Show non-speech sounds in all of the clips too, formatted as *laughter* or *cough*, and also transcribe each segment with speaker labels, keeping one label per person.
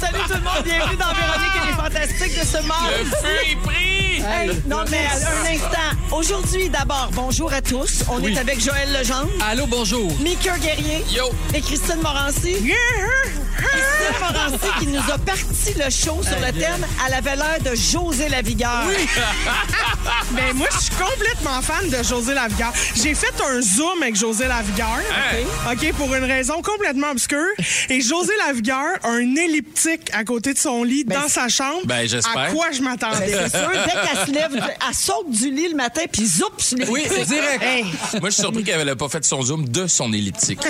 Speaker 1: Salut tout le monde, bienvenue dans Véronique et les Fantastiques de ce mardi.
Speaker 2: feu est pris!
Speaker 1: Hey, non, mais un
Speaker 2: *laughs*
Speaker 1: instant. Aujourd'hui, d'abord, bonjour à tous. On est avec Joël Legendre,
Speaker 2: Allô, bonjour!
Speaker 1: Mika Guerrier
Speaker 2: Yo!
Speaker 1: et Christine Morancy. Christine Morancy qui nous a parti le show sur le thème « Elle avait l'air de José Lavigueur
Speaker 3: *laughs* Ben moi, je suis complètement fan de José Lavigueur. J'ai fait un zoom avec José Lavigueur, OK, pour une raison complètement obscure. Et José Lavigueur a un elliptique à côté de son lit dans sa chambre.
Speaker 2: Ben, j'espère.
Speaker 3: À quoi je
Speaker 1: Ben,
Speaker 3: m'attendais?
Speaker 1: C'est sûr, dès qu'elle se lève, elle saute du lit le matin, puis zoup, les
Speaker 2: Oui,
Speaker 1: *laughs*
Speaker 2: direct! Moi, je suis surpris qu'elle n'avait pas fait son zoom de son elliptique.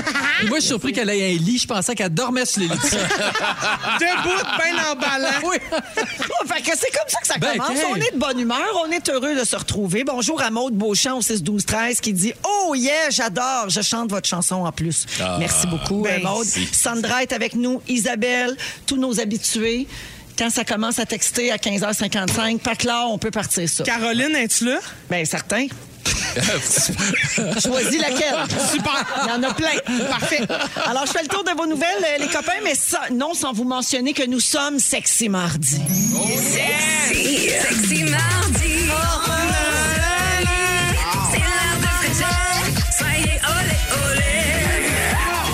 Speaker 4: Moi, je suis surpris qu'elle ait un lit. Je pensais qu'elle dormait sur les lits.
Speaker 3: Debout, ben en ballant.
Speaker 4: oui.
Speaker 1: *laughs* Oh, fait que c'est comme ça que ça
Speaker 4: Ben,
Speaker 1: commence.
Speaker 4: hey.
Speaker 1: On est de bonne humeur, on est heureux de se retrouver. Bonjour à Maude Beauchamp au 6 12 13 qui dit "Oh yeah, j'adore, je chante votre chanson en plus." Merci beaucoup
Speaker 3: Ben,
Speaker 1: euh, Maude. Sandra est avec nous, Isabelle, tous nos habitués. Quand ça commence à texter à 15h55, pas là, on peut partir ça.
Speaker 3: Caroline, es-tu là?
Speaker 1: Bien, certain. Choisis
Speaker 3: *laughs*
Speaker 1: laquelle. Super. Il y en a plein. Parfait. Alors, je fais le tour de vos nouvelles, euh, les copains, mais ça- non sans vous mentionner que nous sommes sexy mardi.
Speaker 5: Sexy mardi. C'est l'heure de fraîcheur. Soyez olé, olé.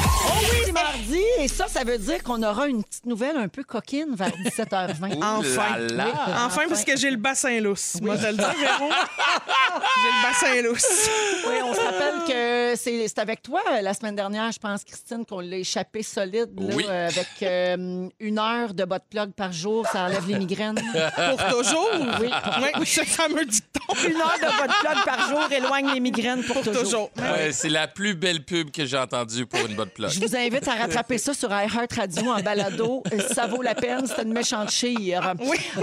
Speaker 1: Oh oui, c'est mardi, et ça, ça veut dire qu'on aura une petite nouvelle un peu coquine vers 17h20.
Speaker 3: Enfin. Enfin, parce que j'ai le bassin lousse. Moi, je le dis, Véro. J'ai le bassin lousse.
Speaker 1: Oui, on se rappelle que c'est c'est avec toi euh, la semaine dernière, je pense, Christine, qu'on l'a échappé solide là,
Speaker 2: Oui.
Speaker 1: euh, avec euh, une heure de bas de plug par jour, ça enlève les migraines.
Speaker 3: Pour toujours.
Speaker 1: Oui.
Speaker 3: Oui, ce fameux dicton.
Speaker 1: Une heure de bas de plug par jour éloigne les migraines pour, toujours.
Speaker 3: Toujours.
Speaker 2: Ouais, c'est la plus belle pub que j'ai entendue pour une bonne plage.
Speaker 1: Je vous invite à rattraper ça sur iHeart Radio en balado. Euh, Ça vaut la peine. C'était une méchante chire.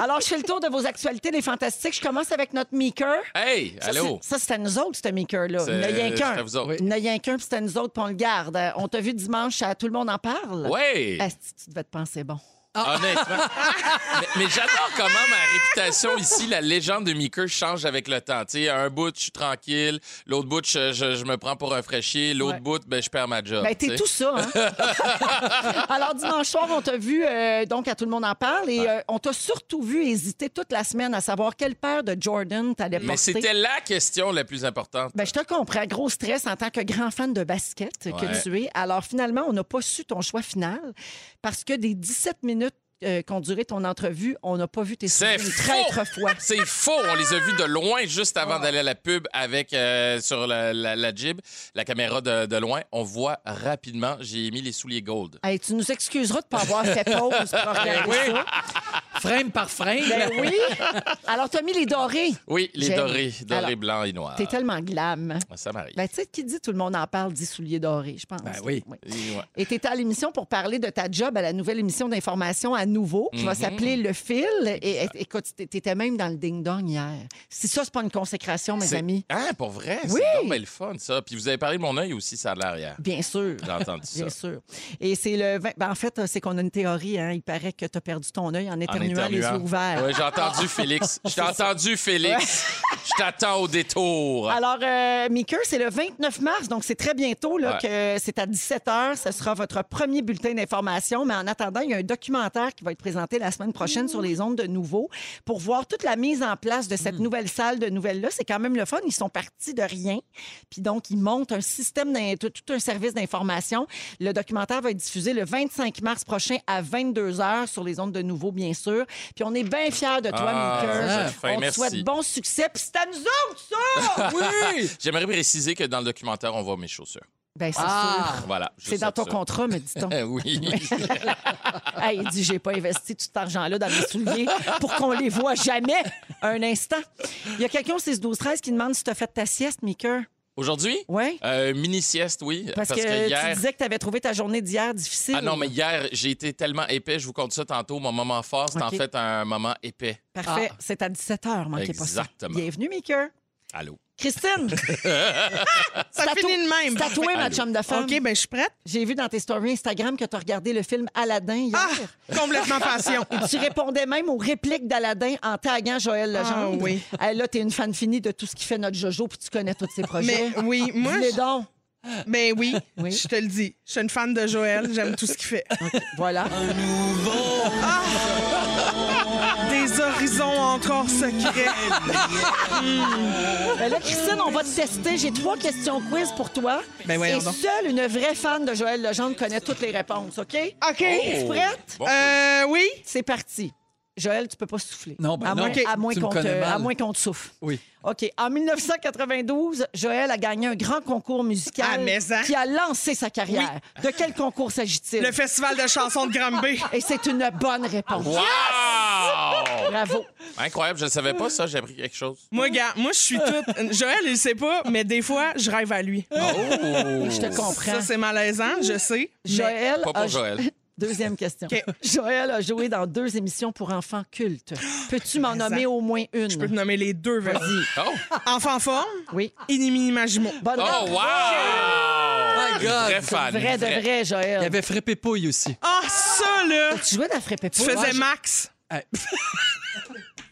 Speaker 1: Alors, je fais le tour de vos actualités, les fantastiques. Je commence avec notre meeker.
Speaker 2: Hey,
Speaker 1: Ça,
Speaker 2: allô!
Speaker 1: c'est- Ça, c'est à nous autres, ce maker-là.
Speaker 2: C'est-
Speaker 1: Il n'y a rien
Speaker 2: c'est à
Speaker 1: qu'un.
Speaker 2: vous autres.
Speaker 1: Il n'y a rien qu'un, puis c'est à nous autres, puis on le garde. Euh, On t'a vu dimanche à Tout le monde en parle.
Speaker 2: Ouais!
Speaker 1: Asti, tu devais te penser bon. *laughs*
Speaker 2: Honnêtement. mais mais j'adore comment ma réputation ici, la légende de Meeker change avec le temps. Tu sais, un bout, je suis tranquille. L'autre bout, je, je- je me prends pour un fraîchier. L'autre
Speaker 1: Ouais.
Speaker 2: bout, ben, je perds ma job.
Speaker 1: Ben,
Speaker 2: tu
Speaker 1: t'es
Speaker 2: sais.
Speaker 1: tout ça, hein? Alors, dimanche soir, on t'a vu, euh, donc, à Tout le monde en parle, et euh, on t'a surtout vu hésiter toute la semaine à savoir quelle paire de Jordan t'allais porter.
Speaker 2: *laughs* Mais c'était la question la plus importante.
Speaker 1: Ben, je te comprends. Gros stress en tant que grand fan de basket que
Speaker 2: Ouais.
Speaker 1: tu es. Alors, finalement, on n'a pas su ton choix final parce que des 17 minutes euh, qu'ont duré ton entrevue, on n'a pas vu tes
Speaker 2: C'est
Speaker 1: souliers une
Speaker 2: faux!
Speaker 1: traître fois.
Speaker 2: C'est faux! On les a vus de loin juste avant d'aller à la pub avec euh, sur la, la, la jib, la caméra de, de loin. On voit rapidement, j'ai mis les souliers gold.
Speaker 1: Hey, tu nous excuseras de ne Ah, pas avoir fait
Speaker 2: *laughs*
Speaker 1: pause
Speaker 2: Ben
Speaker 1: pour regarder ça.
Speaker 4: Frame par frame.
Speaker 1: Ben oui. Alors, t'as mis les dorés.
Speaker 2: Oui, les
Speaker 1: J'aime.
Speaker 2: dorés, dorés
Speaker 1: Alors,
Speaker 2: blancs et noirs.
Speaker 1: T'es tellement glam.
Speaker 2: Ça m'arrive.
Speaker 1: Ben, tu sais, qui dit tout le monde en parle dit souliers dorés, je pense.
Speaker 4: Ben oui.
Speaker 2: Et ouais.
Speaker 1: Et tu à l'émission pour parler de ta job à la nouvelle émission d'information à nouveau,
Speaker 2: Mhm.
Speaker 1: qui va s'appeler Le Fil. Et, et- écoute, tu étais même dans le ding-dong hier. Si ça, c'est pas une consécration, mes
Speaker 2: C'est-
Speaker 1: amis,
Speaker 2: Hein, pour vrai?
Speaker 1: Oui.
Speaker 2: C'est donc bien le fun, ça. Puis vous avez parlé de mon œil aussi, ça a l'air hier.
Speaker 1: bien sûr.
Speaker 2: J'ai entendu ça.
Speaker 1: Bien sûr. Et c'est le 20... ben, en fait, c'est qu'on a une théorie. hein. Il paraît que tu as perdu ton œil en éternuant, les yeux ouverts.
Speaker 2: Oui, Ah j'ai
Speaker 1: *laughs*
Speaker 2: entendu Félix. J'ai entendu Félix. Je t'attends au détour.
Speaker 1: Alors, euh, Meeker, c'est le 29 mars, donc c'est très bientôt là, que c'est à 17h. Ce sera votre premier bulletin d'information. Mais en attendant, il y a un documentaire qui va être présenté la semaine prochaine sur les ondes de nouveau pour voir toute la mise en place de
Speaker 2: Hmm.
Speaker 1: cette nouvelle salle de nouvelles-là. C'est quand même le fun. Ils sont partis de rien. Puis donc, ils montent un système, d'in- tout, tout un service d'information. Le documentaire va être diffusé le 25 mars prochain à 22h sur les ondes de nouveau, bien sûr. Puis on est bien fiers de toi,
Speaker 2: Ah,
Speaker 1: Meeker.
Speaker 2: vous êtes fin,
Speaker 1: on te
Speaker 2: merci.
Speaker 1: souhaite bon succès. Puis c'est à nous autres, ça!
Speaker 2: *laughs* J'aimerais préciser que dans le documentaire, on voit mes chaussures.
Speaker 1: Ben, c'est sûr.
Speaker 2: Ah, Voilà. juste
Speaker 1: C'est dans ton
Speaker 2: ça.
Speaker 1: contrat, me dit-on.
Speaker 2: *laughs*
Speaker 1: *laughs*
Speaker 2: Eh oui.
Speaker 1: Ah, il dit, j'ai pas investi tout cet argent-là dans mes souliers pour qu'on les voit jamais un instant. Il y a quelqu'un au 6-12-13 qui demande si tu as fait ta sieste,
Speaker 2: Euh,
Speaker 1: Mika.
Speaker 2: Aujourd'hui?
Speaker 1: Oui,
Speaker 2: Euh, mini-sieste, oui.
Speaker 1: parce, que, tu
Speaker 2: hier.
Speaker 1: disais que tu avais trouvé ta journée d'hier difficile.
Speaker 2: Ah non, mais hier, j'ai été tellement épais, je vous compte ça tantôt. Mon moment fort, c'est en
Speaker 1: OK.
Speaker 2: fait un moment épais. Ah,
Speaker 1: Parfait, c'est à 17 h, manquez pas ça.
Speaker 2: Exactement.
Speaker 1: Bienvenue, Mika. *laughs*
Speaker 2: Allô?
Speaker 1: Christine,
Speaker 3: *laughs* Ça
Speaker 1: c'est à
Speaker 3: finit
Speaker 1: toi-
Speaker 3: de même.
Speaker 1: c'est à toi, ma chum de femme.
Speaker 3: OK, ben je suis prête.
Speaker 1: J'ai vu dans tes stories Instagram que tu as regardé le film Aladdin hier.
Speaker 3: Ah! Complètement passion.
Speaker 1: *laughs* Tu répondais même aux répliques d'Aladin en taguant Joël Legendre.
Speaker 3: Ah oui.
Speaker 1: Eh, là, t'es une fan finie de tout ce qui fait notre Jojo, puis tu connais tous ses projets. *laughs*
Speaker 3: Mais oui, moi,
Speaker 1: Dis-les
Speaker 3: je-
Speaker 1: donc.
Speaker 3: Ben oui,
Speaker 1: Oui.
Speaker 3: je te le dis. Je suis une fan de Joël. J'aime tout ce qu'il fait.
Speaker 1: Voilà.
Speaker 3: Ah! Des horizons encore secrets.
Speaker 1: Ben là, Christine, on va te tester. J'ai trois questions quiz pour toi.
Speaker 3: Ben voyons
Speaker 1: Et
Speaker 3: donc.
Speaker 1: seule une vraie fan de Joël Legendre connaît toutes les réponses, OK?
Speaker 3: OK. Oh.
Speaker 1: Es-tu prête?
Speaker 2: Bon,
Speaker 3: Euh, oui.
Speaker 1: C'est parti. Joël, tu peux pas souffler.
Speaker 4: Non, ben
Speaker 1: à
Speaker 4: non.
Speaker 1: Moins,
Speaker 4: OK.
Speaker 1: à moins
Speaker 4: Tu me
Speaker 1: qu'on te-
Speaker 4: connais mal.
Speaker 1: à moins qu'on te souffle.
Speaker 4: Oui.
Speaker 1: OK. En 1992, Joël a gagné un grand concours musical
Speaker 3: Ah, mais ça.
Speaker 1: qui a lancé sa carrière. De quel concours s'agit-il?
Speaker 3: Le festival de chansons de Granby.
Speaker 1: Et c'est une bonne réponse.
Speaker 2: Wow!
Speaker 1: Bravo.
Speaker 2: Incroyable, je ne savais pas ça, j'ai appris quelque chose.
Speaker 3: Moi, gars, moi, je suis toute. Joël, il sait pas, mais des fois, je rêve à
Speaker 2: Oh!
Speaker 3: lui.
Speaker 4: Oh!
Speaker 1: Je te comprends. Mmh.
Speaker 3: Ça, c'est malaisant, je sais.
Speaker 1: Joël
Speaker 2: Pas
Speaker 1: a-
Speaker 2: pour Joël.
Speaker 1: *laughs* Deuxième question.
Speaker 3: OK.
Speaker 1: *laughs* Joël a joué dans deux émissions pour enfants cultes. Peux-tu m'en
Speaker 3: ça-
Speaker 1: nommer au moins une?
Speaker 3: Je peux te nommer les deux. vas-y.
Speaker 2: Oh!
Speaker 3: Enfant forme,
Speaker 1: Oui.
Speaker 3: iniminimagimo.
Speaker 1: Bonne
Speaker 2: Oh,
Speaker 1: réponse. Oh
Speaker 2: wow!
Speaker 4: My God.
Speaker 2: Vrai fan.
Speaker 1: Vrai de vrai, Joël.
Speaker 4: Il y avait frappé pouille aussi.
Speaker 3: Ah, ça, là!
Speaker 1: Tu jouais
Speaker 4: *laughs*
Speaker 1: dans Frépépou.
Speaker 3: Tu faisais Max.
Speaker 4: Hey.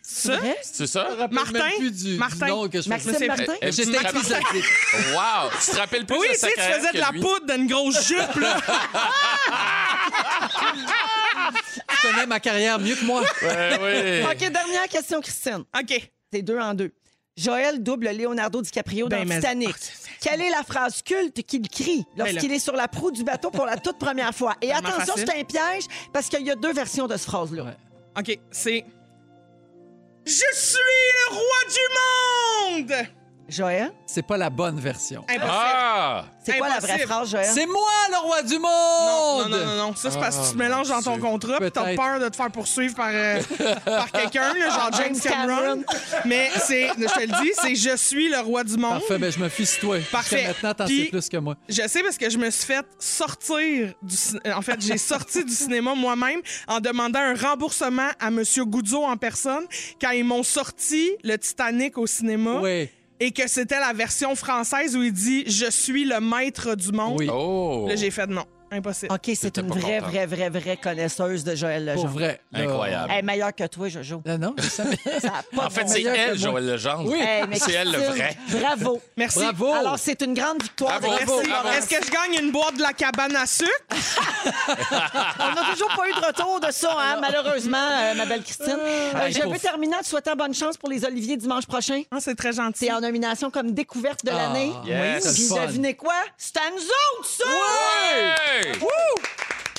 Speaker 3: ça?
Speaker 2: C'est ça?
Speaker 3: Martin?
Speaker 4: Même plus du, du
Speaker 3: Martin?
Speaker 4: nom que je
Speaker 1: Maxime
Speaker 3: Mais c'est-
Speaker 1: Martin?
Speaker 2: Eh, eh,
Speaker 4: J'étais
Speaker 2: tu te rappelles-
Speaker 4: épuisée.
Speaker 2: Wow! Tu te rappelles plus
Speaker 3: Oui,
Speaker 2: de
Speaker 3: tu
Speaker 2: sa
Speaker 3: sais, tu
Speaker 2: carrière
Speaker 3: faisais de
Speaker 2: que
Speaker 3: la
Speaker 2: lui?
Speaker 3: poudre dans une grosse jupe, là.
Speaker 4: *laughs* Tu connais ma carrière mieux que moi.
Speaker 2: Eh oui.
Speaker 1: OK, dernière question, Christine.
Speaker 3: OK.
Speaker 1: T'es deux en deux. Joël double Leonardo DiCaprio
Speaker 3: Ben,
Speaker 1: dans
Speaker 3: mais-
Speaker 1: Titanic.
Speaker 3: Ah, c'est- Ben,
Speaker 1: Quelle est la phrase culte qu'il crie lorsqu'il
Speaker 3: là.
Speaker 1: est sur la proue du bateau pour la toute première fois? Et
Speaker 3: Tellement
Speaker 1: attention,
Speaker 3: facile.
Speaker 1: c'est un piège parce qu'il y a deux versions de cette phrase-là.
Speaker 4: Ouais.
Speaker 3: OK, c'est... Je suis le roi du monde!
Speaker 1: Joël,
Speaker 4: C'est pas la bonne version.
Speaker 3: Impossible.
Speaker 2: Ah!
Speaker 1: c'est quoi la vraie
Speaker 3: Impossible.
Speaker 1: phrase, Joël?
Speaker 4: C'est moi le roi du
Speaker 3: Non,
Speaker 4: monde!
Speaker 3: non, non, non, ça c'est parce que tu te mélanges dans ton
Speaker 2: Dieu.
Speaker 3: contrat pis t'as
Speaker 4: Peut-être.
Speaker 3: peur de te faire poursuivre par, euh, par quelqu'un,
Speaker 1: *laughs*
Speaker 3: là, genre James
Speaker 1: James Cameron.
Speaker 3: Cameron. Mais c'est, je te le dis, c'est Je suis le roi du monde.
Speaker 4: Parfait, ben je me fie sur toi. Jusqu'à
Speaker 3: Parfait.
Speaker 4: maintenant, t'en
Speaker 3: Puis-
Speaker 4: sais plus que moi.
Speaker 3: Je sais parce que je me suis fait sortir du cin- En fait, j'ai sorti du cinéma moi-même en demandant un remboursement à M. Goudzo en personne quand ils m'ont sorti le Titanic au cinéma
Speaker 4: Oui.
Speaker 3: et que c'était la version française où il dit Je suis le maître du monde.
Speaker 4: Oui.
Speaker 2: Oh!
Speaker 3: Là, j'ai fait non, impossible.
Speaker 1: OK, c'est
Speaker 2: J'étais
Speaker 1: une
Speaker 2: pas
Speaker 1: vraie,
Speaker 2: contente.
Speaker 1: vraie, vraie, vraie connaisseuse de Joël
Speaker 4: Pour
Speaker 1: Legendre. Euh,
Speaker 4: vrai. là.
Speaker 2: Incroyable.
Speaker 1: Elle est meilleure que toi, Jojo.
Speaker 4: Non, non, je savais.
Speaker 1: Ça a pas
Speaker 2: En
Speaker 1: de
Speaker 5: Oh
Speaker 2: fait,
Speaker 1: bon
Speaker 2: c'est
Speaker 1: sens.
Speaker 2: elle, Joël Legendre.
Speaker 4: Oui.
Speaker 1: Hey, mais
Speaker 2: C'est elle, le
Speaker 1: Christine,
Speaker 2: vrai.
Speaker 1: Bravo.
Speaker 3: *laughs* Merci.
Speaker 4: Bravo.
Speaker 1: Alors, c'est une grande victoire.
Speaker 2: Bravo.
Speaker 1: de Christine
Speaker 2: Bravo.
Speaker 1: Morin.
Speaker 3: Est-ce que je gagne une boîte de la cabane à sucre?
Speaker 1: On n'a toujours pas eu de retour de ça, hein, malheureusement, euh, ma belle Christine. Euh,
Speaker 4: Hey,
Speaker 1: je veux
Speaker 4: pauvre.
Speaker 1: terminer en te souhaitant bonne chance pour les Oliviers dimanche prochain.
Speaker 3: Ah, c'est très gentil.
Speaker 1: C'est en nomination comme découverte de
Speaker 4: Ah,
Speaker 1: l'année.
Speaker 2: yes.
Speaker 4: oui, c'est
Speaker 1: Puis
Speaker 4: le fun.
Speaker 1: devinez quoi? C'est à nous autres, ça!
Speaker 2: Hey!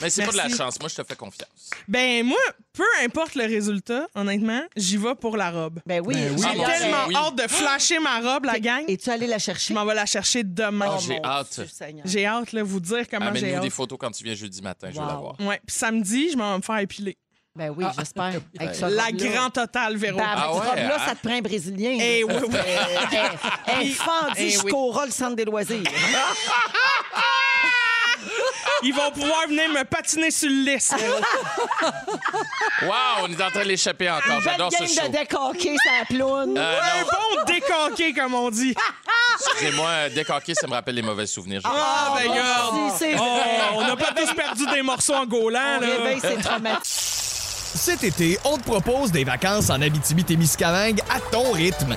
Speaker 2: Mais c'est pas de la
Speaker 3: Merci.
Speaker 2: chance. Moi, je te fais confiance.
Speaker 3: Ben moi, peu importe le résultat, honnêtement, j'y vais pour la robe.
Speaker 1: Ben oui.
Speaker 4: Ben oui.
Speaker 3: J'ai
Speaker 2: Ah, mon Dieu,
Speaker 3: tellement
Speaker 2: oui.
Speaker 3: hâte de flasher ma robe, la gang.
Speaker 1: Et tu allé la chercher?
Speaker 3: Je m'en vais la chercher demain.
Speaker 2: Oh, j'ai
Speaker 1: Mon
Speaker 2: hâte.
Speaker 1: Dieu Seigneur.
Speaker 3: J'ai hâte de vous dire comment j'ai
Speaker 2: Amène-nous
Speaker 3: hâte.
Speaker 2: des photos quand tu viens jeudi matin. Je veux la
Speaker 1: Wow.
Speaker 2: voir.
Speaker 3: Ouais, puis samedi, je m'en vais me faire épiler.
Speaker 1: Ben oui,
Speaker 2: *laughs*
Speaker 1: j'espère. Avec ce
Speaker 3: La
Speaker 1: robe-là.
Speaker 3: grande totale, Véro.
Speaker 1: Ben, avec
Speaker 2: Ah
Speaker 1: ce
Speaker 2: ouais,
Speaker 1: robe-là,
Speaker 2: hein?
Speaker 1: ça te prend un Brésilien.
Speaker 3: Eh oui, *laughs* oui.
Speaker 1: Elle est fendue
Speaker 3: Eh oui.
Speaker 1: jusqu'au rôle centre des loisirs.
Speaker 2: *laughs*
Speaker 3: Ils vont pouvoir venir me patiner sur le lisse.
Speaker 1: *laughs*
Speaker 3: Véro.
Speaker 2: Wow, on est en train de l'échapper encore.
Speaker 1: Belle game
Speaker 2: J'adore ce show.
Speaker 1: de décoquer, *laughs* ça ploune.
Speaker 2: Euh,
Speaker 3: Un
Speaker 2: non,
Speaker 3: bon décanqué, comme on dit.
Speaker 1: Ah,
Speaker 2: Excusez-moi, euh, décaquer, ça me rappelle les mauvais souvenirs. Je-
Speaker 3: Ah, ben,
Speaker 1: Si,
Speaker 3: regarde.
Speaker 1: c'est
Speaker 3: Oh,
Speaker 1: vrai.
Speaker 3: on n'a pas tous perdu des morceaux en gaulant,
Speaker 1: On
Speaker 3: là.
Speaker 1: réveille, c'est traumatisant.
Speaker 6: Cet été, on te propose des vacances en Abitibi-Témiscamingue à ton rythme.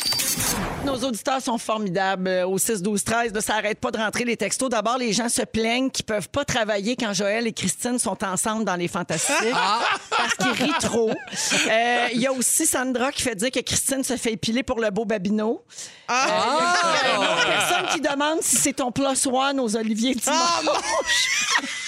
Speaker 1: Nos auditeurs sont formidables euh, au 6 12 13 de ça arrête pas de rentrer les textos. D'abord les gens se plaignent qu'ils peuvent pas travailler quand Joël et Christine sont ensemble dans les fantastiques parce qu'ils rient trop. Euh, Il y a aussi Sandra qui fait dire que Christine se fait épiler pour le beau Babino. Euh, Il y a une autre personne qui demande si c'est ton plus one aux Olivier Dimanche.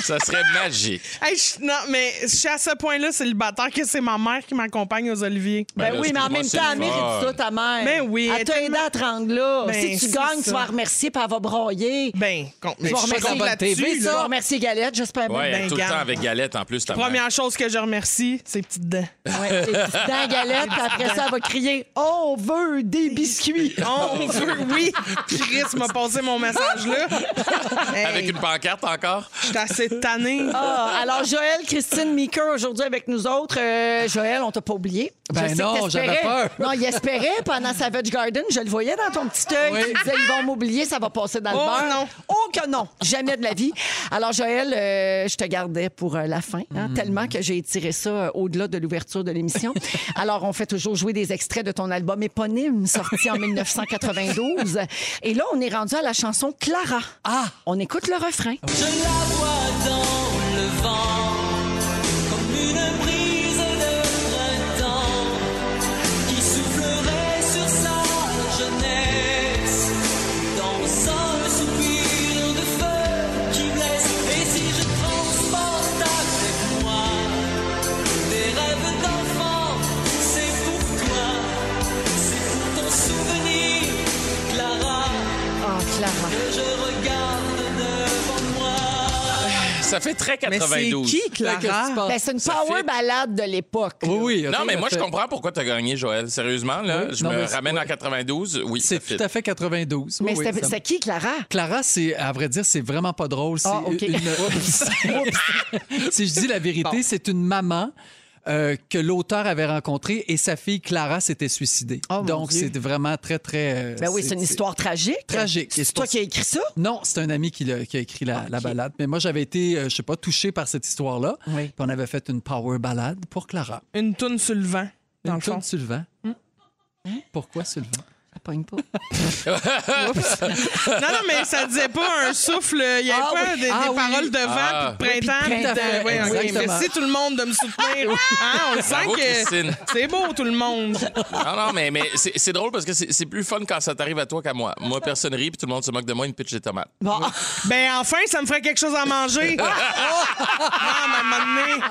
Speaker 2: Ça serait magique.
Speaker 3: Hey, je- non, mais je suis à ce point-là célibataire que c'est ma mère qui m'accompagne aux oliviers.
Speaker 1: Ben,
Speaker 2: Ben là,
Speaker 1: oui, mais en même
Speaker 2: excuse-moi,
Speaker 1: temps,
Speaker 2: c'est
Speaker 1: elle mérite
Speaker 2: le fun.
Speaker 1: ça, ta mère.
Speaker 3: Ben oui,
Speaker 1: Elle t'a aidé
Speaker 3: tellement-
Speaker 1: à te rendre là.
Speaker 3: Ben,
Speaker 1: si tu
Speaker 3: c'est
Speaker 1: gagnes, tu
Speaker 3: ça.
Speaker 1: vas remercier, puis elle va broyer.
Speaker 3: Ben, compte
Speaker 1: je vais remercier
Speaker 4: bonne
Speaker 3: là-dessus,
Speaker 4: TV,
Speaker 1: Je
Speaker 3: là.
Speaker 1: vais remercier Galette, j'espère bien.
Speaker 2: Ouais,
Speaker 3: ben,
Speaker 2: tout le
Speaker 3: garde.
Speaker 2: temps avec galette en plus, ta mère.
Speaker 3: Première chose que je remercie, c'est les petites dents.
Speaker 1: Ouais, t'es dans Galette, puis après ça, elle va crier « On veut des biscuits!
Speaker 3: On veut, oui. Chris m'a passé mon message là.
Speaker 2: *laughs* Avec
Speaker 3: Hey,
Speaker 2: une pancarte encore.
Speaker 3: Je suis assez
Speaker 2: *laughs*
Speaker 3: tannée. »
Speaker 1: Ah, Alors, Joël, Christine, Meeker, aujourd'hui avec nous autres. Euh, Joël, on t'a pas oublié. Je
Speaker 4: Ben
Speaker 1: sais que
Speaker 4: non,
Speaker 1: t'espérais.
Speaker 4: j'avais peur.
Speaker 1: Non, il espérait pendant Savage Garden. Je le voyais dans ton petit œil.
Speaker 4: Oui.
Speaker 1: Tu disais, ils vont m'oublier, ça va passer dans le
Speaker 3: Oh
Speaker 1: beurre.
Speaker 3: non.
Speaker 1: Oh que non! Jamais de la vie. Alors, Joël, euh, je te gardais pour euh, la fin, hein,
Speaker 4: Mm.
Speaker 1: tellement que j'ai étiré ça euh, au-delà de l'ouverture de l'émission. Alors, on fait toujours jouer des extraits de ton album éponyme, sorti en 1992. Et là, on est rendu à la chanson Clara. Ah! On écoute le refrain. Ah, Clara.
Speaker 2: Ça fait très
Speaker 3: Mais c'est
Speaker 2: 92.
Speaker 3: qui, Clara?
Speaker 1: Ben, c'est une power
Speaker 2: fait-
Speaker 1: balade de l'époque.
Speaker 4: Oui, oui.
Speaker 2: Non,
Speaker 4: ok,
Speaker 2: mais moi, je
Speaker 4: fait-
Speaker 2: comprends pourquoi t'as gagné, Joël. Sérieusement, là,
Speaker 4: Oui,
Speaker 2: je
Speaker 4: non,
Speaker 2: me
Speaker 4: mais c'est-
Speaker 2: ramène en 92. Oui,
Speaker 4: C'est
Speaker 2: ça fit.
Speaker 4: tout à fait 92.
Speaker 1: Mais
Speaker 4: Oui, oui,
Speaker 1: c'était-
Speaker 4: ça me-
Speaker 1: c'était qui, Clara?
Speaker 4: Clara, c'est à vrai dire, c'est vraiment pas drôle. C'est
Speaker 1: Ah, OK. *laughs*
Speaker 4: une- *laughs* si je dis la vérité, c'est une maman. euh, que l'auteur avait rencontrée et sa fille Clara s'était suicidée.
Speaker 1: Oh, mon
Speaker 4: Donc,
Speaker 1: Dieu.
Speaker 4: c'est vraiment très, très. euh,
Speaker 1: Ben oui, c'est une histoire tragique.
Speaker 4: Tragique. Et
Speaker 1: C'est
Speaker 4: c'est
Speaker 1: toi
Speaker 4: pour-
Speaker 1: qui as écrit ça? Ah,
Speaker 4: Non, c'est un ami qui, l'a- qui a écrit la, la balade. Mais moi, j'avais été, euh, je sais pas, touché par cette histoire-là.
Speaker 1: Oui.
Speaker 4: Puis on avait fait une power balade pour Clara.
Speaker 3: Une toune sur le vent, dans
Speaker 4: Une
Speaker 3: le
Speaker 4: toune
Speaker 3: fond.
Speaker 4: sur le vent. Pourquoi sur le vent?
Speaker 1: Hmm? Ça pogne pas.
Speaker 3: Non, non, mais ça disait pas un souffle. Il y avait
Speaker 1: Ah
Speaker 3: pas
Speaker 1: oui.
Speaker 3: des, des
Speaker 4: Ah oui.
Speaker 3: paroles de vent,
Speaker 2: Ah.
Speaker 3: puis de printemps.
Speaker 1: Oui, puis de
Speaker 3: puis de-
Speaker 1: printemps,
Speaker 3: ouais, ok.
Speaker 4: exactement.
Speaker 3: Merci tout le monde de
Speaker 2: *laughs*
Speaker 3: me soutenir. Hein, on le
Speaker 2: Bravo,
Speaker 3: sent
Speaker 2: Christine.
Speaker 3: que c'est beau tout le monde.
Speaker 2: *laughs* Non, non, mais, mais c'est c'est drôle parce que c'est c'est plus fun quand ça t'arrive à toi qu'à moi. Moi, personne rit, puis tout le monde se moque de moi, une pitch de tomates.
Speaker 1: Bon.
Speaker 3: *laughs* Ben enfin, ça me ferait quelque chose
Speaker 1: *laughs*
Speaker 3: à manger. Ah, mais à un moment donné,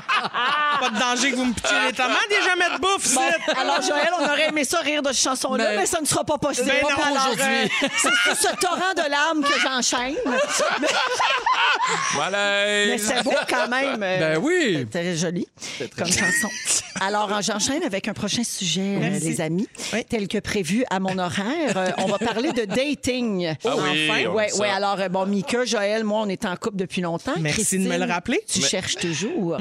Speaker 3: pas de danger que vous me pitié les tomates, il y a jamais de bouffe, ici.
Speaker 1: Ben, Alors, Joël, on aurait aimé ça rire de cette chanson-là, mais,
Speaker 4: Mais-
Speaker 1: ça ne sera pas possible.
Speaker 3: Ben non,
Speaker 1: Alors,
Speaker 4: aujourd'hui.
Speaker 1: euh, c'est sur ce torrent de larmes que j'enchaîne. mais mais
Speaker 2: Malaise!
Speaker 1: c'est beau quand même.
Speaker 2: *laughs*
Speaker 4: Ben oui!
Speaker 1: C'était joli comme chanson. *laughs* Alors, euh, j'enchaîne avec un prochain sujet, euh,
Speaker 3: Merci.
Speaker 1: les amis. Tel que prévu à mon horaire, euh, on va parler de dating.
Speaker 2: Ah oui,
Speaker 1: enfin.
Speaker 2: on
Speaker 1: Ouais,
Speaker 2: aime ça.
Speaker 1: ouais, alors, euh, bon, Mika, Joël, moi, on est en couple depuis longtemps.
Speaker 3: Merci de me le
Speaker 1: Christine,
Speaker 3: rappeler.
Speaker 1: Tu cherches toujours.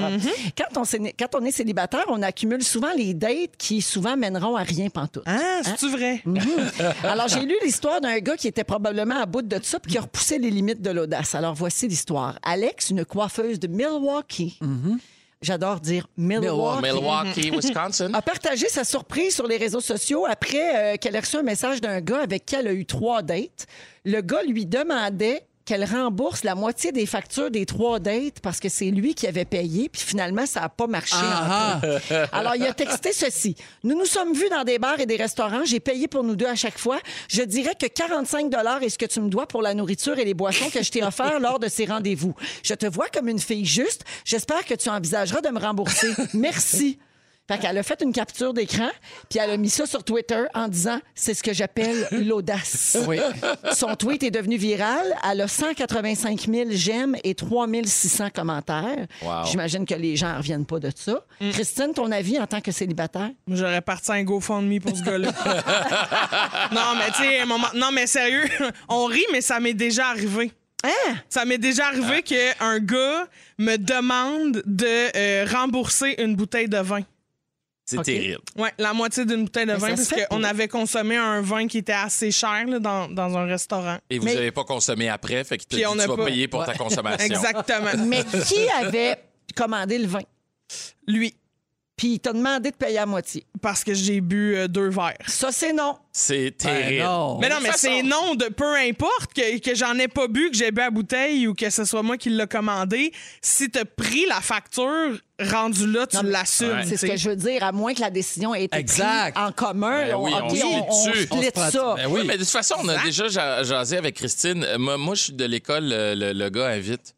Speaker 1: quand, on s'est- quand on est célibataire, on accumule souvent les dates qui souvent mèneront à rien pantoute. Hein?
Speaker 3: Ah, c'est-tu
Speaker 4: *laughs*
Speaker 3: vrai?
Speaker 1: *laughs* Alors, j'ai lu l'histoire d'un gars qui était probablement à bout de ça puis qui a repoussé les limites de l'audace. Alors, voici l'histoire. Alex, une coiffeuse de Milwaukee.
Speaker 4: Mm-hmm.
Speaker 1: J'adore dire Milwaukee.
Speaker 2: Milwaukee,
Speaker 1: *laughs*
Speaker 2: Wisconsin.
Speaker 1: a partagé sa surprise sur les réseaux sociaux après euh, qu'elle a reçu un message d'un gars avec qui elle a eu trois dates. Le gars lui demandait qu'elle rembourse la moitié des factures des trois dates parce que c'est lui qui avait payé, puis finalement, ça n'a pas marché.
Speaker 4: Ah,
Speaker 1: entre eux.
Speaker 4: *laughs*
Speaker 1: *laughs* Alors, il a texté ceci. Nous nous sommes vus dans des bars et des restaurants. J'ai payé pour nous deux à chaque fois. Je dirais que 45 est ce que tu me dois pour la nourriture et les boissons que je t'ai offert lors de ces rendez-vous. Je te vois comme une fille juste. J'espère que tu envisageras de me rembourser. Merci. Fait qu'elle a fait une capture d'écran, puis elle a mis ça sur Twitter en disant c'est ce que j'appelle l'audace.
Speaker 4: Oui.
Speaker 1: Son tweet est devenu viral. Elle a 185 000 j'aime et 3600 commentaires.
Speaker 2: Wow.
Speaker 1: J'imagine que les gens ne reviennent pas de ça. Christine, ton avis en tant que célibataire?
Speaker 3: Moi, J'aurais parti un GoFundMe pour ce gars-là. non, mais tu sais, à un moment- non, mais sérieux, *laughs* on rit, mais ça m'est déjà arrivé.
Speaker 1: Hein? Ah.
Speaker 3: Ça m'est déjà arrivé qu'un gars me demande de euh, rembourser une bouteille de vin.
Speaker 2: C'est terrible.
Speaker 3: Oui, la moitié d'une bouteille de
Speaker 1: Mais
Speaker 3: vin,
Speaker 1: ça se
Speaker 3: parce
Speaker 1: fait
Speaker 3: qu'on
Speaker 1: pour-
Speaker 3: avait consommé un vin qui était assez cher là, dans, dans un restaurant.
Speaker 2: Et vous
Speaker 1: Mais-
Speaker 2: n'avez pas consommé après, fait qu'il te
Speaker 3: Puis on
Speaker 2: dit
Speaker 3: a
Speaker 2: tu vas
Speaker 3: pas-
Speaker 2: payer pour ta
Speaker 3: *laughs*
Speaker 2: consommation.
Speaker 3: Exactement.
Speaker 1: Mais qui avait commandé le vin?
Speaker 3: Lui.
Speaker 1: puis il t'a demandé de payer à moitié.
Speaker 3: parce que j'ai bu euh, deux verres.
Speaker 1: Ça, c'est non.
Speaker 2: C'est terrible.
Speaker 4: Ben non.
Speaker 3: Mais non, mais c'est non de peu importe que, que j'en ai pas bu, que j'ai bu à bouteille ou que ce soit moi qui l'a commandé. Si t'as pris la facture, rendu là, tu
Speaker 1: Non, mais-
Speaker 3: l'assumes.
Speaker 2: Ouais.
Speaker 3: tu
Speaker 1: C'est ce
Speaker 3: sais.
Speaker 1: que je veux dire, à moins que la décision ait été
Speaker 4: Exact.
Speaker 1: prise en commun.
Speaker 2: Ben
Speaker 1: on,
Speaker 2: oui, on
Speaker 1: ok,
Speaker 2: se
Speaker 1: on
Speaker 2: tue.
Speaker 1: split
Speaker 4: On se prend-
Speaker 1: ça.
Speaker 4: Ben
Speaker 2: Oui,
Speaker 4: oui.
Speaker 2: mais de toute façon, on a déjà ja- jasé avec Christine. Euh, Moi, moi, je suis de l'école, euh, le, le gars invite.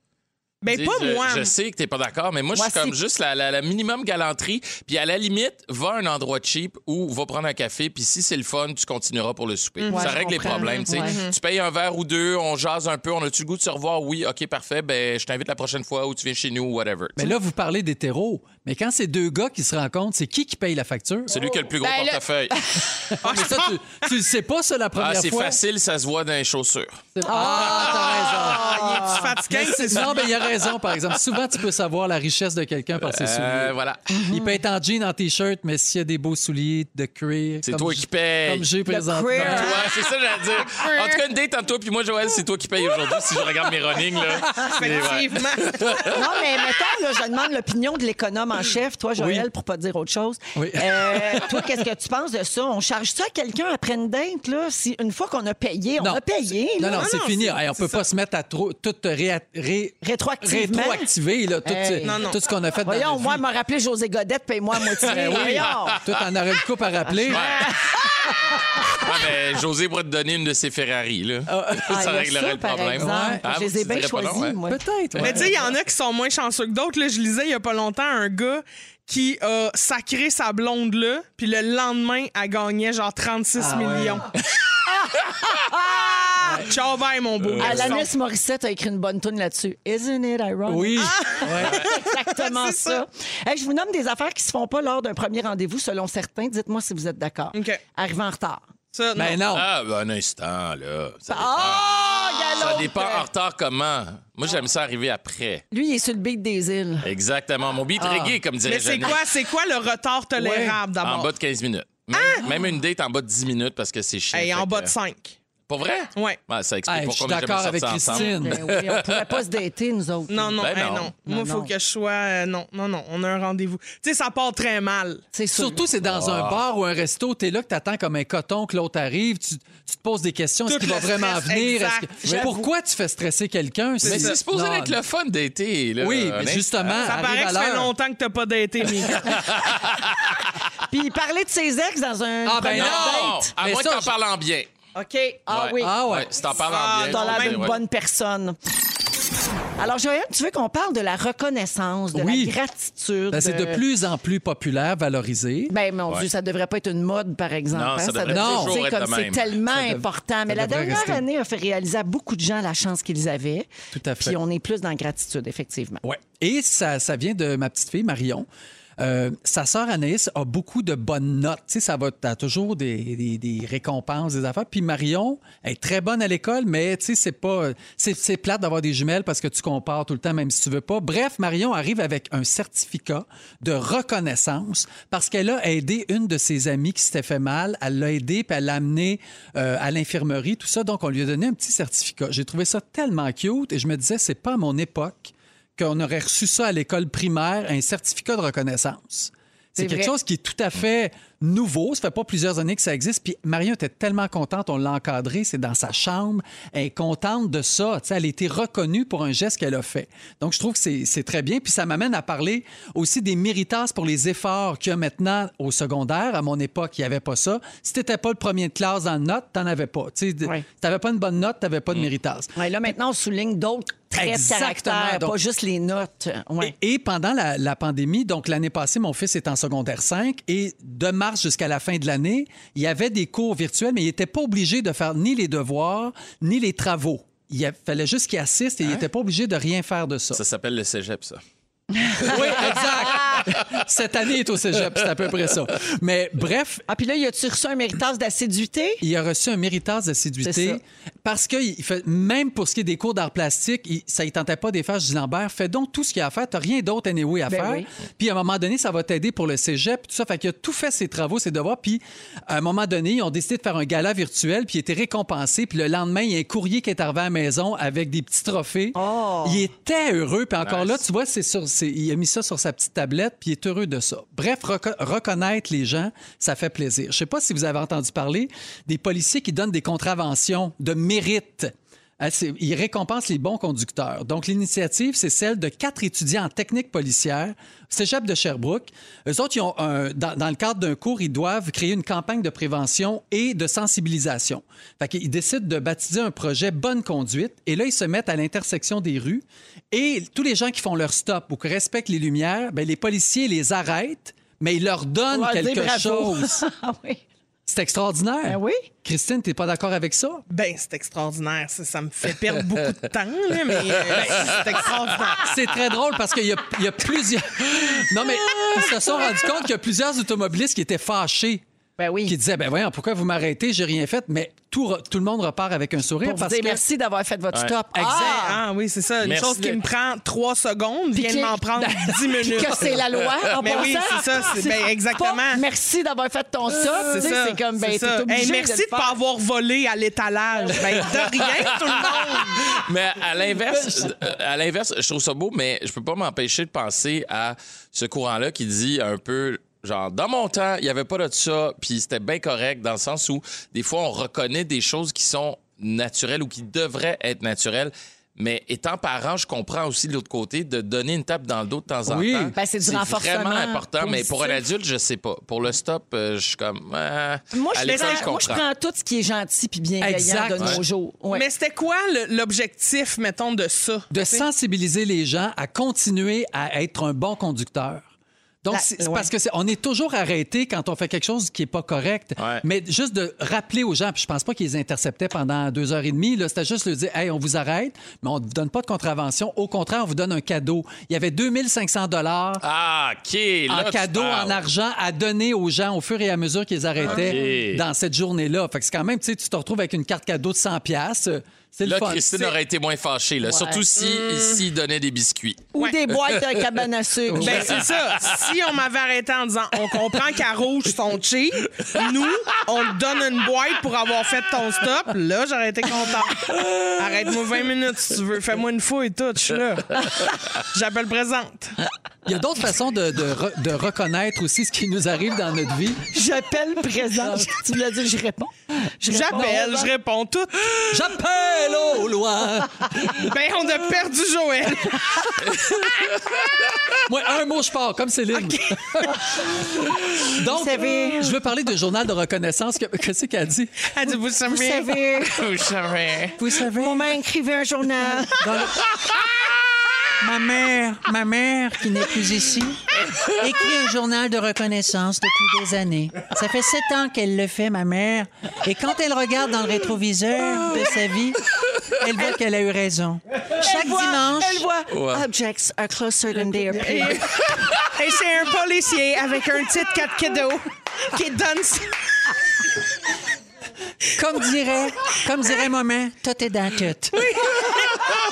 Speaker 3: Ben,
Speaker 2: Tu sais,
Speaker 3: pas
Speaker 2: je,
Speaker 3: moi.
Speaker 2: Je sais que t'es pas d'accord, mais moi,
Speaker 1: Moi,
Speaker 2: je suis comme
Speaker 1: si.
Speaker 2: juste la, la- la minimum galanterie. Puis à la limite, va à un endroit cheap ou va prendre un café. Puis si c'est le fun, tu continueras pour le souper.
Speaker 1: Mhm. Ouais,
Speaker 2: Ça
Speaker 1: je
Speaker 2: règle les
Speaker 1: comprends.
Speaker 2: problèmes. tu sais.
Speaker 1: Ouais.
Speaker 2: Tu payes un verre ou deux, on jase un peu. On a-tu le goût de se revoir? Oui, OK, parfait. Ben, je t'invite la prochaine fois ou tu viens chez nous ou whatever.
Speaker 4: Mais là, vous parlez d'hétéro. Mais quand c'est deux gars qui se rencontrent, c'est qui qui paye la facture?
Speaker 2: Celui qui a le plus gros
Speaker 1: Ben, le- *laughs*
Speaker 2: portefeuille.
Speaker 4: Ah, mais ça, tu, tu le sais pas, ça, la première
Speaker 2: Ah, c'est
Speaker 4: fois.
Speaker 2: facile, ça se voit dans les chaussures.
Speaker 4: Ah, t'as raison.
Speaker 3: Ah, il est fatigué, c'est ça.
Speaker 4: Non, mais il a raison, par exemple. Souvent, tu peux savoir la richesse de quelqu'un par ses
Speaker 2: Euh,
Speaker 4: souliers.
Speaker 2: voilà.
Speaker 4: *laughs* Il peut être en jean, en T-shirt, mais s'il y a des beaux souliers de cuir...
Speaker 2: C'est
Speaker 4: comme
Speaker 2: toi
Speaker 4: j-
Speaker 2: qui payes.
Speaker 4: Comme j'ai présentement.
Speaker 1: cuir.
Speaker 2: Toi, c'est ça que j'allais dire. En tout cas, une date entre toi puis moi, Joël, c'est toi qui paye aujourd'hui si je regarde mes runnings. Là. C'est- ouais.
Speaker 3: Effectivement.
Speaker 1: Non,
Speaker 2: *laughs*
Speaker 1: mais mettons, là, je demande l'opinion de l'économe en chef, toi, Joël, pour pas dire autre chose.
Speaker 4: Oui.
Speaker 1: Euh, toi, qu'est-ce que tu penses de ça? On charge ça à quelqu'un après une date, là? Si, une fois qu'on a payé, on
Speaker 4: Non.
Speaker 1: a payé,
Speaker 4: Non,
Speaker 1: là.
Speaker 4: non, c'est
Speaker 3: non,
Speaker 4: fini.
Speaker 3: c'est-
Speaker 4: Hey, on peut pas se mettre à trop, tout réa- ré-
Speaker 1: Rétroactivement.
Speaker 4: rétroactiver, là, tout, euh,
Speaker 1: Hey.
Speaker 3: non.
Speaker 4: tout ce qu'on a fait dans
Speaker 1: Euh, Voyons,
Speaker 4: notre
Speaker 1: moi,
Speaker 4: vie. Ben
Speaker 1: me rappeler José Godette, paye-moi à moitié. Voyons.
Speaker 4: Tout en aurait une coupe à rappeler.
Speaker 2: Ah, ben, José pourrait te donner une de ses Ferrari. Là.
Speaker 1: Ah, il y
Speaker 2: ça
Speaker 1: a
Speaker 2: réglerait le
Speaker 1: par
Speaker 2: problème.
Speaker 1: exemple.
Speaker 4: Ouais.
Speaker 2: Ah,
Speaker 1: Je les ai
Speaker 2: tu dirais
Speaker 1: bien
Speaker 2: pas non,
Speaker 1: choisis,
Speaker 2: ouais.
Speaker 1: moi.
Speaker 4: Peut-être.
Speaker 3: Mais
Speaker 4: ouais.
Speaker 3: tu sais, il y en a qui sont moins chanceux que d'autres. là. Je lisais il y a pas longtemps un gars qui a sacré sa blonde là, puis le lendemain, elle gagnait genre 36
Speaker 1: Ah *laughs*
Speaker 3: millions. Ah! Ciao, bye, mon
Speaker 2: Euh,
Speaker 3: beau garçon.
Speaker 1: Alanis Morissette a écrit une bonne tune là-dessus. Isn't it ironic? Ah!
Speaker 4: Oui. Ouais.
Speaker 1: *laughs* Exactement
Speaker 3: C'est
Speaker 1: ça. Hey, je vous nomme des affaires qui se font pas lors d'un premier rendez-vous, selon certains. Dites-moi si vous êtes d'accord.
Speaker 3: OK.
Speaker 1: Arrivé en retard.
Speaker 3: Ça, non.
Speaker 4: Ben non.
Speaker 2: Ah, ben, un instant, là. Ça dépend,
Speaker 1: Ah, galop!
Speaker 2: ça dépend en retard comment. Moi, j'aime ça arriver après.
Speaker 1: Lui, il est sur le beat des îles.
Speaker 2: Exactement. Mon beat reggae, comme dirait
Speaker 3: Ah. Mais c'est
Speaker 2: Jeannette.
Speaker 3: quoi, c'est quoi le retard tolérable
Speaker 2: En
Speaker 3: d'abord? Ah!
Speaker 2: bas de 15 minutes. Même, même une date en bas de 10 minutes parce que c'est chiant.
Speaker 3: Hey,
Speaker 2: Fait
Speaker 3: en
Speaker 2: que-
Speaker 3: bas de 5.
Speaker 2: Pour vrai?
Speaker 3: Ouais.
Speaker 2: Ouais, ça explique
Speaker 4: Hey, je suis
Speaker 2: pourquoi on est jamais
Speaker 4: d'accord avec
Speaker 2: sortis ensemble.
Speaker 4: Christine.
Speaker 1: Ben oui, on pourrait pas se dater, nous autres.
Speaker 3: Non, non,
Speaker 2: Ben
Speaker 3: hey,
Speaker 2: non.
Speaker 3: non. Moi, il faut
Speaker 1: non.
Speaker 3: que je sois. euh, non, non, non, on a un rendez-vous. Tu sais, ça part très mal.
Speaker 1: C'est sûr.
Speaker 4: Surtout, c'est dans
Speaker 3: Ah.
Speaker 2: Ah.
Speaker 4: un bar ou un resto, t'es là que t'attends comme un coton que l'autre arrive, tu, tu te poses des questions, est-ce
Speaker 3: Tout
Speaker 4: qu'il va
Speaker 3: le
Speaker 4: vraiment
Speaker 3: stress,
Speaker 4: venir? Est-ce que-
Speaker 3: exact.
Speaker 4: Mais
Speaker 3: J'avoue.
Speaker 4: Pourquoi tu fais stresser quelqu'un?
Speaker 2: Mais c'est supposé
Speaker 4: Non.
Speaker 2: être le fun d'été. là. hein?
Speaker 4: Oui, mais
Speaker 2: Honnêtement.
Speaker 1: hein,
Speaker 4: justement,
Speaker 3: Ça
Speaker 4: arrive
Speaker 3: paraît
Speaker 4: à
Speaker 3: que ça fait
Speaker 4: l'heure.
Speaker 3: longtemps que t'as pas daté,
Speaker 4: *laughs*
Speaker 3: Mika.
Speaker 1: Puis parler de ses ex dans un
Speaker 4: Ah, ben
Speaker 1: premier
Speaker 2: Non!
Speaker 1: date.
Speaker 2: À
Speaker 4: Mais
Speaker 2: moins que
Speaker 4: ça,
Speaker 2: t'en
Speaker 4: je-
Speaker 2: parles en bien.
Speaker 3: OK.
Speaker 1: Ah oui.
Speaker 4: Ah ouais.
Speaker 2: Ouais, si t'en parles
Speaker 3: Ah,
Speaker 2: en bien.
Speaker 1: dans la
Speaker 2: ouais,
Speaker 1: même
Speaker 2: ouais.
Speaker 1: bonne personne. Alors, Joël, tu veux qu'on parle de la reconnaissance, de
Speaker 4: Oui.
Speaker 1: la gratitude? euh,
Speaker 4: Ben, c'est de plus en plus populaire, valorisé.
Speaker 1: Ben, mon Dieu, ça devrait pas être une mode, par exemple. hein,
Speaker 2: Non, ça devrait
Speaker 4: toujours
Speaker 1: tu sais,
Speaker 2: être de
Speaker 1: comme c'est
Speaker 2: même.
Speaker 1: tellement
Speaker 4: dev-
Speaker 1: important. Mais
Speaker 4: ça
Speaker 1: la
Speaker 4: devrait
Speaker 1: dernière
Speaker 4: rester.
Speaker 1: année a fait réaliser à beaucoup de gens la chance qu'ils avaient.
Speaker 4: Tout à fait.
Speaker 1: Puis on est plus dans la gratitude, effectivement.
Speaker 4: Ouais. Et ça, ça vient de ma petite fille, Marion. Euh, sa sœur Anaïs a beaucoup de bonnes notes. Tu sais, ça va, t'as toujours des, des- des récompenses, des affaires. Puis Marion elle est très bonne à l'école, mais tu sais, c'est pas, c'est, c'est plate d'avoir des jumelles parce que tu compares tout le temps, même si tu veux pas. Bref, Marion arrive avec un certificat de reconnaissance parce qu'elle a aidé une de ses amies qui s'était fait mal. Elle l'a aidée, puis elle l'a amenée euh, à l'infirmerie, tout ça. Donc, on lui a donné un petit certificat. J'ai trouvé ça tellement cute et je me disais, c'est pas à mon époque qu'on aurait reçu ça à l'école primaire, un certificat de reconnaissance. C'est
Speaker 1: C'est
Speaker 4: quelque
Speaker 1: vrai.
Speaker 4: chose qui est tout à fait nouveau. Ça fait pas plusieurs années que ça existe. Puis Marion était tellement contente, on l'a encadrée, c'est dans sa chambre. Elle est contente de ça. Tu sais, elle a été reconnue pour un geste qu'elle a fait. Donc, je trouve que c'est c'est très bien. Puis ça m'amène à parler aussi des méritas pour les efforts qu'il y a maintenant au secondaire. À mon époque, il n'y avait pas ça. Si tu pas le premier de classe dans le note, tu n'en avais pas. Tu sais,
Speaker 1: Ouais. Mm.
Speaker 4: t'avais pas une bonne note, tu n'avais pas de méritas.
Speaker 1: Ouais, là, maintenant, on souligne d'autres traits de
Speaker 4: Exactement.
Speaker 1: caractère,
Speaker 4: Donc-
Speaker 1: pas juste les notes. Ouais.
Speaker 4: Et, et pendant la, la pandémie, donc l'année passée, mon fils est en secondaire 5 et de mars jusqu'à la fin de l'année, il y avait des cours virtuels, mais il n'était pas obligé de faire ni les devoirs, ni les travaux. Il a- fallait juste qu'il assiste
Speaker 1: Hein?
Speaker 4: et il n'était pas obligé de rien faire de ça.
Speaker 2: Ça s'appelle le cégep, ça.
Speaker 4: Oui, exact. *laughs* Cette année il est au cégep, c'est à peu près ça. Mais bref,
Speaker 1: Ah, puis là, y a-tu reçu un méritage d'assiduité?
Speaker 4: il a reçu un méritage
Speaker 1: C'est ça.
Speaker 4: d'assiduité parce que il fait- même pour ce qui est des cours d'art plastique, il- ça ne tentait pas des faire. Je dis, Lambert, fais donc tout ce qu'il y a à faire. Tu rien d'autre anyway à
Speaker 1: Ben
Speaker 4: faire.
Speaker 1: oui.
Speaker 4: Puis à un moment donné, ça va t'aider pour le cégep. puis Tout ça. Fait qu'il a tout fait ses travaux, ses devoirs. Puis à un moment donné, ils ont décidé de faire un gala virtuel. Puis il était récompensé. Puis le lendemain, il y a un courrier qui est arrivé à la maison avec des petits trophées. Il était heureux. Puis encore là, tu vois, c'est sur, c'est c'est- il a mis ça sur sa petite tablette, puis il est heureux de ça. Bref, reco- reconnaître les gens, ça fait plaisir. Je sais pas si vous avez entendu parler des policiers qui donnent des contraventions de mérite. Ah, c'est- Il récompense les bons conducteurs. Donc, l'initiative, c'est celle de quatre étudiants en technique policière, cégep de Sherbrooke. Eux autres, ils ont un- dans, dans le cadre d'un cours, ils doivent créer une campagne de prévention et de sensibilisation. Fait qu'ils décident de baptiser un projet Bonne conduite. Et là, ils se mettent à l'intersection des rues. Et tous les gens qui font leur stop ou qui respectent les lumières, ben, les policiers les arrêtent, mais ils leur donnent
Speaker 1: Ouais, dis
Speaker 4: quelque
Speaker 1: bravo.
Speaker 4: chose.
Speaker 1: ah oui.
Speaker 4: C'est extraordinaire.
Speaker 1: Ben oui.
Speaker 4: Christine, t'es pas d'accord avec ça?
Speaker 3: Ben, c'est extraordinaire. Ça, ça me fait perdre beaucoup de temps, là, mais euh, ben, c'est extraordinaire.
Speaker 4: C'est très drôle parce qu'il y, a- il y a plusieurs. Non, mais ils se sont rendus compte qu'il y a plusieurs automobilistes qui étaient fâchés.
Speaker 1: Ben oui.
Speaker 4: Qui disaient, ben voyons, pourquoi vous m'arrêtez? J'ai rien fait. Mais tout, re- tout le monde repart avec un sourire.
Speaker 1: Pour vous
Speaker 4: parce
Speaker 1: dire
Speaker 4: que-
Speaker 1: merci d'avoir fait votre stop.
Speaker 4: Exact.
Speaker 1: Ah!
Speaker 3: Ah oui, c'est ça. Une
Speaker 2: Merci
Speaker 3: chose qui
Speaker 2: de-
Speaker 3: me prend trois secondes vient
Speaker 1: Puis
Speaker 3: de m'en
Speaker 1: *laughs*
Speaker 3: prendre dix
Speaker 1: Puis
Speaker 3: minutes.
Speaker 1: que c'est la loi en
Speaker 3: *laughs* Mais
Speaker 1: passant.
Speaker 3: oui, c'est ça, c'est- ben,
Speaker 1: pas
Speaker 3: exactement.
Speaker 1: merci d'avoir fait ton stop. Tu sais, C'est comme, ben,
Speaker 3: c'est
Speaker 1: t'es
Speaker 3: ça.
Speaker 1: obligé
Speaker 3: Hey, merci
Speaker 1: de
Speaker 3: de
Speaker 1: le
Speaker 3: ne pas
Speaker 1: faire.
Speaker 3: avoir volé à l'étalage. Ben, de rien, tout le monde.
Speaker 2: Mais à l'inverse, euh, à l'inverse, je trouve ça beau, mais je peux pas m'empêcher de penser à ce courant-là qui dit un peu. Genre, dans mon temps, il n'y avait pas de ça, puis c'était bien correct, dans le sens où des fois, on reconnaît des choses qui sont naturelles ou qui devraient être naturelles. Mais étant parent, je comprends aussi de l'autre côté de donner une tape dans le dos de temps en
Speaker 4: Oui.
Speaker 2: temps.
Speaker 1: Ben, c'est du renforcement
Speaker 2: vraiment important, mais pour un
Speaker 1: positif.
Speaker 2: adulte, je sais pas. Pour le stop, euh, je suis comme. ah,
Speaker 1: Moi,
Speaker 2: à
Speaker 1: je,
Speaker 2: l'école,
Speaker 1: prends, moi, je
Speaker 2: comprends.
Speaker 1: prends tout ce qui est gentil puis bienveillant
Speaker 4: Exact.
Speaker 1: de nos
Speaker 4: Ouais.
Speaker 1: jours. Ouais.
Speaker 3: Mais c'était quoi le- l'objectif, mettons, de ça?
Speaker 4: de
Speaker 3: Tu sais?
Speaker 4: sensibiliser les gens à continuer à être un bon conducteur. Donc,
Speaker 1: La-
Speaker 4: c'est c'est
Speaker 1: ouais.
Speaker 4: parce que c'est- on est toujours arrêté quand on fait quelque chose qui est pas correct.
Speaker 2: Ouais.
Speaker 4: Mais juste de rappeler aux gens, puis je pense pas qu'ils les interceptaient pendant deux heures et demie, là, c'était juste le dire, hey, on vous arrête, mais on ne donne pas de contravention. Au contraire, on vous donne un cadeau. Il y avait 2500 dollars
Speaker 2: Ah, OK. là,
Speaker 4: en
Speaker 2: tu
Speaker 4: cadeau, en
Speaker 2: parles.
Speaker 4: argent à donner aux gens au fur et à mesure qu'ils arrêtaient
Speaker 2: Ok.
Speaker 4: dans cette journée-là. Fait que c'est quand même, tu sais, tu te retrouves avec une carte cadeau de 100 pièces. C'est le
Speaker 2: Là,
Speaker 4: fun.
Speaker 2: Christine
Speaker 4: C'est-
Speaker 2: aurait été moins fâchée, là. surtout si
Speaker 3: Mm.
Speaker 2: ici il donnait des biscuits.
Speaker 1: Ou des boîtes à cabane à sucre.
Speaker 3: *laughs* Ben, c'est ça. Si
Speaker 2: *laughs*
Speaker 3: on m'avait arrêté en disant on comprend qu'à rouge, ils sont cheap, nous, on te donne une boîte pour avoir fait ton stop, là, j'aurais été content. Arrête-moi 20 minutes si tu veux. Fais-moi une fouille et tout. Je suis là. J'appelle présente.
Speaker 4: Il y a d'autres façons de, de re- de reconnaître aussi ce qui nous arrive dans notre vie.
Speaker 1: J'appelle
Speaker 4: *laughs*
Speaker 1: présent. tu voulais dire, je réponds. Je réponds.
Speaker 3: J'appelle, je réponds tout.
Speaker 4: J'appelle au loin.
Speaker 3: Ben, on a perdu Joël.
Speaker 4: Moi, un mot, je pars, comme Céline. *laughs* Donc,
Speaker 1: Vous savez-
Speaker 4: je veux parler de journal de reconnaissance. Que- Qu'est-ce qu'elle dit?
Speaker 3: Elle dit, vous savez.
Speaker 1: Vous savez,
Speaker 3: Vous savez.
Speaker 4: Vous savez,
Speaker 1: mon mère écrivait un journal.
Speaker 4: ma mère, ma mère qui n'est plus ici, écrit un journal de reconnaissance depuis des années.
Speaker 7: Ça fait sept ans qu'elle le fait, ma mère. Et quand elle regarde dans le rétroviseur de sa vie, elle voit qu'elle a eu raison. Chaque dimanche,
Speaker 1: Elle voit
Speaker 2: Ouais.
Speaker 1: Objects are closer than they appear.
Speaker 7: *laughs*
Speaker 3: Et c'est un policier avec un titre 4 kiddo qui donne ça.
Speaker 7: comme dirait, comme dirait maman, tout est dans tout.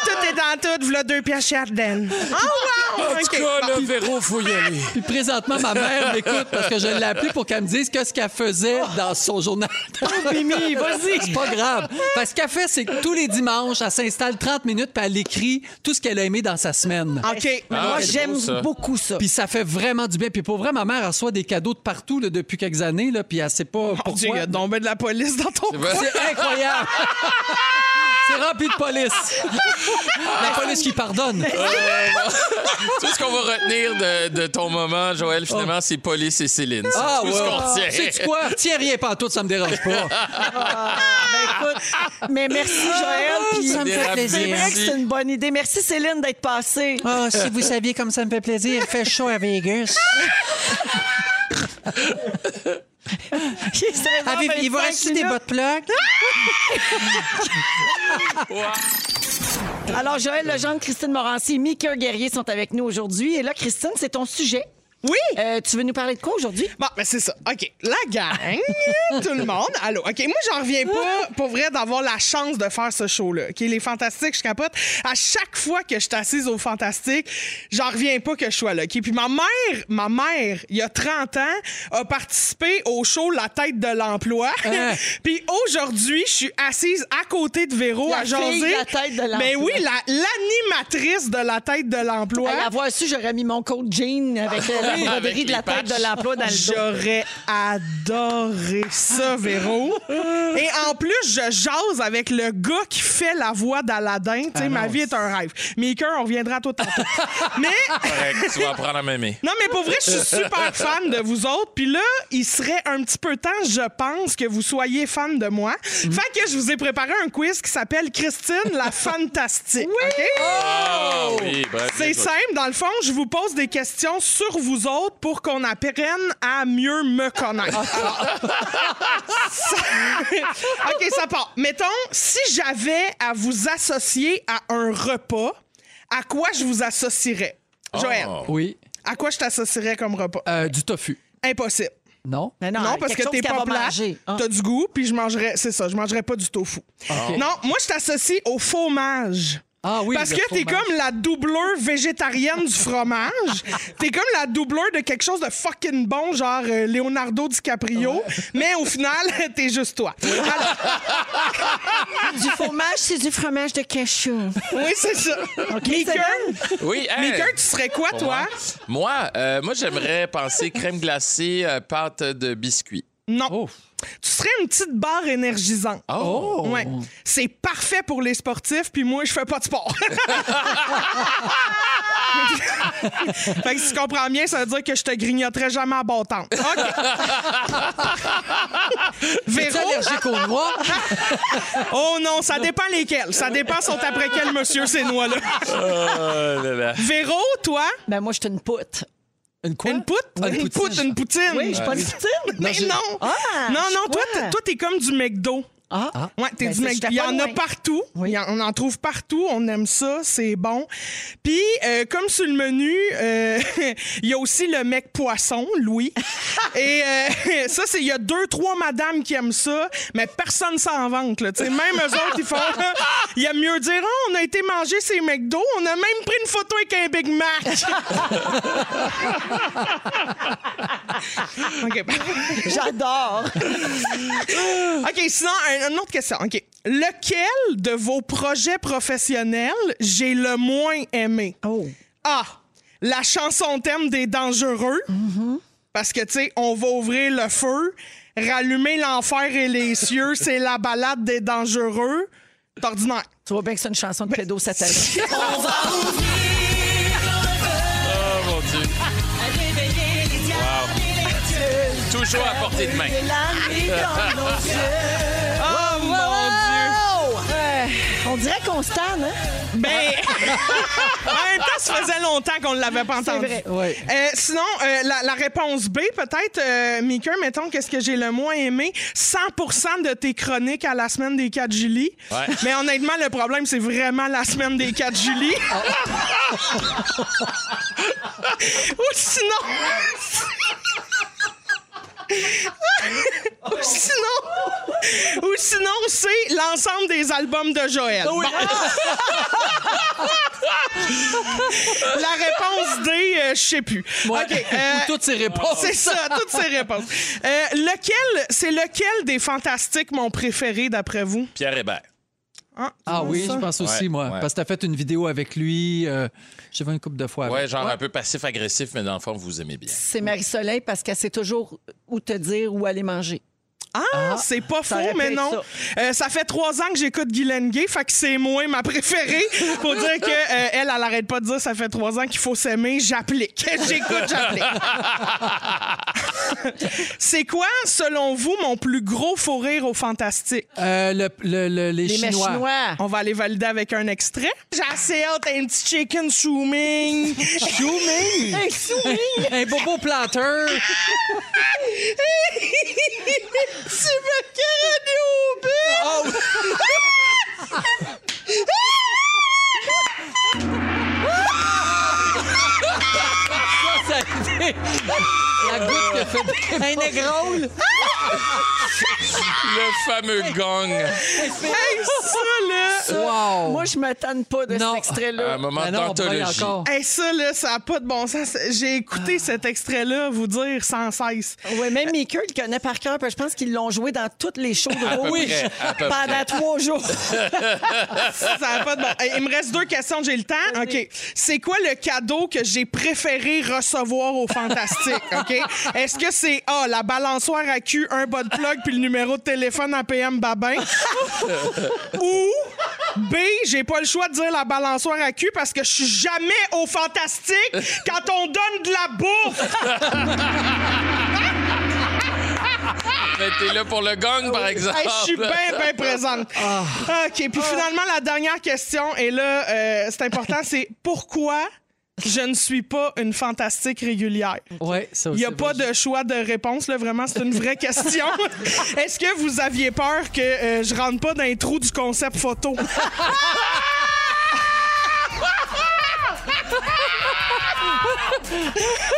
Speaker 3: Tout est dans tout. V'là deux pièces chez Arden. Oh, wow! Ok.
Speaker 2: Véro, faut y aller.
Speaker 4: Ah, Puis présentement, ma mère m'écoute parce que je l'ai appelée pour qu'elle me dise que ce qu'elle faisait
Speaker 3: Ah.
Speaker 4: dans son journal. Mimi, vas-y! C'est pas grave. Parce que ce qu'elle fait, c'est que tous les dimanches, elle s'installe 30 minutes puis elle écrit tout ce qu'elle a aimé dans sa semaine.
Speaker 3: OK.
Speaker 1: Mais
Speaker 2: Ah,
Speaker 1: moi,
Speaker 2: c'est
Speaker 1: j'aime
Speaker 2: beau, ça.
Speaker 1: beaucoup ça.
Speaker 4: Puis ça fait vraiment du bien. Puis pour vrai, ma mère elle reçoit des cadeaux de partout là, depuis quelques années, là, puis elle sait pas
Speaker 3: Mon Dieu, il y
Speaker 4: pourquoi.
Speaker 3: a donc ben de la police dans ton coin.
Speaker 4: C'est incroyable! C'est rempli de
Speaker 3: *laughs*
Speaker 4: police. La police qui pardonne.
Speaker 2: Tout ce qu'on va retenir de, de ton moment, Joël, finalement,
Speaker 3: Oh.
Speaker 2: c'est Police et Céline. C'est
Speaker 3: Ah,
Speaker 4: Ah,
Speaker 2: tout ce qu'on retient.
Speaker 4: Sais-tu quoi? Tiens rien partout, ça me dérange pas.
Speaker 1: *laughs* Mais merci, Joël.
Speaker 3: Ah,
Speaker 1: puis-
Speaker 7: Ça me fait
Speaker 2: Dérape
Speaker 7: plaisir.
Speaker 2: bien.
Speaker 1: C'est vrai que c'est une bonne idée. Merci, Céline, d'être passée.
Speaker 7: Oh, si vous saviez comme ça me fait plaisir, il fait chaud à
Speaker 1: *laughs*
Speaker 7: Vegas.
Speaker 1: Il
Speaker 4: Ah,
Speaker 1: serait vraiment
Speaker 7: Avez- il vous
Speaker 1: 25
Speaker 7: reste des
Speaker 1: minutes.
Speaker 7: bottes de plaques?
Speaker 4: *laughs*
Speaker 1: Alors, Joël Legendre, Christine Morancy et Mickey Guerrier sont avec nous aujourd'hui. Et là, Christine, c'est ton sujet.
Speaker 3: Oui!
Speaker 1: Euh, tu veux nous parler de quoi aujourd'hui?
Speaker 3: Bon, ben c'est ça. OK. La gang, tout le monde. Allô. OK, moi, j'en reviens pas, pour vrai, d'avoir la chance de faire ce show-là. OK, les Fantastiques, je capote. À chaque fois que je suis assise aux Fantastiques, j'en reviens pas que je sois là. OK, puis ma mère, ma mère, il y a 30 ans, a participé au show La tête de l'emploi.
Speaker 1: Ah.
Speaker 3: *laughs* puis aujourd'hui, je suis assise à côté de Véro
Speaker 1: La
Speaker 3: à jaser.
Speaker 1: fille de La Tête de
Speaker 3: Ben
Speaker 1: l'Emploi.
Speaker 3: oui, la- l'animatrice de La tête de l'emploi.
Speaker 1: À l'avoir su, j'aurais mis mon coat jean avec euh,
Speaker 3: *laughs*
Speaker 1: la
Speaker 2: Oui, avec
Speaker 1: broderie de
Speaker 2: les
Speaker 1: la tête
Speaker 2: patchs.
Speaker 1: de l'emploi dans le dos.
Speaker 3: J'aurais adoré ça, Véro. Et en plus, je jase avec le gars qui fait la voix d'Aladin. Tu sais, ma vie est un rêve. Maker, on reviendra à toi tantôt. mais...
Speaker 2: *laughs*
Speaker 4: *laughs*
Speaker 2: Correct, tu vas apprendre à m'aimer.
Speaker 3: Non, mais pour vrai, je
Speaker 2: *laughs*
Speaker 3: suis super fan de vous autres. Puis là, il serait un petit peu temps, je pense, que vous soyez fan de moi. Fait que je vous ai préparé un quiz qui s'appelle Christine la Fantastique. OK?
Speaker 2: Ah oui, bref.
Speaker 3: C'est simple, dans le fond, je vous pose des questions sur vous autres pour qu'on apprenne à mieux me connaître. Ça- *laughs* OK, ça part. Mettons, si j'avais à vous associer à un repas, à quoi je vous associerais?
Speaker 4: Oh.
Speaker 3: Joël,
Speaker 2: Oh.
Speaker 4: Oui.
Speaker 3: à quoi je t'associerais comme repas?
Speaker 4: Euh, du tofu.
Speaker 3: Impossible.
Speaker 4: Non?
Speaker 1: Mais
Speaker 3: Non, parce
Speaker 1: quelque
Speaker 3: que
Speaker 1: chose
Speaker 3: t'es
Speaker 1: qu'elle
Speaker 3: pas
Speaker 1: va
Speaker 3: plat,
Speaker 1: manger. Ah.
Speaker 3: t'as du goût, puis je mangerais, c'est ça, je mangerais pas du tofu. Non, moi je t'associe au fromage.
Speaker 4: Ah oui,
Speaker 3: Parce
Speaker 4: le
Speaker 3: que t'es
Speaker 4: fromage.
Speaker 3: comme la doubleur végétarienne du fromage.
Speaker 4: *laughs*
Speaker 3: T'es comme la doubleur de quelque chose de fucking bon, genre euh, Leonardo DiCaprio.
Speaker 4: *laughs*
Speaker 3: Mais au final, *laughs* t'es juste toi. Alors,
Speaker 1: Du fromage, c'est du fromage de cachou.
Speaker 3: oui, c'est ça. Maker,
Speaker 2: Oui, hein.
Speaker 3: Maker, tu serais quoi,
Speaker 2: Pour
Speaker 3: toi?
Speaker 2: moi, moi, euh, moi, j'aimerais penser crème glacée, euh, pâte de biscuit.
Speaker 3: Non.
Speaker 4: Oh.
Speaker 3: Tu serais une petite barre énergisante.
Speaker 2: Oh!
Speaker 3: Ouais. C'est parfait pour les sportifs, puis moi, je fais pas de sport. *laughs* fait que si tu comprends bien, ça veut dire que je te grignoterai jamais à bon temps.
Speaker 4: *laughs*
Speaker 3: OK.
Speaker 4: T'es
Speaker 3: Véro,
Speaker 4: allergique aux noix?
Speaker 3: *laughs* oh non, ça dépend lesquels. Ça dépend sont après quel monsieur ces noix-là.
Speaker 2: Oh
Speaker 4: Euh.
Speaker 2: là là.
Speaker 3: Véro, toi,
Speaker 1: Ben moi, je suis une poutre.
Speaker 4: Une quoi?
Speaker 3: une poutre,
Speaker 4: Ah,
Speaker 3: une poutre, une poutine.
Speaker 1: Oui, je suis pas une poutine.
Speaker 3: *laughs* Mais
Speaker 4: j'ai-
Speaker 3: non!
Speaker 1: Ah,
Speaker 3: non,
Speaker 1: je
Speaker 3: non,
Speaker 1: suis
Speaker 3: toi,
Speaker 1: quoi?
Speaker 3: t'es- toi, t'es comme du McDo.
Speaker 1: Ah,
Speaker 3: Ouais, t'es
Speaker 1: Ben,
Speaker 3: du
Speaker 1: c'est-
Speaker 3: McDo.
Speaker 1: j'étais
Speaker 3: Il y
Speaker 1: pas
Speaker 3: en a
Speaker 1: loin.
Speaker 3: partout. Il y en- on en trouve partout. On aime ça. C'est bon. Puis, euh, comme sur le menu, euh, *laughs* il y a aussi le mec poisson,
Speaker 1: *laughs*
Speaker 3: Louis. Et euh, *laughs* ça, c'est il y a deux, trois madames qui aiment ça, mais personne s'en vante. Là. Tu sais, Même eux autres, ils font... Il y a mieux dire, Ah, on a été manger ces McDo. On a même pris une photo avec un Big Mac. OK, bon.
Speaker 1: j'adore.
Speaker 3: *laughs* OK, sinon, un- une autre question. OK. Lequel de vos projets professionnels j'ai le moins aimé?
Speaker 1: Oh.
Speaker 3: A. La chanson thème des dangereux.
Speaker 1: Mm-hmm.
Speaker 3: Parce que, tu sais, on va ouvrir le feu. Rallumer l'enfer et les cieux, c'est la balade des dangereux. C'est ordinaire.
Speaker 1: Tu vois bien que c'est une chanson de pédo
Speaker 3: *laughs*
Speaker 1: satanique.
Speaker 2: Oh mon Dieu. Wow. Toujours à portée de main. *laughs*
Speaker 3: Oh mon Dieu!
Speaker 1: Euh, on dirait
Speaker 3: *laughs*
Speaker 1: Constance, hein?
Speaker 3: Ben, *laughs* en même temps, ça faisait longtemps qu'on ne l'avait pas entendu.
Speaker 1: vrai.
Speaker 4: Ouais.
Speaker 3: Euh, sinon, euh, la, la réponse B, peut-être, euh, Mika, mettons, qu'est-ce que j'ai le moins aimé? 100 de tes chroniques à la semaine des 4 Julie.
Speaker 2: Ouais.
Speaker 3: Mais honnêtement, le problème, c'est vraiment la semaine des 4 Julie. Ou
Speaker 2: *laughs*
Speaker 3: sinon... Ou sinon... Ou sinon, c'est l'ensemble des albums de Joël. Bon. La réponse D, euh, je sais plus.
Speaker 4: Ouais.
Speaker 3: OK, euh,
Speaker 4: *laughs* Ou toutes ces réponses.
Speaker 3: c'est ça, toutes ces réponses. Euh, lequel, c'est lequel des fantastiques mon préféré d'après vous?
Speaker 2: Pierre Hébert.
Speaker 3: Hein?
Speaker 4: Ah oui, je pense aussi,
Speaker 2: Ouais,
Speaker 4: moi.
Speaker 2: ouais.
Speaker 4: Parce que t'as fait une vidéo avec lui, euh, j'ai vu une couple de fois.
Speaker 1: Ah
Speaker 2: Ouais,
Speaker 1: ben,
Speaker 4: avec.
Speaker 2: genre un peu passif-agressif, mais dans le fond, vous aimez bien.
Speaker 1: C'est Marie-Soleil parce qu'elle sait toujours où te dire où aller manger.
Speaker 3: Ah, c'est pas faux,
Speaker 1: aurait pu
Speaker 3: mais
Speaker 1: être
Speaker 3: non. Euh, ça fait trois ans que j'écoute Guylaine Gay, fait que c'est moi ma préférée. Pour dire que euh, elle, elle arrête pas de dire ça fait trois ans qu'il faut s'aimer, j'applique. *laughs* J'écoute, j'applique.
Speaker 2: *laughs*
Speaker 3: c'est quoi, selon vous, mon plus gros faux rire au fantastique?
Speaker 4: Euh, le- le- le- les,
Speaker 1: Les
Speaker 4: Chinois.
Speaker 1: Machinois.
Speaker 3: On va aller valider avec un extrait. J'ai assez hâte à un petit chicken zooming. zooming.
Speaker 1: Hey, souris!
Speaker 4: Un bobo planteur.
Speaker 3: Tu me carennes au but!
Speaker 4: Ça a été- La goutte qui a fait
Speaker 7: Un négrole.
Speaker 2: Le fameux gong.
Speaker 3: Hey, ça, là!
Speaker 4: Wow!
Speaker 1: Moi, je ne m'attends pas de
Speaker 4: Non.
Speaker 1: cet extrait-là.
Speaker 2: Un moment
Speaker 4: Ben non, on braille
Speaker 2: d'anthologie.
Speaker 4: encore. Ah.
Speaker 3: Hey, ça, là, ça n'a pas de bon sens. J'ai écouté cet extrait-là, vous dire, sans cesse.
Speaker 1: Oui, même Maker, il connaît par cœur. puis Je pense qu'ils l'ont joué dans toutes les shows de
Speaker 2: peu
Speaker 1: Rouge
Speaker 2: près, à peu
Speaker 1: pendant
Speaker 2: près.
Speaker 1: trois jours.
Speaker 3: Ça n'a pas de bon Hey, Il me reste deux questions, j'ai le temps. OK. C'est quoi le cadeau que j'ai préféré recevoir au
Speaker 1: *laughs*
Speaker 3: Fantastique? OK? Est-ce que c'est A, la balançoire à cul, un bas de plug, puis le numéro de téléphone à PM Babin? Ou B, j'ai pas le choix de dire la balançoire à cul parce que je suis jamais au Fantastique quand on donne de la bouffe!
Speaker 4: *laughs*
Speaker 2: Mais t'es là pour le gong, par exemple.
Speaker 3: Hey, je suis bien, bien présente. OK, puis finalement, la dernière question, et là, euh, c'est important, c'est pourquoi je ne suis pas une fantastique régulière?
Speaker 4: Ouais, ça
Speaker 3: Il
Speaker 4: aussi.
Speaker 3: n'y a pas
Speaker 4: bon.
Speaker 3: de choix de réponse, là, vraiment, c'est une vraie
Speaker 4: *laughs*
Speaker 3: question. Est-ce que vous aviez peur que euh, je rentre pas dans les trous du concept
Speaker 4: *laughs*
Speaker 3: photo?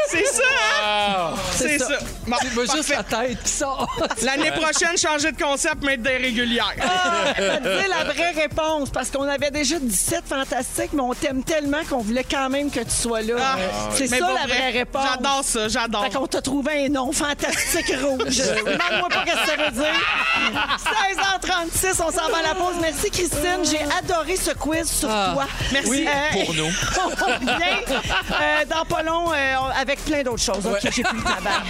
Speaker 3: c'est ça, hein?
Speaker 2: Ah,
Speaker 3: C'est
Speaker 4: ça.
Speaker 3: ça. Bon,
Speaker 4: Moi, juste
Speaker 3: parfait.
Speaker 4: la tête qui sort.
Speaker 3: *laughs* L'année prochaine, changer de concept, mettre des régulières.
Speaker 1: Ça te Ah, dit
Speaker 3: *laughs*
Speaker 1: la vraie réponse, parce qu'on avait déjà 17 fantastiques, mais on t'aime tellement qu'on voulait quand même que tu sois là.
Speaker 3: Ah,
Speaker 1: C'est ça
Speaker 3: mais pour
Speaker 1: la
Speaker 3: vrai,
Speaker 1: vraie réponse.
Speaker 3: J'adore ça, j'adore.
Speaker 1: Fait qu'on t'a trouvé un nom fantastique *laughs* rouge. Demande-moi pas ce que ça veut dire. 16h36, on s'en va à la pause. Merci, Christine. J'ai adoré ce quiz sur toi. Ah. Merci *laughs*
Speaker 2: pour nous.
Speaker 1: on revient euh, dans pas long euh, avec plein d'autres choses. OK, j'ai plus le
Speaker 3: *laughs*
Speaker 1: tabac.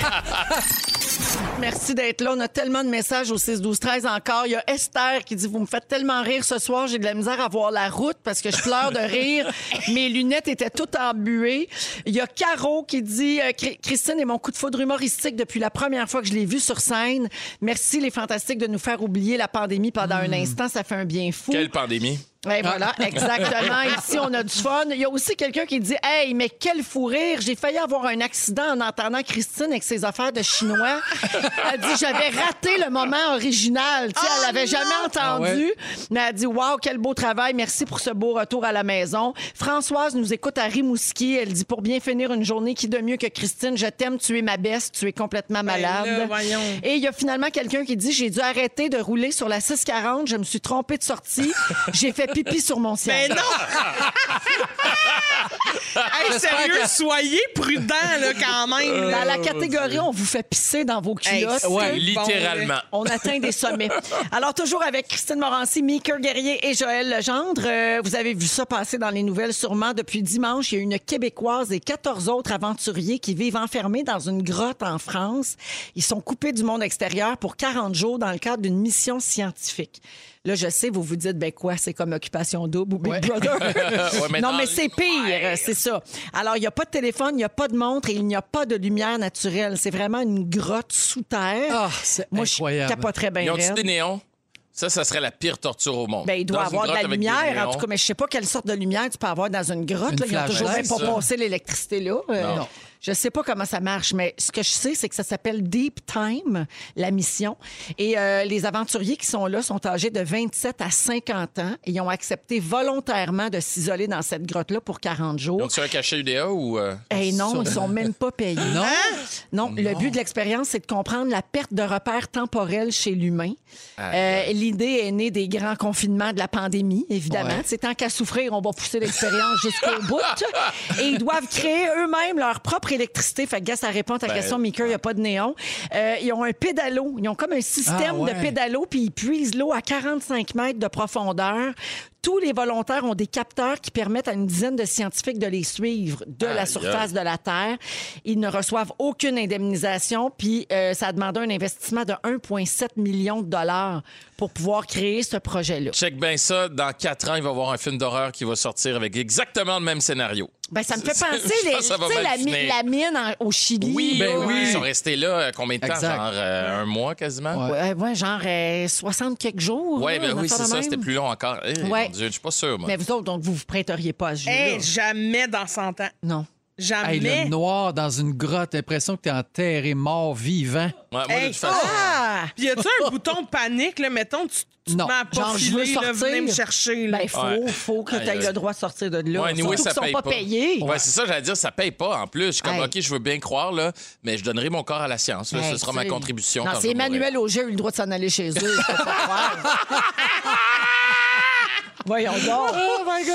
Speaker 1: Merci d'être là. On a tellement de messages au 6-12-13 encore. Il y a Esther qui dit Vous me faites tellement rire ce soir, j'ai de la misère à voir la route parce que je pleure de rire. Mes lunettes étaient toutes embuées. Il y a Caro qui dit euh, Cri- Christine est mon coup de foudre humoristique depuis la première fois que je l'ai vue sur scène. Merci, les fantastiques, de nous faire oublier la pandémie pendant un instant. Ça fait un bien fou.
Speaker 2: Quelle pandémie.
Speaker 1: Ouais, voilà,
Speaker 3: Ah.
Speaker 1: exactement. Ici, on a du fun. Il y a aussi quelqu'un qui dit Hey, mais quel fou rire! J'ai failli avoir un accident en entendant Christine avec ses affaires de chinois. Elle dit J'avais raté le moment original. Tu sais, elle l'avait jamais entendu.
Speaker 4: Oh Ah ouais.
Speaker 1: Mais elle dit Waouh, quel beau travail. Merci pour ce beau retour à la maison. Françoise nous écoute à Rimouski. Elle dit Pour bien finir une journée, qui de mieux que Christine Je t'aime, tu es ma best, tu es complètement malade.
Speaker 3: Ben là, voyons.
Speaker 1: Et il y a finalement quelqu'un qui dit J'ai dû arrêter de rouler sur la 640, je me suis trompée de sortie, j'ai fait pipi sur mon
Speaker 3: Mais
Speaker 1: siège. *laughs*
Speaker 3: Eh non! hey,
Speaker 4: J'espère
Speaker 3: sérieux,
Speaker 4: que-
Speaker 3: soyez prudents, là, quand même. là.
Speaker 1: Dans la catégorie, on vous fait pisser dans vos
Speaker 3: Hey,
Speaker 1: culottes.
Speaker 3: c'est
Speaker 4: Ouais,
Speaker 3: bon,
Speaker 2: littéralement.
Speaker 3: là.
Speaker 1: On atteint des sommets. Alors, toujours avec Christine Morancy, Mika Guerrier et Joël Legendre. Euh, vous avez vu ça passer dans les nouvelles sûrement depuis dimanche. Il y a une Québécoise et 14 autres aventuriers qui vivent enfermés dans une grotte en France. Ils sont coupés du monde extérieur pour 40 jours dans le cadre d'une mission scientifique. Là, je sais, vous vous dites, ben quoi, c'est comme occupation double ou Big Brother.
Speaker 2: *laughs* Ouais, mais
Speaker 1: non,
Speaker 2: dans
Speaker 1: mais
Speaker 2: le-
Speaker 1: c'est pire, c'est ça. Alors, il n'y a pas de téléphone, il n'y a pas de montre et il n'y a pas de lumière naturelle. C'est vraiment une grotte sous terre.
Speaker 4: Ah, c'est
Speaker 1: Moi,
Speaker 4: incroyable.
Speaker 1: je capoterais
Speaker 2: Ils
Speaker 1: bien
Speaker 2: ont-ils
Speaker 1: raide.
Speaker 2: des néons? Ça, ça serait la pire torture au monde.
Speaker 1: Ben, il doit
Speaker 2: Dans une
Speaker 1: avoir de
Speaker 2: grotte
Speaker 1: la
Speaker 2: avec des
Speaker 1: lumière, en
Speaker 2: néons.
Speaker 1: tout cas, mais je sais pas quelle sorte de lumière tu peux avoir dans une grotte.
Speaker 4: Une
Speaker 1: là. ils ont
Speaker 4: flash.
Speaker 1: toujours
Speaker 4: Ouais,
Speaker 1: même pas
Speaker 2: c'est ça.
Speaker 1: passé l'électricité là. Euh,
Speaker 2: Non.
Speaker 1: non. Je sais pas comment ça marche, mais ce que je sais, c'est que ça s'appelle Deep Time, la mission. Et euh, les aventuriers qui sont là sont âgés de 27 à 50 ans et ils ont accepté volontairement de s'isoler dans cette grotte-là pour 40 jours.
Speaker 2: Donc, tu as un cachet UDA ou. euh,
Speaker 1: Eh non, ils sont même pas payés. Hein? Non? le but de l'expérience, c'est de comprendre la perte de repères temporels chez l'humain. Euh, L'idée est née des grands confinements de la pandémie, évidemment. C'est tant qu'à souffrir, on va pousser l'expérience jusqu'au bout.
Speaker 5: *laughs*
Speaker 1: Et ils doivent créer eux-mêmes leur propre électricité. Fait que, gars, ça répond à ta
Speaker 2: Ben,
Speaker 1: question, Mika, il n'y a pas de néon. Euh, ils ont un pédalo. Ils ont comme un système
Speaker 4: Ah, ouais.
Speaker 1: de pédalo, puis ils puisent l'eau à 45 mètres de profondeur. Tous les volontaires ont des capteurs qui permettent à une dizaine de scientifiques de les suivre de
Speaker 2: Aïe,
Speaker 1: la
Speaker 2: aïe.
Speaker 1: surface de la Terre. Ils ne reçoivent aucune indemnisation, puis euh, ça a demandé un investissement de 1,7 million de dollars pour pouvoir créer ce projet-là.
Speaker 2: Check bien ça. Dans quatre ans, il va y avoir un film d'horreur qui va sortir avec exactement le même scénario.
Speaker 1: Ben, ça me fait
Speaker 2: *laughs* C'est-
Speaker 1: penser,
Speaker 2: je
Speaker 1: les,
Speaker 2: pense que ça va
Speaker 1: tu sais,
Speaker 2: mal
Speaker 1: la, mi-
Speaker 2: finir.
Speaker 1: la mine en- au Chili.
Speaker 2: ben
Speaker 1: là,
Speaker 2: Ils
Speaker 1: ouais.
Speaker 2: sont restés là euh, combien de temps?
Speaker 4: Exact.
Speaker 2: Genre euh, un mois quasiment?
Speaker 4: Ouais.
Speaker 1: Ouais, ouais, genre euh, 60 quelques jours.
Speaker 2: Ouais,
Speaker 1: là,
Speaker 2: ben
Speaker 1: une
Speaker 2: oui,
Speaker 1: affaire
Speaker 2: c'est
Speaker 1: de
Speaker 2: ça.
Speaker 1: même.
Speaker 2: C'était plus long encore. Eh,
Speaker 1: Ouais.
Speaker 2: mon Dieu, je suis pas sûr, moi.
Speaker 1: Mais vous autres, donc, vous vous prêteriez pas à ce jeu-là?
Speaker 3: Hey, jamais dans 100 ans.
Speaker 1: Non.
Speaker 3: Jamais.
Speaker 4: Hey, le noir dans une grotte, l'impression que t'es enterré mort vivant.
Speaker 2: moi, de
Speaker 3: Hey,
Speaker 2: toute façon,
Speaker 1: Ah!
Speaker 3: Puis y a-tu un bouton panique, là, mettons, tu, tu
Speaker 4: Non.
Speaker 3: te mets à
Speaker 1: Genre, je veux
Speaker 3: profiler, là,
Speaker 1: sortir.
Speaker 3: venez me chercher, là.
Speaker 1: Ben, faut,
Speaker 2: Ouais.
Speaker 1: faut que tu aies
Speaker 2: Aïe,
Speaker 1: le
Speaker 2: aïe.
Speaker 1: droit de sortir de là.
Speaker 2: Ouais, anyway,
Speaker 1: Surtout
Speaker 2: ça
Speaker 1: qu'ils sont
Speaker 2: paye
Speaker 1: pas,
Speaker 2: pas.
Speaker 1: payés.
Speaker 2: Ouais, c'est ça, j'allais dire, ça paye pas en plus. Je suis comme,
Speaker 1: Hey.
Speaker 2: OK, je veux bien croire, là, mais je donnerai mon corps à la science. là. Ce
Speaker 1: Hey,
Speaker 2: sera ma
Speaker 1: c'est-
Speaker 2: contribution.
Speaker 1: Non,
Speaker 2: quand
Speaker 1: c'est
Speaker 2: je vais mourir.
Speaker 1: Emmanuel Auger a eu le droit de s'en aller chez eux. je peux pas
Speaker 2: *laughs*
Speaker 1: croire. Voyons donc.
Speaker 4: Oh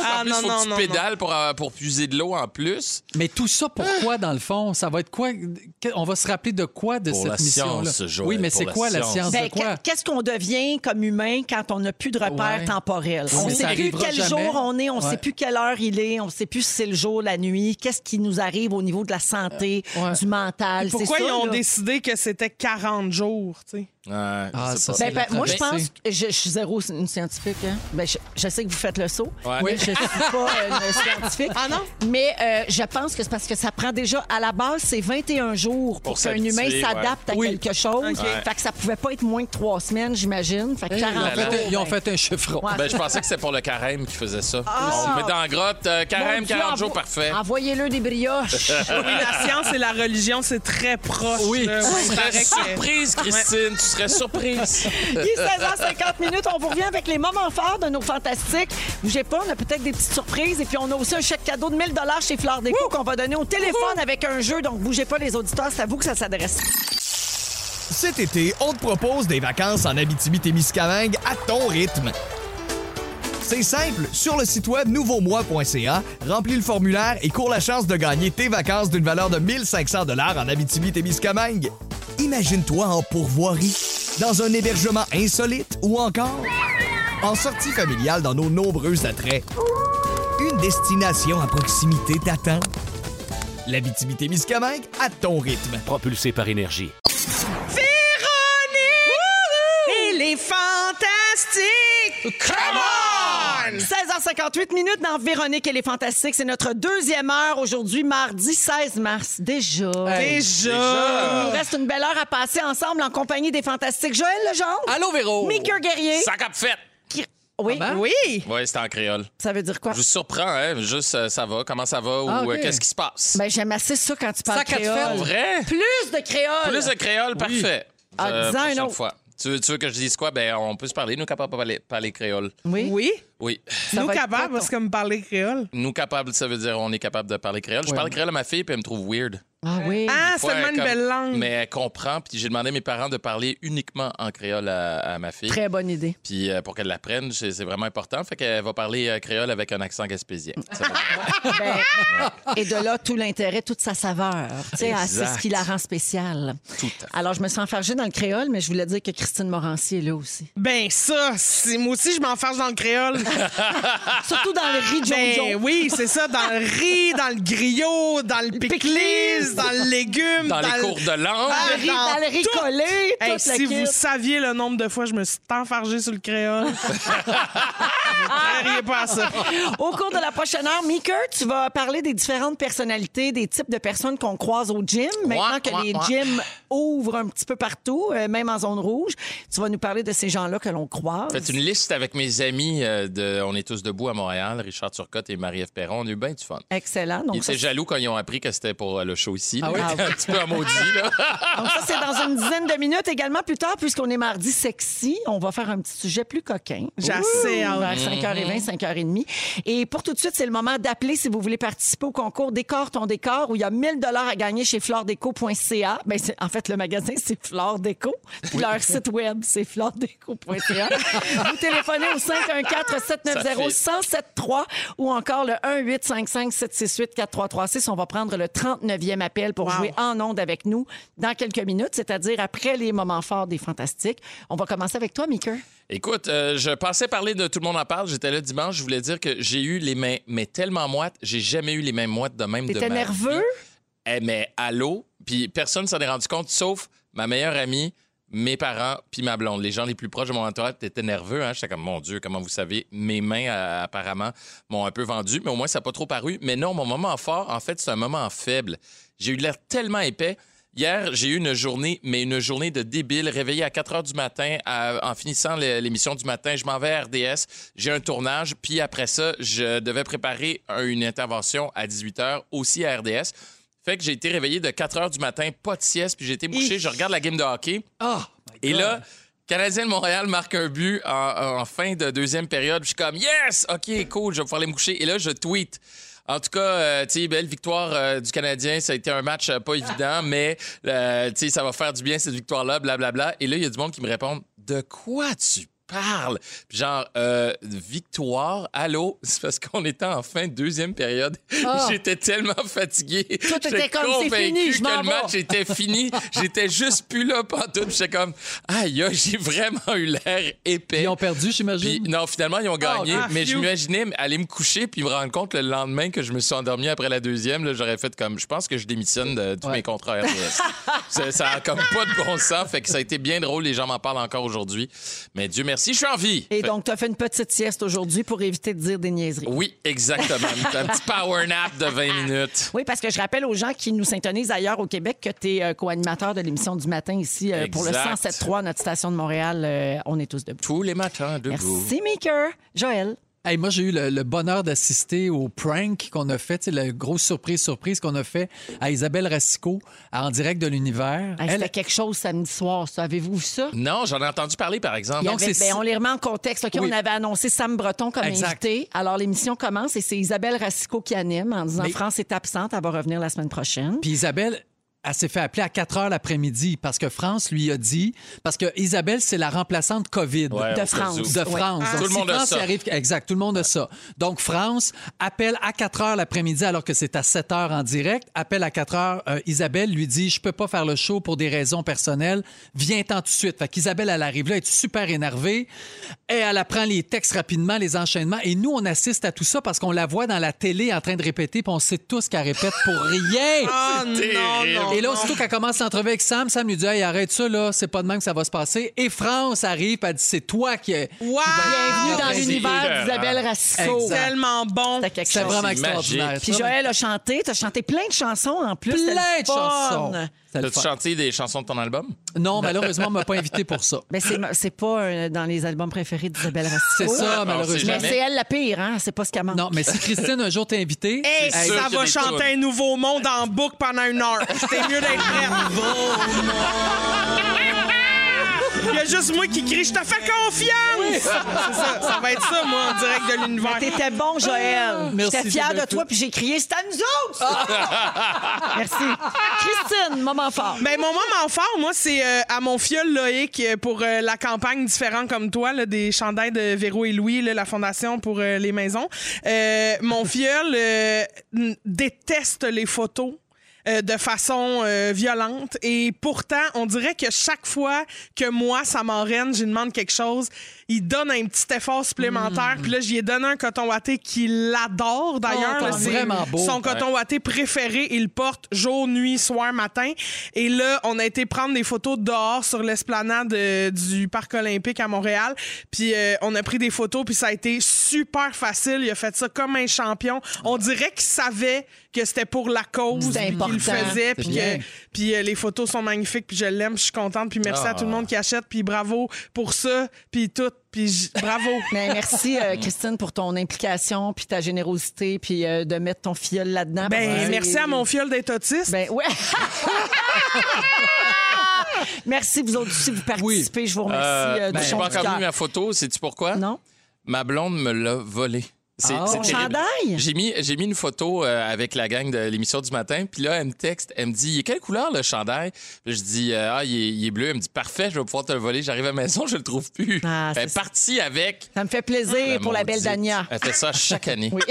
Speaker 3: Ah,
Speaker 2: En plus,
Speaker 3: non,
Speaker 2: faut que
Speaker 3: non,
Speaker 2: tu
Speaker 3: non,
Speaker 2: pédales Pour, euh, pour puiser de l'eau en plus.
Speaker 4: Mais tout ça, pourquoi, dans le fond? Ça va être quoi? que- On va se rappeler de quoi de
Speaker 2: Pour la
Speaker 4: cette mission-là?
Speaker 2: science, Joël,
Speaker 4: Oui, mais
Speaker 2: pour
Speaker 4: c'est
Speaker 2: la
Speaker 4: quoi la
Speaker 2: science.
Speaker 4: science
Speaker 1: Ben,
Speaker 4: de quoi?
Speaker 1: qu- Qu'est-ce qu'on devient comme humain quand on n'a plus de repères
Speaker 4: Ouais.
Speaker 1: temporels?
Speaker 4: Oui,
Speaker 1: on
Speaker 4: mais
Speaker 1: ne
Speaker 4: ça
Speaker 1: sait plus
Speaker 4: arrivera
Speaker 1: quel
Speaker 4: jamais.
Speaker 1: jour on est, on ne
Speaker 4: Ouais.
Speaker 1: sait plus quelle heure il est, on ne sait plus si c'est le jour, la nuit, qu'est-ce qui nous arrive au niveau de la santé,
Speaker 4: Euh, ouais.
Speaker 1: du mental. c'est
Speaker 3: Pourquoi
Speaker 1: ça,
Speaker 3: ils ont
Speaker 1: là.
Speaker 3: décidé que c'était 40 jours, tu sais?
Speaker 2: Ouais, je
Speaker 4: Ah,
Speaker 2: sais
Speaker 4: ça,
Speaker 2: pas.
Speaker 4: c'est-
Speaker 1: Ben, ben,
Speaker 4: la
Speaker 1: moi, je pense
Speaker 4: traversée.
Speaker 1: que je, je suis zéro une scientifique. Hein? Ben, je, je sais que vous faites le saut.
Speaker 2: Ouais.
Speaker 1: Mais je ne suis pas
Speaker 4: *laughs*
Speaker 1: une scientifique.
Speaker 3: Ah non?
Speaker 1: Mais euh, je pense que c'est parce que ça prend déjà, à la base, c'est 21 jours pour,
Speaker 2: Pour
Speaker 1: qu'un
Speaker 2: s'habituer,
Speaker 1: humain s'adapte à
Speaker 4: ouais. Oui.
Speaker 1: quelque chose.
Speaker 3: Ok. Ouais.
Speaker 1: Fait que ça pouvait pas être moins que trois semaines, j'imagine. Fait que 40
Speaker 4: Ils ont fait
Speaker 1: jours,
Speaker 4: un- ils ont
Speaker 1: ben,
Speaker 4: fait un chiffron.
Speaker 1: Ouais. Ah.
Speaker 2: Ben, je pensais que c'était pour le carême qui faisait ça. On met dans la grotte, euh,
Speaker 1: Mon
Speaker 2: carême,
Speaker 1: Dieu,
Speaker 2: 40
Speaker 1: envo-
Speaker 2: jours, parfait.
Speaker 1: Envoyez-le des
Speaker 2: *laughs*
Speaker 1: brioches.
Speaker 3: Oui, la science et la religion, c'est très proche.
Speaker 4: Oui.
Speaker 3: là.
Speaker 2: Tu
Speaker 3: Il paraît
Speaker 2: serais
Speaker 3: que-
Speaker 2: surprise, Christine, tu serais surprise.
Speaker 1: *laughs* Il est 16h50 minutes. On vous revient avec les moments forts de nos fantastiques. Bougez pas, on a peut-être des petites surprises. Et puis, on a aussi un chèque cadeau de 1000 chez Fleur Déco qu'on va donner au téléphone avec un jeu. Donc, bougez pas, les auditeurs. C'est à vous que ça s'adresse.
Speaker 6: Cet été, on te propose des vacances en Abitibi-Témiscamingue à ton rythme. C'est simple, sur le site web nouveaumois.ca, remplis le formulaire et cours la chance de gagner tes vacances d'une valeur de 1500 dollars en Abitibi-Témiscamingue. Imagine-toi en pourvoirie, dans un hébergement insolite ou encore en sortie familiale dans nos nombreux attraits. Une destination à proximité t'attend. L'Abitibi-Témiscamingue à ton rythme.
Speaker 8: Propulsé par énergie.
Speaker 3: Et les fantastiques! Come
Speaker 1: 16h58 minutes dans Véronique et les Fantastiques. C'est notre deuxième heure aujourd'hui, mardi 16 mars. Déjà.
Speaker 3: on! Déjà!
Speaker 1: Il nous reste une belle heure à passer ensemble en compagnie des Fantastiques. Joël Legendre.
Speaker 4: Allô, Véro!
Speaker 1: Mickey Guerrier.
Speaker 2: Ça cap fait.
Speaker 1: Qui- Oui,
Speaker 4: Comment?
Speaker 3: Oui!
Speaker 2: Oui, c'était en créole.
Speaker 1: ça veut dire quoi?
Speaker 2: Je vous surprends, hein? Juste, euh, ça va, comment ça va ou
Speaker 4: Ah, ok.
Speaker 2: euh, qu'est-ce qui se passe?
Speaker 1: Ben, j'aime assez ça quand tu parles
Speaker 4: Ça, quand tu fais-
Speaker 2: En
Speaker 1: créole.
Speaker 2: vrai?
Speaker 1: Plus de créole. *laughs*
Speaker 2: Plus de créole, parfait.
Speaker 1: En disant Ah, un
Speaker 2: prochaine
Speaker 1: autre.
Speaker 2: fois. Tu veux, tu veux que je dise quoi? Ben, on peut se parler, nous, capables de parler, parler créole.
Speaker 1: Oui.
Speaker 3: Oui?
Speaker 2: Oui.
Speaker 1: Ça
Speaker 3: Nous
Speaker 1: va être quoi,
Speaker 3: capables,
Speaker 1: ton-
Speaker 3: parce que me parler créole.
Speaker 2: Nous, capables, ça veut dire on est capable de parler créole. Je parle créole à ma fille, puis elle me trouve weird.
Speaker 1: Ah oui.
Speaker 3: Ah,
Speaker 2: Des
Speaker 3: c'est
Speaker 2: fois,
Speaker 3: tellement
Speaker 2: elle,
Speaker 3: une
Speaker 2: comme-
Speaker 3: belle langue.
Speaker 2: Mais
Speaker 3: *laughs*
Speaker 2: elle comprend, puis j'ai demandé à mes parents de parler uniquement en créole à, à ma fille.
Speaker 1: Très bonne idée.
Speaker 2: Puis euh, pour qu'elle l'apprenne, c'est c'est vraiment important. Fait qu'elle va parler euh, créole avec un accent gaspésien. Ça va bien.
Speaker 1: Ben, et de là, tout l'intérêt, toute sa saveur. Tu sais, ah,
Speaker 2: Exact.
Speaker 1: C'est ce qui la rend spéciale.
Speaker 2: Tout à fait.
Speaker 1: Alors, je me suis enfargée dans le créole, mais je voulais dire que Christine Morancier est là aussi.
Speaker 3: Ben ça, c'est- moi aussi, je m'en fâche dans le créole.
Speaker 1: *laughs* Surtout dans le riz de
Speaker 3: ben
Speaker 1: Jojo.
Speaker 3: oui, c'est ça, dans le riz, dans le griot, dans le piclis, dans le légume.
Speaker 2: Dans les
Speaker 3: le-
Speaker 2: cours de langue.
Speaker 3: Ah,
Speaker 1: Dans le riz-
Speaker 3: dans
Speaker 1: dans le riz
Speaker 3: tout.
Speaker 1: collé,
Speaker 3: Hey,
Speaker 1: toute la
Speaker 3: si vous
Speaker 1: kit.
Speaker 3: saviez le nombre de fois je me suis enfargée sur le créole.
Speaker 2: *laughs*
Speaker 3: Vous ne pas à ça.
Speaker 1: Au cours de la prochaine heure, Mika, tu vas parler des différentes personnalités, des types de personnes qu'on croise au gym. Maintenant
Speaker 2: Ouais,
Speaker 1: que
Speaker 2: ouais,
Speaker 1: les
Speaker 2: ouais.
Speaker 1: gyms ouvrent un petit peu partout, euh, même en zone rouge, tu vas nous parler de ces gens-là que l'on croise.
Speaker 2: Faites une liste avec mes amis euh, de On est tous debout à Montréal, Richard Turcotte et Marie-Ève Perron. On a eu bien du fun.
Speaker 1: Excellent.
Speaker 2: Ils
Speaker 1: Ah, Donc, ça,
Speaker 2: étaient jaloux quand ils ont appris que c'était pour euh, le show ici.
Speaker 4: Ah oui?
Speaker 2: Ils étaient un petit peu à maudit, là.
Speaker 1: Donc Ah, ça, c'est dans une dizaine de minutes. Également, plus tard, puisqu'on est mardi sexy, on va faire un petit sujet plus coquin.
Speaker 3: J'ai assez hâte. Mm-hmm.
Speaker 1: Vers 5h20, 5h30. Et pour tout de suite, c'est le moment d'appeler si vous voulez participer au concours Décore ton décor où il y a 1000 dollars à gagner chez fleurdeco.ca. Ben, c'est- en fait, le magasin, *laughs* c'est Fleur Déco. Puis leur site web, c'est fleurdeco.ca. vous téléphonez au 514-790-1073 ou encore le 1-855-768-4336. On va prendre le 39e appel pour jouer en ondes avec nous dans quelques minutes, c'est-à-dire après les moments forts des Fantastiques. On va commencer avec toi, Mika.
Speaker 2: Écoute, euh, je pensais parler de Tout le monde en parle. J'étais là dimanche. Je voulais dire que j'ai eu les mains, mais tellement moites. J'ai jamais eu les mains moites de même de
Speaker 1: T'étais
Speaker 2: ma vie.
Speaker 1: nerveux?
Speaker 2: Eh, mais allô? Puis personne s'en est rendu compte, sauf ma meilleure amie, mes parents, puis ma blonde. Les gens les plus proches de mon entourage étaient nerveux. Hein? J'étais comme, mon Dieu, comment vous savez? Mes mains, euh, apparemment, m'ont un peu vendu, mais au moins, ça n'a pas trop paru. Mais non, mon moment fort, en fait, c'est un moment faible. J'ai eu l'air tellement épais. Hier, j'ai eu une journée, mais une journée de débile. Réveillé à 4 heures du matin, à- en finissant l'é- l'émission du matin, je m'en vais à RDS, j'ai un tournage, puis après ça, je devais préparer un- une intervention à 18 heures, aussi à RDS. Fait que j'ai été réveillé de 4 heures du matin, pas de sieste, puis j'ai été couché. Je regarde la game de hockey. Et là, Canadien de Montréal marque un but en, en fin de deuxième période. Puis Je suis comme, yes, OK, cool, je vais pouvoir aller me coucher. Et là, je tweet. En tout cas, euh, tu sais, belle victoire euh, du Canadien. Ça a été un match euh, pas évident, mais euh, tu sais, ça va faire du bien cette victoire-là, blablabla. Et là, il y a du monde qui me répond De quoi tu parles Puis Genre, euh, victoire, allô *laughs* C'est parce qu'on était en fin de deuxième période. J'étais tellement fatigué.
Speaker 1: t'étais
Speaker 2: J'étais
Speaker 1: comme, C'est
Speaker 2: convaincu
Speaker 1: fini, je
Speaker 2: que
Speaker 1: m'en
Speaker 2: le match
Speaker 1: vais.
Speaker 2: J'étais fini. J'étais juste plus là pantoute. J'étais comme, aïe, aïe, j'ai vraiment eu l'air épais.
Speaker 4: Ils ont perdu,
Speaker 2: Puis,
Speaker 4: j'imagine.
Speaker 2: non, finalement,
Speaker 1: Oh,
Speaker 2: ils ont gagné.
Speaker 3: ah,
Speaker 2: mais je
Speaker 3: phew.
Speaker 2: m'imaginais aller me coucher puis me rendre compte le lendemain que je me suis endormi après la deuxième. là, J'aurais fait comme, je pense que je démissionne de tous mes contrats à RDS. ça, ça a comme pas de bon sens. Fait que ça a été bien drôle. Les gens m'en parlent encore aujourd'hui. Mais Dieu merci, je suis en vie.
Speaker 1: Et
Speaker 2: Fait-
Speaker 1: donc, tu as fait une petite sieste aujourd'hui pour éviter de dire des niaiseries.
Speaker 2: Oui, exactement. un petit power nap de 20 minutes.
Speaker 1: Oui, parce que je rappelle aux gens qui nous syntonisent ailleurs au Québec que tu es co-animateur de l'émission du matin ici euh, pour le
Speaker 2: Exact.
Speaker 1: 107.3, notre station de Montréal. euh, on est tous debout.
Speaker 2: Tous les matins, debout.
Speaker 1: Merci, Maker. Joël.
Speaker 4: Hey, moi, j'ai eu le, le bonheur d'assister au prank qu'on a fait, tu sais, la grosse surprise, surprise qu'on a fait à Isabelle Racicot à- en direct de l'univers.
Speaker 1: Hey, C'était quelque chose samedi soir, ça. Avez-vous vu ça?
Speaker 2: Non, j'en ai entendu parler, par exemple.
Speaker 4: Donc,
Speaker 1: Avec-
Speaker 4: c'est-
Speaker 1: ben, on les remet en contexte. OK,
Speaker 4: Oui.
Speaker 1: On avait annoncé Sam Breton comme
Speaker 4: Exact.
Speaker 1: invité. Alors, l'émission commence et c'est Isabelle Racicot qui anime en disant France est absente, elle va revenir la semaine prochaine.
Speaker 4: Puis Isabelle, elle s'est fait appeler à 4 heures l'après-midi parce que France lui a dit. Parce que Isabelle, c'est la remplaçante COVID.
Speaker 1: de
Speaker 2: Ouais, au cas
Speaker 1: France.
Speaker 2: où.
Speaker 4: de France.
Speaker 2: Tout
Speaker 4: Donc,
Speaker 2: le
Speaker 4: si
Speaker 2: monde a
Speaker 4: France
Speaker 2: ça.
Speaker 4: y arrive- exact, tout le monde a ça. Donc, France appelle à 4 heures l'après-midi, alors que c'est à 7 heures en direct. Appelle à 4 heures. euh, Isabelle lui dit Je peux pas faire le show pour des raisons personnelles. Viens-t'en tout de suite. Fait qu'Isabelle, elle arrive là, elle est super énervée. Et elle apprend les textes rapidement, les enchaînements. Et nous, on assiste à tout ça parce qu'on la voit dans la télé en train de répéter, puis on sait tous qu'elle répète pour rien.
Speaker 3: *laughs* Ah, non, non.
Speaker 4: Et là, aussitôt qu'elle commence l'entrevue avec Sam, Sam lui dit Hey, arrête ça, là, c'est pas de même que ça va se passer. Et France arrive, puis elle dit C'est toi qui.
Speaker 3: Wow!
Speaker 1: Bienvenue dans
Speaker 2: c'est
Speaker 1: l'univers
Speaker 2: écœurant.
Speaker 1: d'Isabelle Racicot.
Speaker 4: Exact.
Speaker 3: Tellement bon.
Speaker 1: C'était quelque
Speaker 4: C'est
Speaker 1: chose.
Speaker 4: vraiment
Speaker 2: C'est
Speaker 4: extraordinaire.
Speaker 2: magique.
Speaker 1: Puis
Speaker 4: ça.
Speaker 1: Joël a chanté, t'as chanté plein de chansons en plus. c'était
Speaker 4: plein
Speaker 1: le
Speaker 4: de
Speaker 1: fun.
Speaker 4: chansons. C'était le
Speaker 2: T'as-tu
Speaker 4: fun.
Speaker 2: chanté des chansons de ton album?
Speaker 4: Non, malheureusement, on m'a pas invité pour ça.
Speaker 1: Mais Ben, c'est, c'est pas euh, dans les albums préférés d'Isabelle Racicot.
Speaker 4: C'est
Speaker 2: Ah,
Speaker 4: ça,
Speaker 2: on sait
Speaker 4: malheureusement.
Speaker 1: Mais
Speaker 2: jamais.
Speaker 1: c'est elle la pire, hein? C'est pas ce qu'elle manque.
Speaker 4: Non, mais si Christine un
Speaker 1: *laughs*
Speaker 4: jour t'est invitée,
Speaker 3: Hey,
Speaker 2: sûr
Speaker 3: ça
Speaker 2: qu'il y a
Speaker 3: va
Speaker 2: des
Speaker 3: chanter
Speaker 2: tunes.
Speaker 3: un nouveau monde en boucle pendant une heure. C'était mieux d'être
Speaker 2: *laughs*
Speaker 3: prêt. Il y a juste moi qui crie Je te fais confiance! C'est ça, ça va être ça, moi, en direct de l'univers.
Speaker 1: T'étais bon, Joël.
Speaker 4: Ah, Merci,
Speaker 1: J'étais fière de
Speaker 4: Isabelle.
Speaker 1: toi, puis j'ai crié, c'est à nous autres!
Speaker 4: *laughs*
Speaker 1: ça! Merci. Christine, moment fort.
Speaker 3: Ben, mon moment fort, moi, c'est euh, à mon fiole Loïc euh, pour euh, la campagne différente comme toi, là, des chandails de Véro et Louis, là, la fondation pour euh, les maisons. Euh, mon fiole euh, n- déteste les photos. euh, de façon euh, violente. Et pourtant, on dirait que chaque fois que moi, ça m'enraîne, j'y demande quelque chose, il donne un petit effort supplémentaire. Puis là, j'y ai donné un coton watté qu'il adore. D'ailleurs,
Speaker 4: Oh,
Speaker 3: là,
Speaker 4: t'as
Speaker 3: c'est
Speaker 4: vraiment beau.
Speaker 3: son
Speaker 2: Ouais.
Speaker 3: coton watté préféré. Il porte jour, nuit, soir, matin. Et là, on a été prendre des photos dehors sur l'esplanade euh, du Parc olympique à Montréal. Puis euh, on a pris des photos, puis ça a été super facile. Il a fait ça comme un champion. On dirait qu'il savait que c'était pour la cause
Speaker 1: C'est
Speaker 3: puis qu'il le
Speaker 1: important.
Speaker 3: faisait. Puis,
Speaker 4: bien.
Speaker 3: que- puis euh, les photos sont magnifiques, puis je l'aime, je suis contente. Puis merci à tout le monde qui achète, puis bravo pour ça, puis tout. Puis j-
Speaker 1: *laughs*
Speaker 3: bravo.
Speaker 1: Ben, merci, euh, Christine, pour ton implication, puis ta générosité, puis euh, de mettre ton filleul là-dedans.
Speaker 3: Ben,
Speaker 1: Parce que
Speaker 3: merci
Speaker 1: c'est-
Speaker 3: à mon fiole d'être autiste.
Speaker 1: Ben,
Speaker 2: *laughs*
Speaker 1: ouais. *laughs* merci, vous autres, si vous participez, je vous remercie euh,
Speaker 2: Euh,
Speaker 1: du
Speaker 2: ben, j'ai
Speaker 1: fond
Speaker 2: pas
Speaker 1: du
Speaker 2: encore mis
Speaker 1: cœur.
Speaker 2: ma photo, sais-tu pourquoi?
Speaker 1: Non?
Speaker 2: Ma blonde me l'a volé. C'est
Speaker 4: Ah,
Speaker 2: c'est
Speaker 4: mon
Speaker 2: terrible.
Speaker 1: chandail?
Speaker 2: J'ai mis, j'ai mis une photo euh, avec la gang de l'émission du matin. Puis là, elle me texte, elle me dit Il est quelle couleur le chandail Puis Je dis euh, Ah, il est, il est bleu. Elle me dit Parfait, je vais pouvoir te le voler. J'arrive à la maison, je le trouve plus.
Speaker 1: Ah,
Speaker 2: elle est
Speaker 1: c'est-
Speaker 2: partie avec. Ah, ben,
Speaker 1: Ça me fait plaisir pour la belle
Speaker 2: maudite.
Speaker 1: Dania.
Speaker 2: Elle fait ça chaque année.
Speaker 1: Ah. Oui.
Speaker 2: *laughs*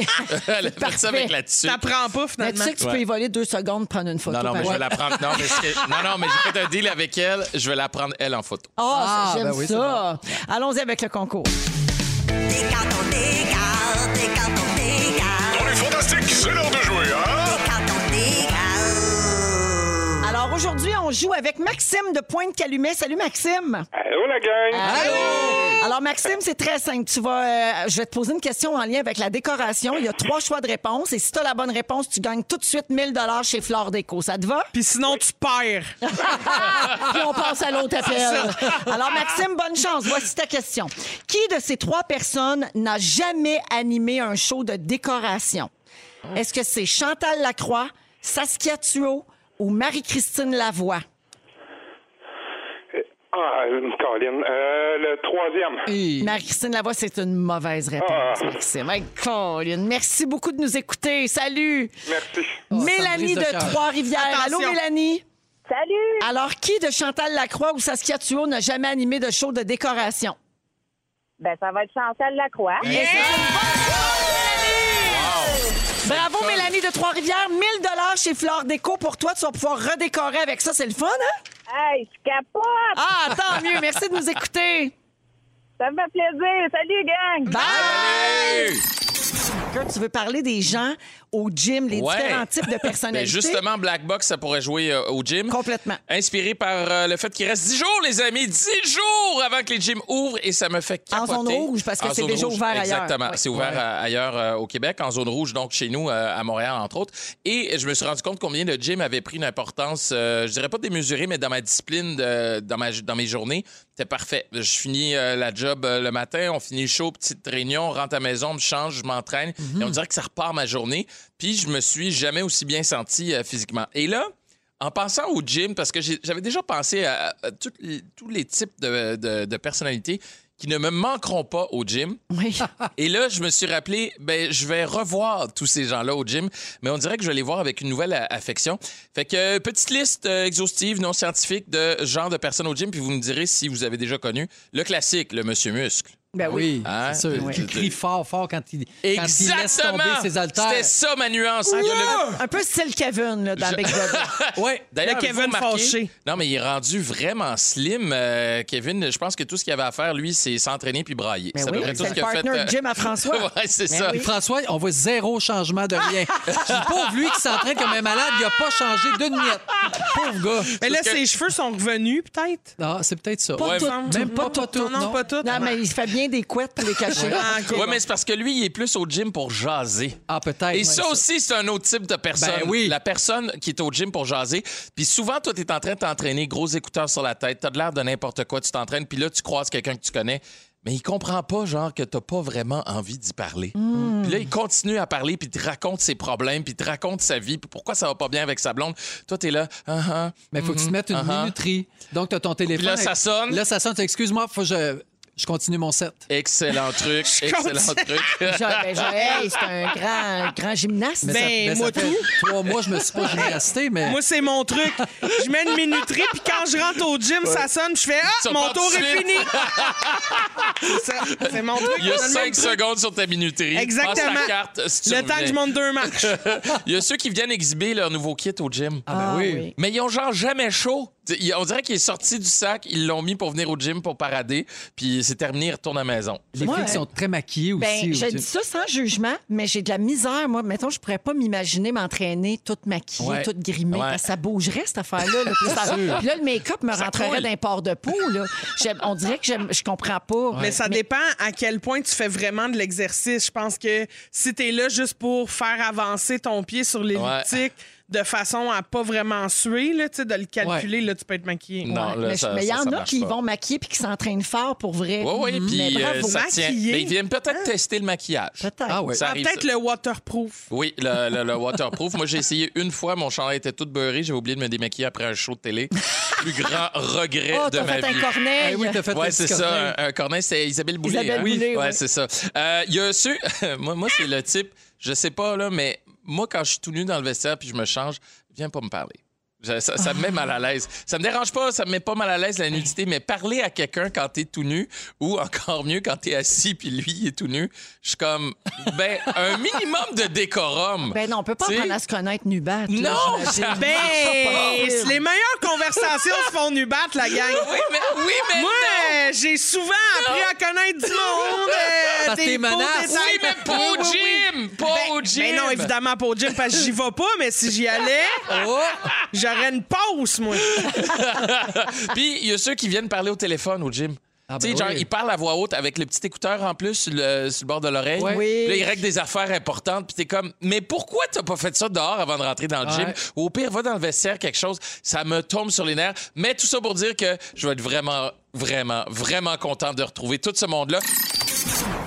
Speaker 2: elle fait
Speaker 1: Parfait.
Speaker 2: ça avec la tuque.
Speaker 3: T'apprends pas,
Speaker 1: Mais tu
Speaker 3: finalement.
Speaker 1: sais que tu peux
Speaker 2: Ouais.
Speaker 1: y voler deux secondes, prendre une photo.
Speaker 2: Non, non, mais
Speaker 1: par
Speaker 2: je vais
Speaker 1: exemple.
Speaker 2: la prendre. Non, mais,
Speaker 1: *laughs*
Speaker 2: c'est- non, non, mais j'ai fait un deal avec elle. Je vais la prendre, elle, en photo.
Speaker 1: Ah,
Speaker 4: Ah,
Speaker 1: j'aime
Speaker 4: ben oui, c'est
Speaker 1: ça. Allons-y avec le concours.
Speaker 5: Décarte, on décarte, décarte, on décarte.
Speaker 8: Dans les fantastiques, c'est l'heure de jouer, hein?
Speaker 5: Décarte, on décarte.
Speaker 1: Alors Aujourd'hui, on joue avec Maxime de Pointe-Calumet. Salut, Maxime.
Speaker 8: Allô, la gang!
Speaker 1: Allô! Alors, Maxime, c'est très simple. Tu vas, euh, je vais te poser une question en lien avec la décoration. Il y a trois choix de réponse. Et si tu as la bonne réponse, tu gagnes tout de suite 1000 chez Flore Déco. Ça te va?
Speaker 3: Puis sinon, tu perds.
Speaker 1: *laughs* Puis on passe à l'autre appel. Alors, Maxime, bonne chance. Voici ta question. Qui de ces trois personnes n'a jamais animé un show de décoration? Est-ce que c'est Chantal Lacroix, Saskia Tuo ou Marie-Christine Lavoie?
Speaker 8: Ah, euh, Colin. Euh, le troisième.
Speaker 1: Marie-Christine Lavoie, c'est une mauvaise réponse, Maxime. Hey, Colin, merci beaucoup de nous écouter. Salut!
Speaker 8: Merci.
Speaker 5: Oh,
Speaker 3: Oh,
Speaker 1: Mélanie
Speaker 4: brise le cœur.
Speaker 1: de Trois-Rivières. Allô,
Speaker 3: Attention.
Speaker 1: Mélanie?
Speaker 9: Salut!
Speaker 1: Alors, qui de Chantal Lacroix ou Saskia Tuo n'a jamais animé de show de décoration?
Speaker 9: Ben, ça va être Chantal Lacroix.
Speaker 1: Et c'est une bonne réponse, Mélanie! Bravo, Mélanie de Trois-Rivières. 1000 chez Flore Déco pour toi. Tu vas pouvoir redécorer avec ça. C'est le fun, hein?
Speaker 9: Hey, je capote!
Speaker 1: Ah, tant mieux. Merci de nous écouter.
Speaker 9: Ça me fait plaisir. Salut, gang!
Speaker 1: Bye! Kurt, tu veux parler des gens au gym, les
Speaker 2: Ouais.
Speaker 1: différents types de
Speaker 2: *laughs* Ben,
Speaker 1: personnalités?
Speaker 2: justement, Black Box, ça pourrait jouer euh, au gym.
Speaker 1: Complètement.
Speaker 2: Inspiré par euh, le fait qu'il reste 10 jours, les amis, 10 jours avant que les gyms ouvrent et ça me fait
Speaker 1: En
Speaker 2: capoter.
Speaker 1: zone rouge, parce que
Speaker 2: En
Speaker 1: c'est
Speaker 2: zone
Speaker 1: déjà
Speaker 2: rouge,
Speaker 1: ouvert ailleurs.
Speaker 2: Exactement.
Speaker 1: Oui.
Speaker 2: C'est ouvert euh, ailleurs euh, au Québec, en zone rouge, donc chez nous, euh, à Montréal, entre autres. Et je me suis rendu compte combien le gym avait pris une importance, euh, je dirais pas démesurée, mais dans ma discipline, de- dans, ma, dans mes journées, c'était parfait. Je finis euh, la job euh, le matin, on finit le show, petite réunion, on rentre à la maison, on me change, je m'entraîne. Et on dirait que ça repart ma journée. Puis je me suis jamais aussi bien senti euh, physiquement. Et là, en pensant au gym, parce que j'ai- j'avais déjà pensé à, à tout- tous les types de, de- de personnalités qui ne me manqueront pas au gym.
Speaker 1: Oui.
Speaker 2: *laughs* Et là, je me suis rappelé, ben, je vais revoir tous ces gens-là au gym, mais on dirait que je vais les voir avec une nouvelle a- affection. Fait que euh, petite liste euh, exhaustive, non scientifique de genre de personnes au gym, puis vous me direz si vous avez déjà connu le classique, le monsieur muscle.
Speaker 1: Ben oui.
Speaker 4: Oui,
Speaker 2: Hein?
Speaker 4: c'est sûr.
Speaker 2: Oui.
Speaker 4: Qui crie fort, fort quand il, quand il laisse
Speaker 2: Exactement.
Speaker 4: tomber ses haltères.
Speaker 2: C'était ça ma nuance. Il y a le-
Speaker 1: Un peu style Kevin là, dans
Speaker 2: Je-
Speaker 1: Big
Speaker 2: *laughs*
Speaker 1: Brother.
Speaker 4: Ouais.
Speaker 2: D'ailleurs,
Speaker 3: Le Kevin
Speaker 2: avez-vous remarqué-
Speaker 3: fâché.
Speaker 2: Non, mais il est rendu vraiment slim, euh, Kevin. Je pense que tout ce qu'il avait à faire, lui, c'est s'entraîner puis brailler.
Speaker 1: Ben
Speaker 2: Ça
Speaker 1: oui,
Speaker 2: devrait tout
Speaker 1: c'est
Speaker 2: ce
Speaker 1: le
Speaker 2: qu'il a fait.
Speaker 1: partner
Speaker 2: euh,
Speaker 1: Jim à François.
Speaker 2: *laughs*
Speaker 1: Ben
Speaker 2: ouais, c'est ça.
Speaker 4: Et François, on voit zéro changement de rien. Je dis, pauvre lui qui s'entraîne comme un malade, il n'a pas changé d'une miette. Pauvre gars.
Speaker 3: Mais là,
Speaker 2: Parce que-
Speaker 3: ses cheveux sont revenus, peut-être.
Speaker 4: Non, c'est peut-être ça.
Speaker 2: Ouais,
Speaker 1: tout,
Speaker 2: mais-
Speaker 4: Même pas, pas tout,
Speaker 3: Non,
Speaker 4: non.
Speaker 3: pas tout.
Speaker 1: Non, mais il se fait bien des couettes pour les cacher.
Speaker 3: Ah, ok,
Speaker 2: Ouais,
Speaker 3: bon.
Speaker 2: mais c'est parce que lui, il est plus au gym pour jaser.
Speaker 4: Ah, peut-être.
Speaker 2: Et
Speaker 4: ouais,
Speaker 2: ça aussi, c'est un autre type de personne.
Speaker 4: Ben oui.
Speaker 2: La personne qui est au gym pour jaser. Puis souvent, toi, t'es en train de t'entraîner, gros écouteurs sur la tête, t'as de l'air de n'importe quoi, tu t'entraînes, puis là, tu croises quelqu'un que tu connais. Mais il comprend pas, genre, que t'as pas vraiment envie d'y parler.
Speaker 1: Hmm.
Speaker 2: Puis là, il continue à parler, puis il te raconte ses problèmes, puis il te raconte sa vie, puis pourquoi ça va pas bien avec sa blonde. Toi, t'es là, ah ah.
Speaker 4: Mais il faut que tu te mettes une
Speaker 2: Uh-huh.
Speaker 4: minuterie. Donc, tu as ton téléphone.
Speaker 2: là, ça
Speaker 4: avec-
Speaker 2: sonne.
Speaker 4: Là, ça sonne. Tu dis, Excuse-moi, faut que je... je continue mon set.
Speaker 2: Excellent truc, excellent
Speaker 1: *laughs*
Speaker 2: truc.
Speaker 1: Jo- ben, Joël, c'est un grand, grand gymnaste.
Speaker 4: Mais
Speaker 3: Ben,
Speaker 4: ça- mais ça
Speaker 3: moi,
Speaker 4: fait
Speaker 3: tout.
Speaker 4: Trois mois, je me suis pas gymnasté, mais.
Speaker 3: Moi, c'est mon truc. Je mets une minuterie, puis quand je rentre au gym, ça sonne, puis je fais Ah,
Speaker 2: Ça
Speaker 3: mon
Speaker 2: part
Speaker 3: tour
Speaker 2: tout de
Speaker 3: est
Speaker 2: suite.
Speaker 3: fini.
Speaker 4: *laughs*
Speaker 3: c'est ça. C'est mon truc.
Speaker 2: Il y a
Speaker 3: On le
Speaker 2: 5
Speaker 3: même truc.
Speaker 2: secondes sur ta minuterie.
Speaker 3: Exactement.
Speaker 2: Passe ta carte si tu
Speaker 3: Le temps
Speaker 2: reviens.
Speaker 3: que je monte deux marches.
Speaker 2: *laughs* Il y a ceux qui viennent exhiber leur nouveau kit au gym.
Speaker 1: Ah, oui. oui.
Speaker 2: Mais ils ont genre jamais chaud. Ils- On dirait qu'il est sorti du sac, ils l'ont mis pour venir au gym pour parader, puis c'est terminé, ils retournent à la maison.
Speaker 4: Les
Speaker 1: Moi,
Speaker 4: filles qui
Speaker 1: hein.
Speaker 4: sont très maquillées aussi.
Speaker 1: Ben,
Speaker 4: au
Speaker 1: je
Speaker 4: gym.
Speaker 1: dis ça sans jugement, mais j'ai de la misère, moi. Mettons, je pourrais pas m'imaginer m'entraîner toute maquillée,
Speaker 2: Ouais.
Speaker 1: toute grimée.
Speaker 2: Ouais.
Speaker 1: Parce que ça bougerait, cette affaire-là.
Speaker 2: *laughs*
Speaker 1: là. Puis ça- puis là, le make-up me
Speaker 2: Ça
Speaker 1: rentrerait
Speaker 2: coule.
Speaker 1: d'un port de peau. Là. J'aime- On dirait que j'aime- je comprends pas.
Speaker 3: Mais ça dépend à quel point tu fais vraiment de l'exercice. Je pense que si t'es là juste pour faire avancer ton pied sur l'elliptique de façon à pas vraiment suer, là, tu sais, de le calculer, là, tu peux être maquillé.
Speaker 2: Non, là,
Speaker 1: mais je-
Speaker 2: ça-
Speaker 1: mais il y
Speaker 2: ça-
Speaker 1: en
Speaker 2: ça
Speaker 1: a
Speaker 2: marche
Speaker 1: qui
Speaker 2: pas.
Speaker 1: vont maquiller puis qui s'entraînent fort pour vrai. Mhm.
Speaker 2: Oui, oui,
Speaker 1: mm-hmm. Mais
Speaker 2: puis
Speaker 1: bravo. Ah.
Speaker 2: euh, ça tient.
Speaker 3: maquiller.
Speaker 2: Mais ils viennent peut-être tester le maquillage.
Speaker 1: Peut-être.
Speaker 4: Ah, ouais.
Speaker 2: Ça
Speaker 3: Ah,
Speaker 2: arrive,
Speaker 3: Peut-être
Speaker 2: ça.
Speaker 3: le waterproof.
Speaker 2: Oui, le, le- le waterproof. Moi, j'ai essayé une fois, mon chandail était tout beurré, j'ai oublié de me démaquiller après un show de
Speaker 1: *laughs*
Speaker 2: télé. Plus grand regret
Speaker 1: Oh,
Speaker 2: de
Speaker 1: t'as
Speaker 2: ma
Speaker 1: fait un
Speaker 2: vie.
Speaker 1: corneille.
Speaker 4: Eh oui, t'as fait
Speaker 2: ouais,
Speaker 4: le
Speaker 2: c'est
Speaker 4: petit
Speaker 2: ça.
Speaker 4: corneille.
Speaker 2: Un, un cornet, c'est Isabelle Boulay.
Speaker 1: Isabelle
Speaker 2: hein?
Speaker 1: Boulay,
Speaker 2: ouais,
Speaker 1: ouais.
Speaker 2: c'est ça. Euh, Il y a ceux. *laughs* moi, moi c'est le type. Je sais pas, là, mais moi, quand je suis tout nu dans le vestiaire puis je me change, viens pas me parler. Je- ça, ça me met mal à l'aise. Ça me dérange pas, ça me met pas mal à l'aise la nudité, mais parler à quelqu'un quand t'es tout nu ou encore mieux quand t'es assis puis lui il est tout nu, je suis comme ben un minimum de décorum.
Speaker 1: Ben non, on peut pas
Speaker 2: Tu sais?
Speaker 1: apprendre à se connaître nubat.
Speaker 2: Non, *laughs* ça-
Speaker 3: Ben,
Speaker 1: Ah,
Speaker 3: les meilleures conversations se font nu battre, la gang.
Speaker 2: Oui, mais oui, mais
Speaker 3: Moi,
Speaker 2: non.
Speaker 3: euh, j'ai souvent appris à connaître du monde. euh,
Speaker 4: Parce que
Speaker 3: des
Speaker 4: t'es
Speaker 3: beaux
Speaker 4: menace.
Speaker 3: détails.
Speaker 2: Oui, mais pas au
Speaker 3: Oui, oui, oui.
Speaker 2: gym, pas
Speaker 3: Ben-
Speaker 2: au gym. Oh.
Speaker 3: ben non, évidemment pas au gym parce que j'y vais pas, mais si j'y allais, je J'aurais une pause, moi.
Speaker 2: *laughs* Puis il y a ceux qui viennent parler au téléphone au gym.
Speaker 4: Ah,
Speaker 2: tu sais,
Speaker 4: ben
Speaker 2: genre,
Speaker 4: oui.
Speaker 2: ils parlent à voix haute avec le petit écouteur en plus sur le, sur le bord de l'oreille.
Speaker 4: Ouais.
Speaker 1: Oui.
Speaker 2: Puis là, ils règlent des affaires importantes. Puis t'es comme, mais pourquoi t'as pas fait ça dehors avant de rentrer dans le
Speaker 4: Ouais.
Speaker 2: gym? Ou au pire, va dans le vestiaire, quelque chose. Ça me tombe sur les nerfs. Mais tout ça pour dire que je vais être vraiment, vraiment, vraiment content de retrouver tout ce monde-là.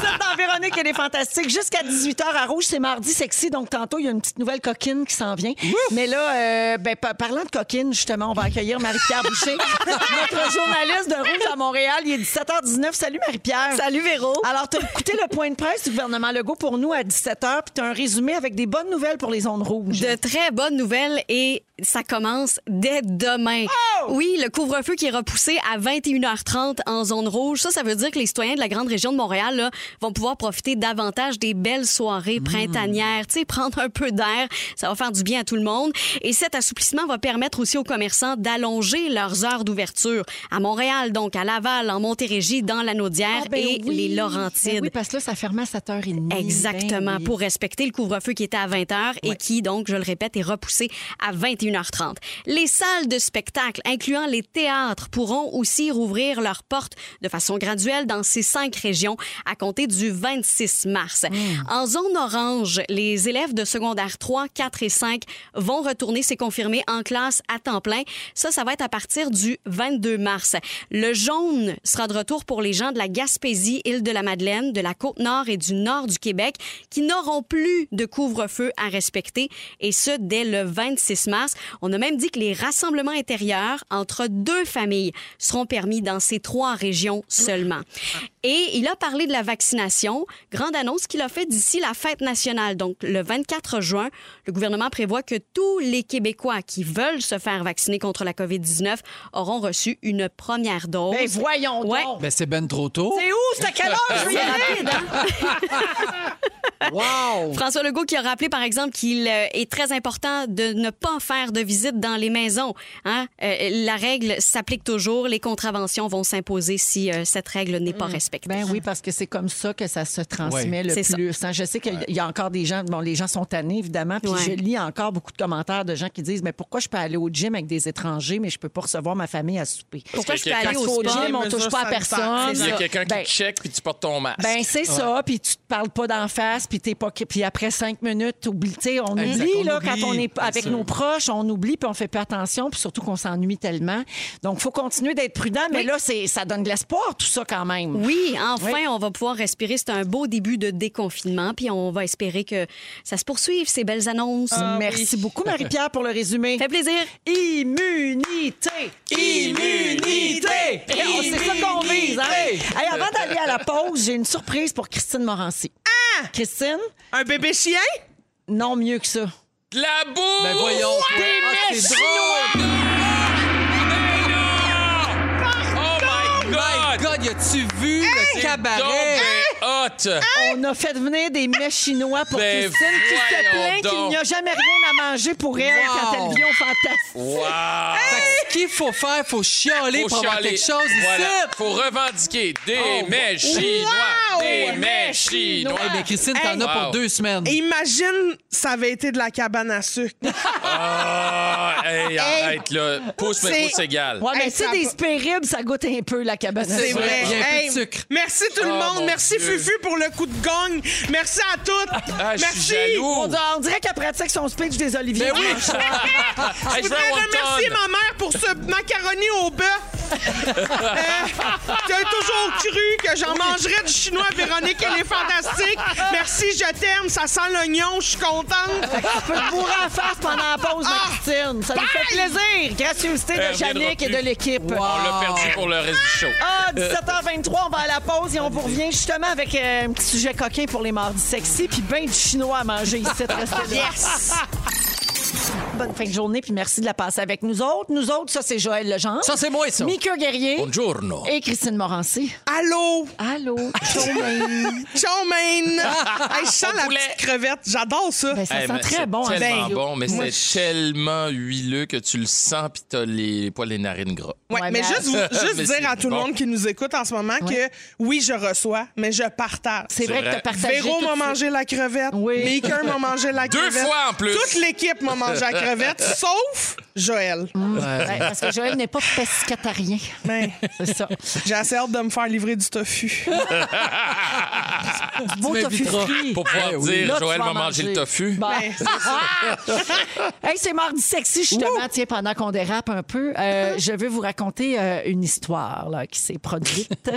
Speaker 1: dans Véronique, elle est fantastique. Jusqu'à 18h à Rouge, c'est mardi sexy. Donc, tantôt, il y a une petite nouvelle coquine qui s'en vient. Mais là, euh, ben, pa- parlant de coquine, justement, on va accueillir
Speaker 10: *laughs*
Speaker 1: Marie-Pierre Boucher, notre journaliste de Rouge à Montréal. Il est 17h19. Salut, Marie-Pierre.
Speaker 10: Salut Véro.
Speaker 1: Alors, tu as écouté le point de presse du gouvernement Legault pour nous à 17h, puis tu as un résumé avec des bonnes nouvelles pour les ondes rouges.
Speaker 10: De très bonnes nouvelles et ça commence dès demain.
Speaker 1: Oh!
Speaker 10: Oui, le couvre-feu qui est repoussé à 21h30 en zone rouge. Ça, ça veut dire que les citoyens de la grande région de Montréal là, vont pouvoir profiter davantage des belles soirées printanières, tu sais, prendre un peu d'air. Ça va faire du bien à tout le monde. Et cet assouplissement va permettre aussi aux commerçants d'allonger leurs heures d'ouverture à Montréal, donc à Laval, en Montérégie, dans la Naudière
Speaker 1: Ah, ben
Speaker 10: et
Speaker 1: oui.
Speaker 10: les
Speaker 1: Ben
Speaker 10: Laurentides.
Speaker 1: oui, parce que là, ça ferme à 7h30.
Speaker 10: Exactement,
Speaker 1: Ben oui.
Speaker 10: pour respecter le couvre-feu qui était à 20h et qui, donc, je le répète, est repoussé à 21h30. Les salles de spectacle, incluant les théâtres, pourront aussi rouvrir leurs portes de façon graduelle dans ces cinq régions à compter du 26 mars. En zone orange, les élèves de secondaire 3, 4 et 5 vont retourner, c'est confirmé, en classe à temps plein. Ça, ça va être à partir du 22 mars. Le jaune sera de retour pour les gens de la Gaspésie, île de la Madeleine, de la Côte-Nord et du nord du Québec qui n'auront plus de couvre-feu à respecter et ce dès le 26 mars. On a même dit que les rassemblements intérieurs entre deux familles seront permis dans ces trois régions seulement. Et il a parlé de la vaccination, grande annonce qu'il a fait d'ici la fête nationale donc le 24 juin. Le gouvernement prévoit que tous les Québécois qui veulent se faire vacciner contre la COVID-19 auront reçu une première dose.
Speaker 1: Ben voyons
Speaker 10: Ouais.
Speaker 1: donc.
Speaker 4: Ben, c'est ben trop tôt.
Speaker 1: C'est où? C'est à quelle heure? Je vais y aller.
Speaker 4: *laughs* Wow!
Speaker 10: François Legault qui a rappelé, par exemple, qu'il euh, est très important de ne pas faire de visite dans les maisons. hein. Euh, la règle s'applique toujours. Les contraventions vont s'imposer si euh, cette règle n'est pas respectée.
Speaker 1: Ben oui, parce que c'est comme ça que ça se transmet
Speaker 10: C'est ça.
Speaker 1: le plus. hein. Je sais qu'il y a encore des gens, bon, les gens sont tannés, évidemment, puis
Speaker 10: Ouais.
Speaker 1: je lis encore beaucoup de commentaires de gens qui disent, mais pourquoi je peux aller au gym avec des étrangers, mais je peux pas recevoir ma famille à souper?
Speaker 10: Pourquoi
Speaker 2: Parce
Speaker 10: je
Speaker 2: que
Speaker 10: peux aller
Speaker 2: quand
Speaker 10: au
Speaker 2: tu
Speaker 1: Au
Speaker 10: sport?
Speaker 1: gym, on
Speaker 3: mais
Speaker 1: touche
Speaker 3: ça,
Speaker 1: pas à
Speaker 3: ça me
Speaker 1: personne.
Speaker 3: tente.
Speaker 2: Il y a quelqu'un
Speaker 1: Ben,
Speaker 2: qui te check puis tu portes ton masque.
Speaker 1: Ben, c'est ça, puis tu te parles pas d'en face, puis t'es pas puis après cinq minutes, t'oublies- tu sais, on
Speaker 4: Exact,
Speaker 1: oublie
Speaker 4: on
Speaker 1: là
Speaker 4: oublie,
Speaker 1: quand on est
Speaker 4: bien
Speaker 1: avec
Speaker 4: sûr.
Speaker 1: nos proches, on oublie puis on fait pas attention, puis surtout qu'on s'ennuie tellement. Donc faut continuer d'être prudent, mais
Speaker 10: Oui.
Speaker 1: là c'est ça donne de l'espoir tout ça quand même.
Speaker 10: Oui, enfin, on va pouvoir respirer. C'est un beau début de déconfinement, puis on va espérer que ça se poursuive, ces belles annonces.
Speaker 1: Ah Merci beaucoup Marie-Pierre pour le résumé.
Speaker 10: Fait plaisir.
Speaker 1: Immunité! Immunité! C'est Eh, ça qu'on vise, hein? Hey, avant d'aller
Speaker 3: *laughs*
Speaker 1: à la pause, j'ai une surprise pour Christine Morancy. Ah! Christine,
Speaker 3: Un bébé chien?
Speaker 1: non mieux que ça.
Speaker 2: De La boue!
Speaker 4: Ben voyons. Ah, c'est drôle.
Speaker 2: Oh my
Speaker 4: My
Speaker 2: God!
Speaker 4: God, y a-tu vu le
Speaker 2: Donc,
Speaker 4: cabaret?
Speaker 2: ben, hot!
Speaker 1: On a fait venir des mets chinois pour
Speaker 2: Ben
Speaker 1: Christine qui se
Speaker 2: voyons
Speaker 1: plaint qu'il
Speaker 2: donc.
Speaker 1: n'y a jamais rien à manger pour elle
Speaker 4: Wow.
Speaker 1: quand elle vient au fantastique.
Speaker 2: Wow!
Speaker 4: Fait que Ce qu'il faut faire, faut chialer
Speaker 2: Faut
Speaker 4: pour avoir
Speaker 2: chialer.
Speaker 4: quelque chose ici.
Speaker 2: Voilà. Faut revendiquer des mets chinois! Des mets chinois!
Speaker 4: Eh bien, Christine, t'en
Speaker 2: Hey.
Speaker 4: as pour
Speaker 2: Wow.
Speaker 4: deux semaines.
Speaker 3: Imagine, ça avait été de la cabane à sucre.
Speaker 2: Ah, hey, arrête là. Pouce, mais
Speaker 3: C'est-
Speaker 2: pouce égal.
Speaker 1: Ouais, mais
Speaker 3: Hey,
Speaker 1: tu sais,
Speaker 3: ça
Speaker 1: des
Speaker 3: va-
Speaker 1: spéribes, ça goûte un peu la cabane. à
Speaker 3: C'est
Speaker 1: sucre.
Speaker 3: vrai.
Speaker 4: Il y a un peu de sucre.
Speaker 3: Merci tout le
Speaker 2: Oh, mon
Speaker 3: monde. Merci
Speaker 2: Dieu.
Speaker 3: Fufu pour le coup de gong. Merci à toutes.
Speaker 2: Ah, je suis
Speaker 3: Merci.
Speaker 1: On,
Speaker 2: jaloux. Ben
Speaker 1: on dirait qu'elle pratique son speech des Oliviers.
Speaker 2: *laughs* Hey,
Speaker 3: Je
Speaker 2: veux
Speaker 3: voudrais
Speaker 2: un
Speaker 3: remercier
Speaker 2: wonton.
Speaker 3: ma mère pour ce macaroni au bœuf. *laughs* Euh, J'ai toujours cru que j'en mangerais du chinois, Véronique, elle est fantastique. Merci, je t'aime, ça sent l'oignon, je suis contente.
Speaker 1: Tu peux te bourrer en face pendant la pause, ma
Speaker 3: Ah!
Speaker 1: Christine. Ça nous fait plaisir. Gracieuseté
Speaker 2: Elle
Speaker 1: de
Speaker 2: reviendra
Speaker 1: Yannick et de
Speaker 2: plus.
Speaker 1: l'équipe.
Speaker 2: On l'a perdu pour le reste du show.
Speaker 1: Ah, 17h23, on va à la pause et on vous revient justement avec euh, un petit sujet coquin pour les mardis sexy, puis ben du chinois à manger ici. Restez
Speaker 4: *laughs*
Speaker 1: là.
Speaker 3: Yes!
Speaker 1: Bonne fin de journée, puis merci de la passer avec nous autres. Nous autres, ça, c'est Joël Legendre.
Speaker 4: Ça, c'est moi, ça.
Speaker 1: Mika Guerrier.
Speaker 2: Buongiorno.
Speaker 1: Et Christine Morancy.
Speaker 3: Allô?
Speaker 1: Allô, Jomaine.
Speaker 3: Ciao,
Speaker 2: *laughs*
Speaker 3: Oh, man! Hey, je sens la
Speaker 2: poulet.
Speaker 3: petite crevette, j'adore ça.
Speaker 1: Ben, ça
Speaker 2: Hey,
Speaker 1: sent
Speaker 2: Eh, mais
Speaker 1: très
Speaker 2: c'est
Speaker 1: bon. hein.
Speaker 2: Tellement
Speaker 3: Ben,
Speaker 2: bon, mais
Speaker 3: moi,
Speaker 2: c'est tellement huileux que tu le sens puis t'as les poils les narines gras.
Speaker 3: Ouais,
Speaker 1: Ouais, mais-
Speaker 3: mais
Speaker 2: *laughs*
Speaker 3: juste, vous- juste
Speaker 2: Mais c'est
Speaker 3: dire à tout le
Speaker 2: bon.
Speaker 3: monde qui nous écoute en ce moment que oui, je reçois, mais je partage.
Speaker 1: C'est vrai que
Speaker 2: vrai.
Speaker 1: t'as partagé
Speaker 3: Véro
Speaker 1: tout
Speaker 3: m'a
Speaker 1: de suite.
Speaker 3: mangé la crevette.
Speaker 1: Oui.
Speaker 3: Maker m'a mangé
Speaker 2: *laughs*
Speaker 3: la
Speaker 2: Deux
Speaker 3: crevette.
Speaker 2: fois en plus. *laughs*
Speaker 3: Toute l'équipe m'a mangé la crevette, sauf Joël.
Speaker 1: Mm. Ouais, parce que Joël n'est pas pescatarien.
Speaker 3: Mais
Speaker 1: C'est ça.
Speaker 3: Ben. j'ai assez hâte de me faire livrer
Speaker 1: *laughs*
Speaker 3: du tofu.
Speaker 1: Du beau tofu
Speaker 4: m'inviteras
Speaker 1: frit.
Speaker 2: Pour pouvoir
Speaker 4: Eh oui.
Speaker 2: dire,
Speaker 1: Là, tu
Speaker 2: Joël
Speaker 1: vas
Speaker 2: m'a mangé le
Speaker 1: manger.
Speaker 2: tofu.
Speaker 5: Ben,
Speaker 1: Bon. *laughs* hey, c'est mardi sexy, justement. Tiens, pendant qu'on dérape un peu, euh, je veux vous raconter euh, une histoire là, qui s'est produite.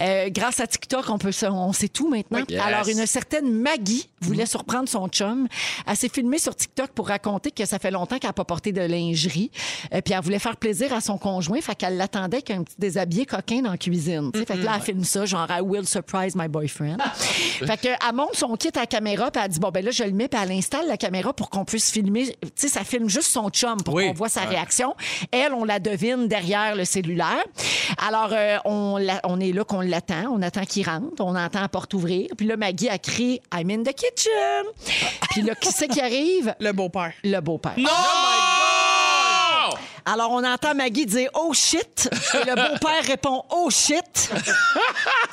Speaker 1: Euh, grâce à TikTok, on, peut, se- on sait tout maintenant.
Speaker 2: Yes.
Speaker 1: Alors, une certaine Maggie voulait surprendre son chum. Elle s'est filmée sur TikTok pour raconter que ça fait longtemps qu'elle n'a pas porté de lingerie. Euh, puis elle voulait faire plaisir à son conjoint, fait qu'elle l'attendait avec un petit déshabillé coquin dans la cuisine. tu sais. Fait que là, elle filme ça, genre I will surprise my boyfriend. fait que elle monte son kit à la caméra, puis elle dit bon ben là je le mets, puis elle installe la caméra pour qu'on puisse filmer. Tu sais, ça filme juste son chum pour
Speaker 4: Oui.
Speaker 1: qu'on voit sa réaction. Elle, on la devine derrière le cellulaire. Alors euh, on, la- on est là qu'on l'attend, on attend qu'il rentre, on entend la porte ouvrir, puis là Maggie a crié I'm in the kitchen. puis là qui c'est qui arrive
Speaker 3: Le beau-père.
Speaker 1: Le beau-père.
Speaker 2: Oh!
Speaker 1: Alors, on entend Maggie dire Oh shit. Et le beau-père répond Oh
Speaker 2: *laughs*
Speaker 1: shit.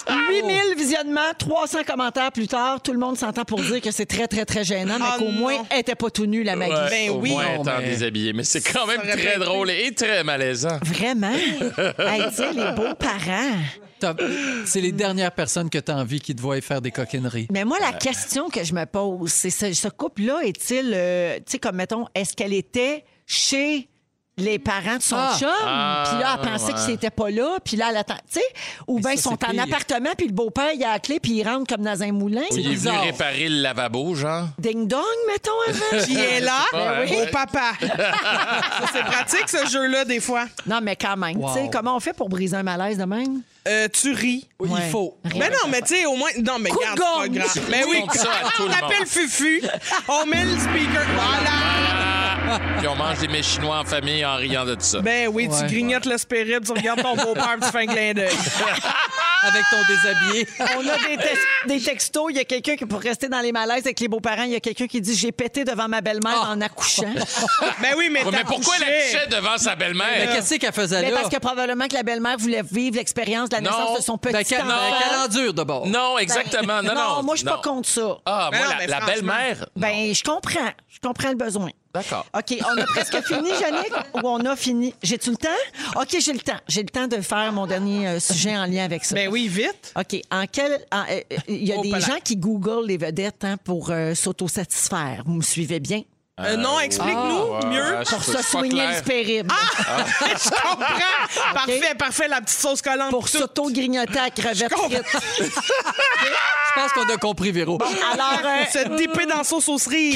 Speaker 2: Oh.
Speaker 1: 8000 visionnements, 300 commentaires plus tard. Tout le monde s'entend pour dire que c'est très, très, très gênant, mais
Speaker 3: Oh
Speaker 1: qu'au
Speaker 3: non.
Speaker 1: moins, elle n'était pas tout nue, la Maggie.
Speaker 2: Ah, Ouais,
Speaker 3: Ben
Speaker 2: au
Speaker 3: oui,
Speaker 2: moins,
Speaker 3: non,
Speaker 2: étant
Speaker 3: mais-
Speaker 2: déshabillé. Mais c'est quand même
Speaker 3: aurait bien
Speaker 2: très
Speaker 3: été.
Speaker 2: drôle et très malaisant. *laughs*
Speaker 1: Vraiment? Elle dit les beaux-parents.
Speaker 4: T'as- C'est les dernières personnes que tu as envie qui te voient faire des coquineries.
Speaker 1: Mais moi, la question que je me pose, c'est ce, ce couple-là est-il, euh, tu sais, comme mettons, est-ce qu'elle était chez les parents de son
Speaker 4: Ah.
Speaker 1: chum,
Speaker 2: Ah,
Speaker 1: puis là, elle pensait
Speaker 2: ouais.
Speaker 1: qu'ils n'étaient pas là, puis là, elle attend, tu sais, ou
Speaker 4: Mais
Speaker 1: bien
Speaker 4: ça,
Speaker 1: ils sont
Speaker 4: c'est
Speaker 1: en
Speaker 4: pire.
Speaker 1: appartement, puis le beau-père, il a la clé, puis il rentre comme dans un moulin.
Speaker 2: Ou
Speaker 1: C'est
Speaker 2: il est venu
Speaker 1: bizarre.
Speaker 2: réparer le lavabo, genre.
Speaker 1: Ding-dong, mettons,
Speaker 2: *laughs*
Speaker 1: avant.
Speaker 3: Qui est là
Speaker 2: pas, hein?
Speaker 3: au papa. Ça, c'est pratique, ce jeu-là, des fois.
Speaker 1: non, mais quand même,
Speaker 4: Wow.
Speaker 1: tu sais, comment on fait pour briser un malaise de même?
Speaker 3: Euh, tu ris.
Speaker 4: Il faut.
Speaker 3: Mais non, mais tu sais, au moins. Non, mais
Speaker 1: Coup de
Speaker 3: regarde, c'est pas
Speaker 1: gomme.
Speaker 3: grave. Mais
Speaker 2: Tu
Speaker 3: oui,
Speaker 2: comptes ça à tout
Speaker 3: on
Speaker 2: le
Speaker 3: appelle
Speaker 2: monde.
Speaker 3: Fufu, on met le speaker. Voilà!
Speaker 1: *laughs*
Speaker 2: Puis on mange des mets chinois en famille en riant de tout ça.
Speaker 3: Ben oui,
Speaker 4: Ouais.
Speaker 3: tu
Speaker 4: *laughs*
Speaker 3: grignotes le spirit, tu regardes ton beau-père, tu fais un clin
Speaker 1: *laughs*
Speaker 3: d'œil.
Speaker 4: *laughs* Avec ton déshabillé.
Speaker 1: On a des,
Speaker 3: *laughs*
Speaker 1: tes- des textos. Il y a quelqu'un qui, pour rester dans les malaises avec les beaux-parents, il y a quelqu'un qui dit J'ai pété devant ma belle-mère en accouchant.
Speaker 3: Ah. *laughs* Ben oui, mais
Speaker 2: Ouais, mais pourquoi elle
Speaker 3: t'accouchais.
Speaker 2: accouchait devant sa
Speaker 4: Mais
Speaker 2: belle-mère?
Speaker 4: qu'est-ce qu'elle faisait
Speaker 1: Mais
Speaker 4: là?
Speaker 1: parce que probablement que la belle-mère voulait vivre l'expérience de la
Speaker 2: Non.
Speaker 1: naissance de son petit
Speaker 4: Ben, qu'elle
Speaker 1: enfant.
Speaker 4: ben, qu'elle endure d'abord.
Speaker 2: Non, exactement. Non, non.
Speaker 1: Ben, moi, je suis pas contre ça.
Speaker 2: Ah,
Speaker 3: Ben
Speaker 2: moi,
Speaker 3: non,
Speaker 2: la,
Speaker 3: mais
Speaker 2: la
Speaker 3: franchement.
Speaker 2: belle-mère.
Speaker 1: Ben, je comprends. Je comprends le besoin.
Speaker 2: D'accord.
Speaker 1: OK, on a
Speaker 2: *laughs*
Speaker 1: presque fini, Yannick, ou on a fini? J'ai-tu le temps? OK, j'ai le temps. J'ai le temps de faire mon dernier euh, sujet en lien avec ça.
Speaker 3: Ben oui, vite.
Speaker 1: OK. En quel. en- euh, euh, Il y a
Speaker 3: Oh,
Speaker 1: des
Speaker 3: pas là.
Speaker 1: gens qui googlent les vedettes hein, pour euh, s'autosatisfaire. Vous me suivez bien?
Speaker 3: Euh, non, explique-nous
Speaker 2: ouais,
Speaker 3: mieux. Ah!
Speaker 2: ouais, je-
Speaker 1: Pour
Speaker 2: c'est
Speaker 1: se
Speaker 2: pas
Speaker 1: soigner
Speaker 2: clair. Ah.
Speaker 1: le péril.
Speaker 3: Je comprends. Parfait, parfait, la petite sauce collante.
Speaker 1: Pour
Speaker 3: tout.
Speaker 1: s'auto-grignoter à crevette
Speaker 3: comprends.
Speaker 4: Je pense qu'on a compris, Véro.
Speaker 1: *laughs* Alors, euh,
Speaker 3: Pour se dipper dans sauce aux cerises.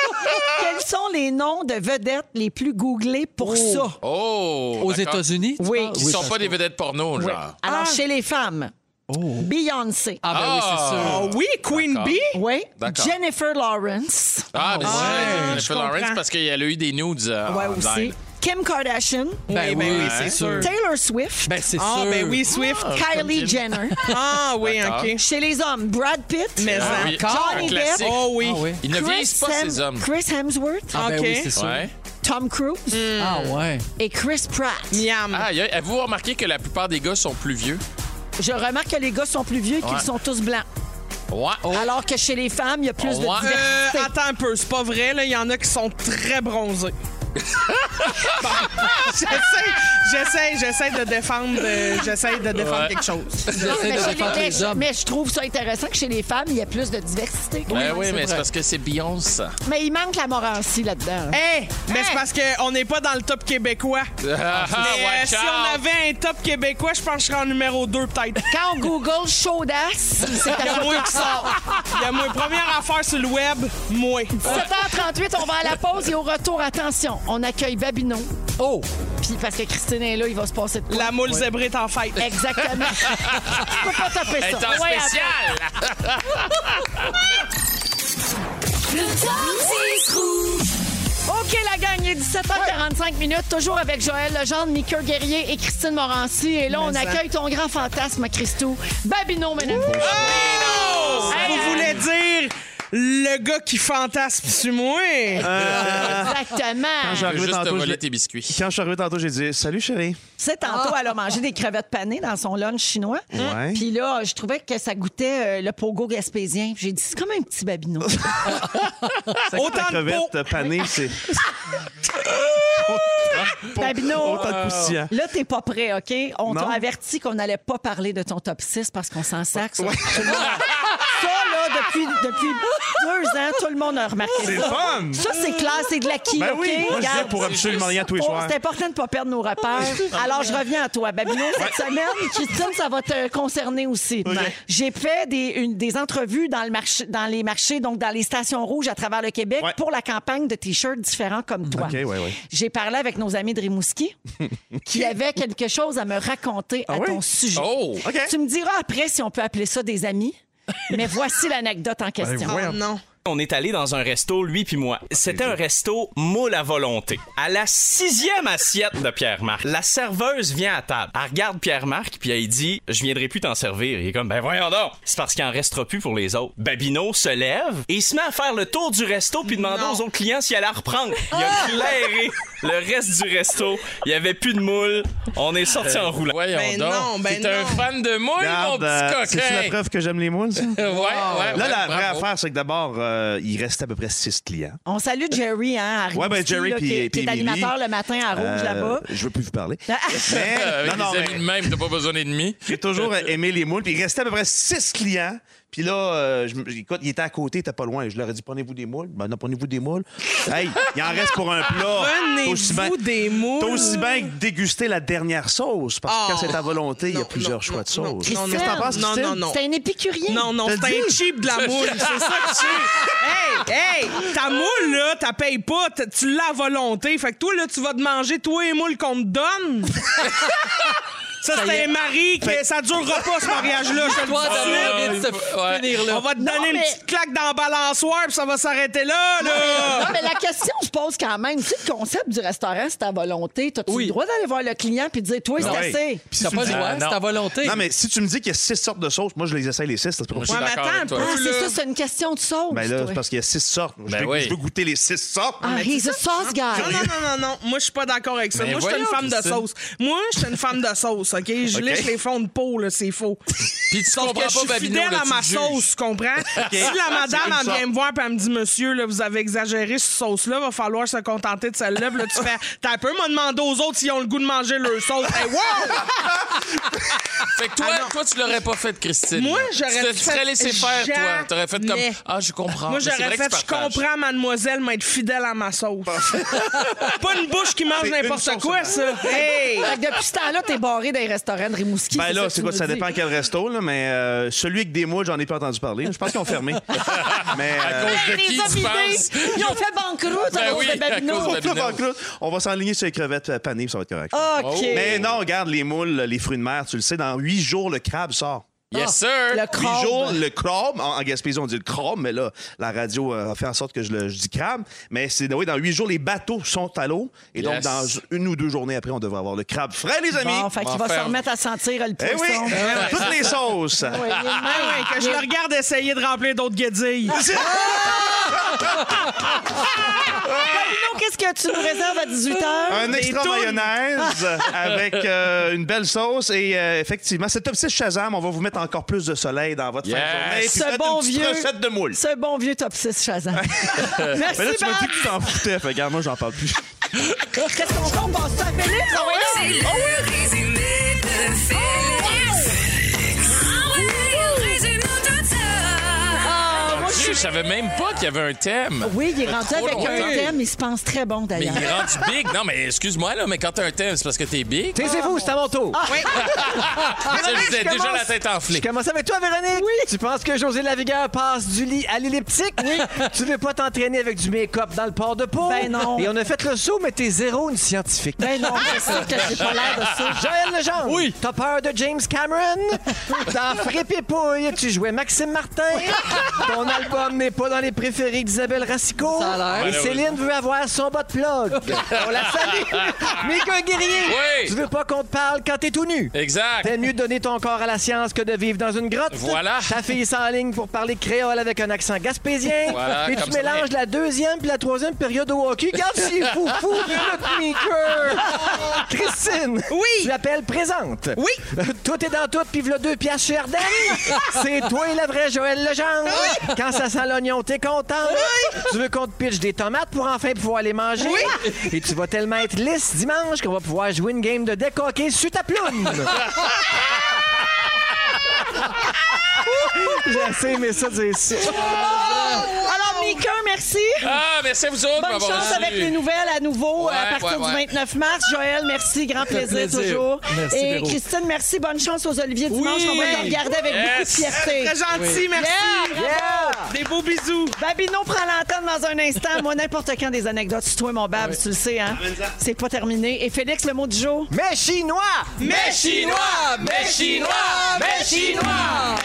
Speaker 1: *laughs* quels sont les noms de vedettes les plus googlés
Speaker 3: Oh.
Speaker 1: pour ça?
Speaker 2: Oh!
Speaker 4: Aux
Speaker 2: d'accord.
Speaker 4: États-Unis? tu
Speaker 1: Oui.
Speaker 4: parles?
Speaker 2: Ils sont
Speaker 4: ça-
Speaker 2: pas des vedettes porno, genre.
Speaker 3: Ah.
Speaker 1: Alors, chez les femmes, Beyoncé.
Speaker 4: Oh. Ah, ben oui, c'est sûr.
Speaker 3: Ah oui, Queen Bee.
Speaker 1: Oui.
Speaker 2: D'accord.
Speaker 1: Jennifer Lawrence.
Speaker 2: Ah, mais
Speaker 3: ouais,
Speaker 2: c'est
Speaker 3: je
Speaker 2: Jennifer Lawrence
Speaker 3: comprends.
Speaker 2: parce qu'elle a eu des nudes. euh,
Speaker 1: Ouais,
Speaker 2: en
Speaker 1: aussi.
Speaker 2: live.
Speaker 1: Kim Kardashian.
Speaker 4: Ben oui,
Speaker 3: ben oui,
Speaker 4: c'est
Speaker 3: c'est
Speaker 4: sûr.
Speaker 1: Taylor Swift.
Speaker 4: Ben, c'est
Speaker 3: Ah,
Speaker 4: sûr.
Speaker 3: ben oui, Swift.
Speaker 1: Kylie
Speaker 4: *laughs*
Speaker 1: Jenner.
Speaker 3: Ah oui,
Speaker 2: D'accord.
Speaker 3: OK.
Speaker 1: Chez les hommes, Brad Pitt.
Speaker 3: Mais
Speaker 2: Ah, oui.
Speaker 4: Encore?
Speaker 2: Un
Speaker 1: Johnny
Speaker 2: classique.
Speaker 1: Depp.
Speaker 3: Oh oui.
Speaker 4: Ah, oui.
Speaker 2: Ils ne
Speaker 1: Chris
Speaker 2: vieillissent pas,
Speaker 1: Hem-
Speaker 2: ces hommes.
Speaker 1: Chris Hemsworth,
Speaker 4: Ah, ben
Speaker 3: OK.
Speaker 4: oui, c'est sûr.
Speaker 2: Ouais.
Speaker 1: Tom Cruise
Speaker 4: Ah, ouais.
Speaker 1: et Chris Pratt.
Speaker 3: Miam.
Speaker 2: Ah, y a- avez-vous remarqué que la plupart des gars sont plus vieux?
Speaker 1: Je remarque que les gars sont plus vieux et
Speaker 2: Ouais.
Speaker 1: qu'ils sont tous blancs.
Speaker 2: Ouais.
Speaker 4: Oh.
Speaker 1: Alors que chez les femmes, il y a plus de
Speaker 2: Ouais.
Speaker 1: diversité.
Speaker 3: Euh, attends un peu, c'est pas vrai, là. Il y en a qui sont
Speaker 1: *laughs*
Speaker 3: très bronzés. Bon, j'essaie, j'essaie, j'essaie de défendre, euh, j'essaie de défendre
Speaker 2: Ouais.
Speaker 3: quelque chose.
Speaker 4: J'essaie
Speaker 1: mais,
Speaker 4: de
Speaker 1: chez
Speaker 4: défendre
Speaker 1: les-
Speaker 4: les hommes.
Speaker 1: mais je trouve ça intéressant que chez les femmes, il y a plus de diversité.
Speaker 2: Ben oui, mais c'est
Speaker 4: vrai.
Speaker 2: parce que c'est Beyoncé. *laughs* Ah,
Speaker 1: Mais il manque la Morancy là-dedans. Hein?
Speaker 3: Hey, Eh, mais c'est parce qu'on n'est pas dans le top québécois.
Speaker 2: Ah,
Speaker 3: Mais, euh,
Speaker 2: watch
Speaker 3: si
Speaker 2: out.
Speaker 3: on avait un top québécois, je pense que je serais en numéro 2 peut-être.
Speaker 1: Quand on Google chaudasse, c'est
Speaker 3: Il y a
Speaker 1: à
Speaker 3: moins qui sort. Il y a moins. Première affaire sur le web, moi.
Speaker 1: 7h38, on va à la pause et au retour, attention, on accueille Babineau. Oh! Puis parce que Christine est là, il va se passer de quoi.
Speaker 3: La moule zébrée est en fête.
Speaker 1: Exactement. *laughs* Je peux pas taper
Speaker 2: Elle est
Speaker 1: ça.
Speaker 2: en
Speaker 1: Ouais,
Speaker 2: spécial!
Speaker 1: *laughs* OK, la gang, il est 17h45 minutes, toujours avec Joël Legendre, Mika Guerrier et Christine Morancy. Et là, on
Speaker 3: Mais ça.
Speaker 1: accueille ton grand fantasme, Christo. Babineau, mesdames.
Speaker 3: Vous voulez dire le gars qui fantasme sur moi?
Speaker 1: Exactement.
Speaker 2: Je veux
Speaker 11: J'arrivais
Speaker 2: juste te
Speaker 11: tantôt, je
Speaker 2: voler
Speaker 11: l'ai-
Speaker 2: tes biscuits.
Speaker 11: Quand je suis arrivé tantôt, j'ai dit Salut chérie.
Speaker 1: C'est tantôt, elle a mangé des crevettes panées dans son lunch chinois.
Speaker 11: Ouais.
Speaker 1: Puis là, je trouvais que ça goûtait euh, le pogo gaspésien. J'ai dit, c'est comme un petit babineau.
Speaker 11: Autant
Speaker 2: Ah,
Speaker 3: de peau.
Speaker 2: *laughs*
Speaker 11: crevettes panées, c'est. On
Speaker 1: Babino,
Speaker 11: autant de poussière.
Speaker 1: Ben, là, t'es pas prêt, OK? On
Speaker 11: Non.
Speaker 1: t'a averti qu'on n'allait pas parler de ton top 6 parce qu'on s'en sac. Ça, Tout le monde- Ça, là, depuis, depuis deux ans, tout le monde a remarqué
Speaker 11: C'est
Speaker 1: ça.
Speaker 11: fun!
Speaker 1: Ça, c'est clair, c'est de l'acquis,
Speaker 11: Ben
Speaker 1: OK?
Speaker 11: oui, moi, je
Speaker 1: Regarde.
Speaker 11: disais pour absolument rien tous les
Speaker 1: Oh,
Speaker 11: soirs. Ah.
Speaker 1: C'est important de ne pas perdre nos repères.
Speaker 11: *laughs*
Speaker 1: Alors, je reviens à toi, Babino. Cette semaine, Christine, ça va te concerner aussi. J'ai fait des, une- des entrevues dans, le marché, dans les marchés, donc dans les stations rouges à travers le Québec pour la campagne de T-shirts différents comme toi.
Speaker 11: OK, ouais, ouais.
Speaker 1: J'ai parlé avec nos amis de Rimouski qui avaient quelque chose à me raconter à
Speaker 11: Ah oui?
Speaker 1: ton sujet.
Speaker 11: Oh! OK.
Speaker 1: Tu me diras après si on peut appeler ça des amis, mais voici
Speaker 11: *laughs*
Speaker 1: l'anecdote
Speaker 11: Ben
Speaker 1: en question.
Speaker 12: non. On est allé dans un resto, lui puis
Speaker 2: Ah,
Speaker 12: moi. C'était un resto moule à volonté. À la sixième assiette de Pierre-Marc, la serveuse vient à table. Elle regarde Pierre-Marc, puis elle dit « Je viendrai plus t'en servir. » Il est comme « Ben voyons donc! » C'est parce qu'il en restera plus pour les autres. Babino se lève et il se met à faire le tour du resto puis demander aux autres clients s'il allait la reprendre. Il
Speaker 2: Ah!
Speaker 12: a clairé le reste du resto. Il y avait plus de moule. On est sorti en roulant.
Speaker 2: Voyons Ben donc. non, ben T'es un non. fan de moule,
Speaker 11: Regarde, euh, C'est-tu la preuve que j'aime les moules,
Speaker 2: *laughs*
Speaker 11: ça?
Speaker 2: Ouais, ouais,
Speaker 11: Là,
Speaker 2: ouais,
Speaker 11: la vraie
Speaker 2: bravo.
Speaker 11: affaire, c'est que d'abord, euh, il restait à peu près six clients.
Speaker 1: On salue Jerry, hein, à Rimouski,
Speaker 11: Ouais, ben, Jerry
Speaker 1: là,
Speaker 11: puis-
Speaker 1: qui, est- qui
Speaker 11: puis
Speaker 1: est
Speaker 11: Émilie.
Speaker 1: animateur le matin à Rouge,
Speaker 11: Euh,
Speaker 1: là-bas.
Speaker 11: Je veux plus vous parler.
Speaker 2: Euh,
Speaker 11: Mais,
Speaker 2: avec
Speaker 11: non, non,
Speaker 2: des amis
Speaker 11: mais
Speaker 2: de même, t'as pas besoin d'ennemis. Euh,
Speaker 11: j'ai toujours aimé les moules. Puis il restait à peu près six clients. Puis là, euh, je me- écoute, il était à côté, il était pas loin. Je leur ai dit, prenez-vous des moules. Ben non, prenez-vous des moules. Hey, il en reste pour un plat.
Speaker 3: Prenez-vous
Speaker 11: des moules. T'as aussi bien que déguster la dernière sauce. Parce que quand c'est à volonté, il y a plusieurs choix de sauce.
Speaker 3: non,
Speaker 11: Qu'est-ce que t'en penses,
Speaker 3: non,
Speaker 11: Christine?
Speaker 3: non, non.
Speaker 1: C'est un épicurien.
Speaker 3: Non, non,
Speaker 11: T'as
Speaker 3: c'est un
Speaker 11: dit?
Speaker 3: cheap de
Speaker 5: *laughs*
Speaker 3: la moule. C'est ça que tu Hey, hey, ta moule, là, t'as payes pas, t'as- tu l'as à volonté. Fait que toi, là, tu vas te manger toi et moule qu'on te
Speaker 5: *laughs*
Speaker 3: donne. Ça,
Speaker 5: Ça y
Speaker 3: c'est
Speaker 5: est.
Speaker 3: un mari qui.
Speaker 5: Fait-
Speaker 3: Ça durera pas, ce mariage-là. Je te le dis
Speaker 5: Toi,
Speaker 3: tout de
Speaker 5: d'avoir
Speaker 3: suite.
Speaker 5: envie de se finir, là.
Speaker 3: On va te
Speaker 5: Non,
Speaker 3: donner une
Speaker 5: mais-
Speaker 3: petite claque dans le balançoire, puis ça va s'arrêter là,
Speaker 1: Non, mais-
Speaker 3: là.
Speaker 1: non, mais la question se pose quand même. Tu sais, le concept du restaurant, c'est à volonté. T'as-tu le droit d'aller voir le client puis dire, toi, c'est
Speaker 11: Ah oui.
Speaker 1: assez?
Speaker 11: Puis si tu me dis-
Speaker 2: euh,
Speaker 11: Ah, non. Non, mais si tu me dis qu'il y a six sortes de sauces, moi, je les essaye les six. C'est pour
Speaker 2: je suis Ouais, mais d'accord attends, avec toi.
Speaker 1: Ah, c'est ça, c'est une question de sauce.
Speaker 11: Ben là,
Speaker 1: toi.
Speaker 11: c'est parce qu'il y a six sortes. Je
Speaker 2: Ben
Speaker 11: veux-
Speaker 2: oui.
Speaker 11: je veux goûter les six sortes.
Speaker 1: Ah, he's a sauce guy.
Speaker 3: Non, non, non, non, non. Moi, je suis pas d'accord avec ça.
Speaker 2: Ben
Speaker 11: Mais
Speaker 3: Moi, je suis une
Speaker 11: voyons,
Speaker 3: femme de
Speaker 11: Christine.
Speaker 3: sauce. Moi, je suis une femme de sauce, OK? Je
Speaker 2: OK.
Speaker 3: lèche les fonds de peau, là, c'est faux.
Speaker 2: Puis tu
Speaker 3: Sauf
Speaker 2: comprends
Speaker 3: que je
Speaker 2: pas,
Speaker 3: suis
Speaker 2: Babino,
Speaker 3: fidèle
Speaker 2: là,
Speaker 3: à
Speaker 2: tu
Speaker 3: ma
Speaker 2: te juges.
Speaker 3: sauce, tu comprends?
Speaker 2: *laughs* OK. Ah,
Speaker 3: Si
Speaker 2: C'est
Speaker 3: la
Speaker 2: une
Speaker 3: madame, elle
Speaker 2: sorte.
Speaker 3: vient me voir et elle me dit, monsieur, là, vous avez exagéré cette sauce-là, va falloir se contenter de celle-là. Puis là, tu fais, t'as peu m'a demandé aux autres s'ils ont le goût de manger leur sauce. Hey,
Speaker 2: Ah,
Speaker 3: wow!
Speaker 2: Fait que toi, toi tu l'aurais pas fait, Christine.
Speaker 3: Moi,
Speaker 2: Tu
Speaker 3: j'aurais
Speaker 2: te- Tu
Speaker 3: fait
Speaker 2: serais laissé faire, toi.
Speaker 3: jamais.
Speaker 2: T'aurais fait comme. Ah, je comprends.
Speaker 3: Moi,
Speaker 2: Mais c'est
Speaker 3: j'aurais
Speaker 2: vrai que
Speaker 3: fait,
Speaker 2: tu
Speaker 3: je
Speaker 2: partages.
Speaker 3: comprends, mademoiselle, mais être fidèle à
Speaker 2: *laughs*
Speaker 3: ma sauce. pas une bouche qui mange
Speaker 11: C'est une
Speaker 3: n'importe
Speaker 11: sauce
Speaker 3: quoi, ça. Hey!
Speaker 1: Fait que depuis ce temps-là, t'es barré dans les restaurants de Rimouski.
Speaker 11: Ben là,
Speaker 1: que
Speaker 11: c'est
Speaker 1: tu
Speaker 11: quoi,
Speaker 1: me
Speaker 11: ça
Speaker 1: dis.
Speaker 11: dépend quel resto, là, mais euh, celui avec des moules, j'en ai pas entendu parler. Je pense qu'ils ont fermé. mais, euh,
Speaker 2: À cause de qui, tu penses?
Speaker 1: Ils
Speaker 2: *laughs*
Speaker 1: ont fait banqueroute à
Speaker 11: Ben
Speaker 1: cause
Speaker 11: oui,
Speaker 1: de
Speaker 11: à
Speaker 1: Babino.
Speaker 11: cause de Babino. Oh. Banqueroute. On va s'enligner sur les crevettes euh, panées, puis ça va être correct.
Speaker 1: OK.
Speaker 11: Mais non, regarde, les moules, les fruits de mer, tu le sais, dans huit jours, le crabe sort.
Speaker 2: Yes, sir.
Speaker 1: Ah, Le
Speaker 11: Huit
Speaker 1: crabe.
Speaker 11: jours, le crabe. En, en Gaspésie, on dit le crabe, mais là, la radio euh, a fait en sorte que je, le, je dis crabe. Mais c'est oui, dans huit jours, les bateaux sont à l'eau. Et donc,
Speaker 2: Yes.
Speaker 11: dans une ou deux journées après, on devrait avoir le crabe frais, les amis.
Speaker 1: Bon, fait qu'il
Speaker 11: On
Speaker 1: va se
Speaker 11: faire-
Speaker 1: remettre à sentir le
Speaker 11: Eh
Speaker 1: poisson.
Speaker 11: oui, toutes les sauces.
Speaker 1: Ah oui, il est
Speaker 3: Ah ouais, que je le regarde essayer de remplir d'autres guédilles.
Speaker 1: Babino, qu'est-ce que tu nous réserves à 18 h?
Speaker 11: Un
Speaker 1: *laughs*
Speaker 11: extra mayonnaise *laughs* avec euh, une belle sauce et euh, effectivement, c'est top 6 Shazam. On va vous mettre encore plus de soleil dans votre fin de journée. Puis
Speaker 1: Ce
Speaker 11: peut-être
Speaker 1: bon
Speaker 11: une petite
Speaker 1: vieux.
Speaker 11: recette de moules.
Speaker 1: Ce bon vieux top 6
Speaker 11: *laughs*
Speaker 1: Shazam. Merci,
Speaker 11: Mais là, tu m'as
Speaker 1: Babs.
Speaker 11: dit que tu t'en foutais. Fait que, regarde, moi, j'en parle plus.
Speaker 1: Qu'est-ce qu'on compte? On passe ça à Félix? Ah ouais,
Speaker 5: C'est
Speaker 1: non?
Speaker 5: le
Speaker 1: Oh oui.
Speaker 5: résumé de Félix.
Speaker 1: Oh!
Speaker 5: Ah oui, il résume tout ça.
Speaker 1: Ah, moi, je
Speaker 2: Je
Speaker 1: suis-
Speaker 2: savais même pas qu'il y avait un thème.
Speaker 1: Oui, il est
Speaker 2: Ça fait
Speaker 1: rendu
Speaker 2: trop
Speaker 1: avec
Speaker 2: longtemps.
Speaker 1: un thème. Il se pense très bon,
Speaker 2: Mais
Speaker 1: d'ailleurs.
Speaker 2: il est rendu big. Non, mais excuse-moi, là, mais quand t'as un thème, c'est parce que t'es big.
Speaker 13: Taisez-vous, c'est à mon
Speaker 1: Ah.
Speaker 13: tour.
Speaker 2: Ah,
Speaker 1: *laughs*
Speaker 2: Oui. Ça, je vous ai déjà *laughs* la tête enflée.
Speaker 13: Je commence avec toi, Véronique. Oui. Tu penses que José Lavigueur passe du lit à l'elliptique? Oui. *laughs* tu veux pas t'entraîner avec du make-up dans le port de peau?
Speaker 1: Ben non.
Speaker 13: Et on a fait le saut, mais t'es zéro une scientifique.
Speaker 1: Ben non, c'est sûr que j'ai pas l'air de ça.
Speaker 13: *laughs* Joël Legendre. Oui. T'as peur de James
Speaker 1: *laughs*
Speaker 13: Cameron? T'as frappé pouille. Tu jouais Maxime Martin. Ton album n'est pas dans les préférés d'Isabelle Racicot. Ça
Speaker 5: a l'air.
Speaker 13: Et Céline veut avoir son bas
Speaker 1: *laughs*
Speaker 13: de plug. on la salue. Mika Guerrier.
Speaker 2: Oui.
Speaker 13: Tu veux pas qu'on te parle quand t'es tout nu?
Speaker 2: Exact.
Speaker 13: T'aimes mieux donner ton corps à la science que de vivre dans une grotte.
Speaker 2: Voilà.
Speaker 13: Ta fille s'enligne pour parler créole avec un accent gaspésien.
Speaker 2: Voilà,
Speaker 13: Et tu
Speaker 2: comme ça.
Speaker 13: mélanges la deuxième puis la troisième période au hockey. Regarde, c'est fou, fou, notre maker. Christine. Ah, Oui. Tu l'appelles présente. Euh, Oui. *laughs* Tout est dans tout puis v'là deux pièces chez Arden. c'est toi la vraie Joël Legendre. Quand ça à l'oignon, t'es content? Tu veux qu'on te pitche des tomates pour enfin pouvoir les manger? Et tu vas tellement être lisse dimanche qu'on va pouvoir jouer une game de décoquer sur ta *laughs* plume! J'ai assez aimé ça dire ça.
Speaker 1: Alors, Mika, merci.
Speaker 2: Ah, merci à vous autres de
Speaker 1: Bonne
Speaker 2: m'avoir
Speaker 1: chance
Speaker 2: reçu.
Speaker 1: avec les nouvelles à nouveau euh,
Speaker 2: Ouais,
Speaker 1: à partir
Speaker 2: ouais, ouais.
Speaker 1: du 29 mars. Joël, merci. Grand
Speaker 2: fait
Speaker 1: plaisir,
Speaker 2: plaisir.
Speaker 1: toujours.
Speaker 2: Merci,
Speaker 1: Et
Speaker 2: Véro.
Speaker 1: Christine, merci. Bonne chance aux Olivier Dimanche. On va les regarder avec beaucoup de
Speaker 3: Yes.
Speaker 1: fierté.
Speaker 3: Très gentil,
Speaker 1: Oui.
Speaker 3: merci.
Speaker 1: Yeah, bravo.
Speaker 3: Des beaux bisous.
Speaker 1: Babino prend l'antenne dans un instant. Moi, n'importe quand des anecdotes. C'est toi, mon Bab, tu le sais. hein. C'est pas terminé. Et Félix, le mot du jour?
Speaker 13: Mais chinois!
Speaker 5: Mais Chinois! Mais Chinois! Mais Chinois!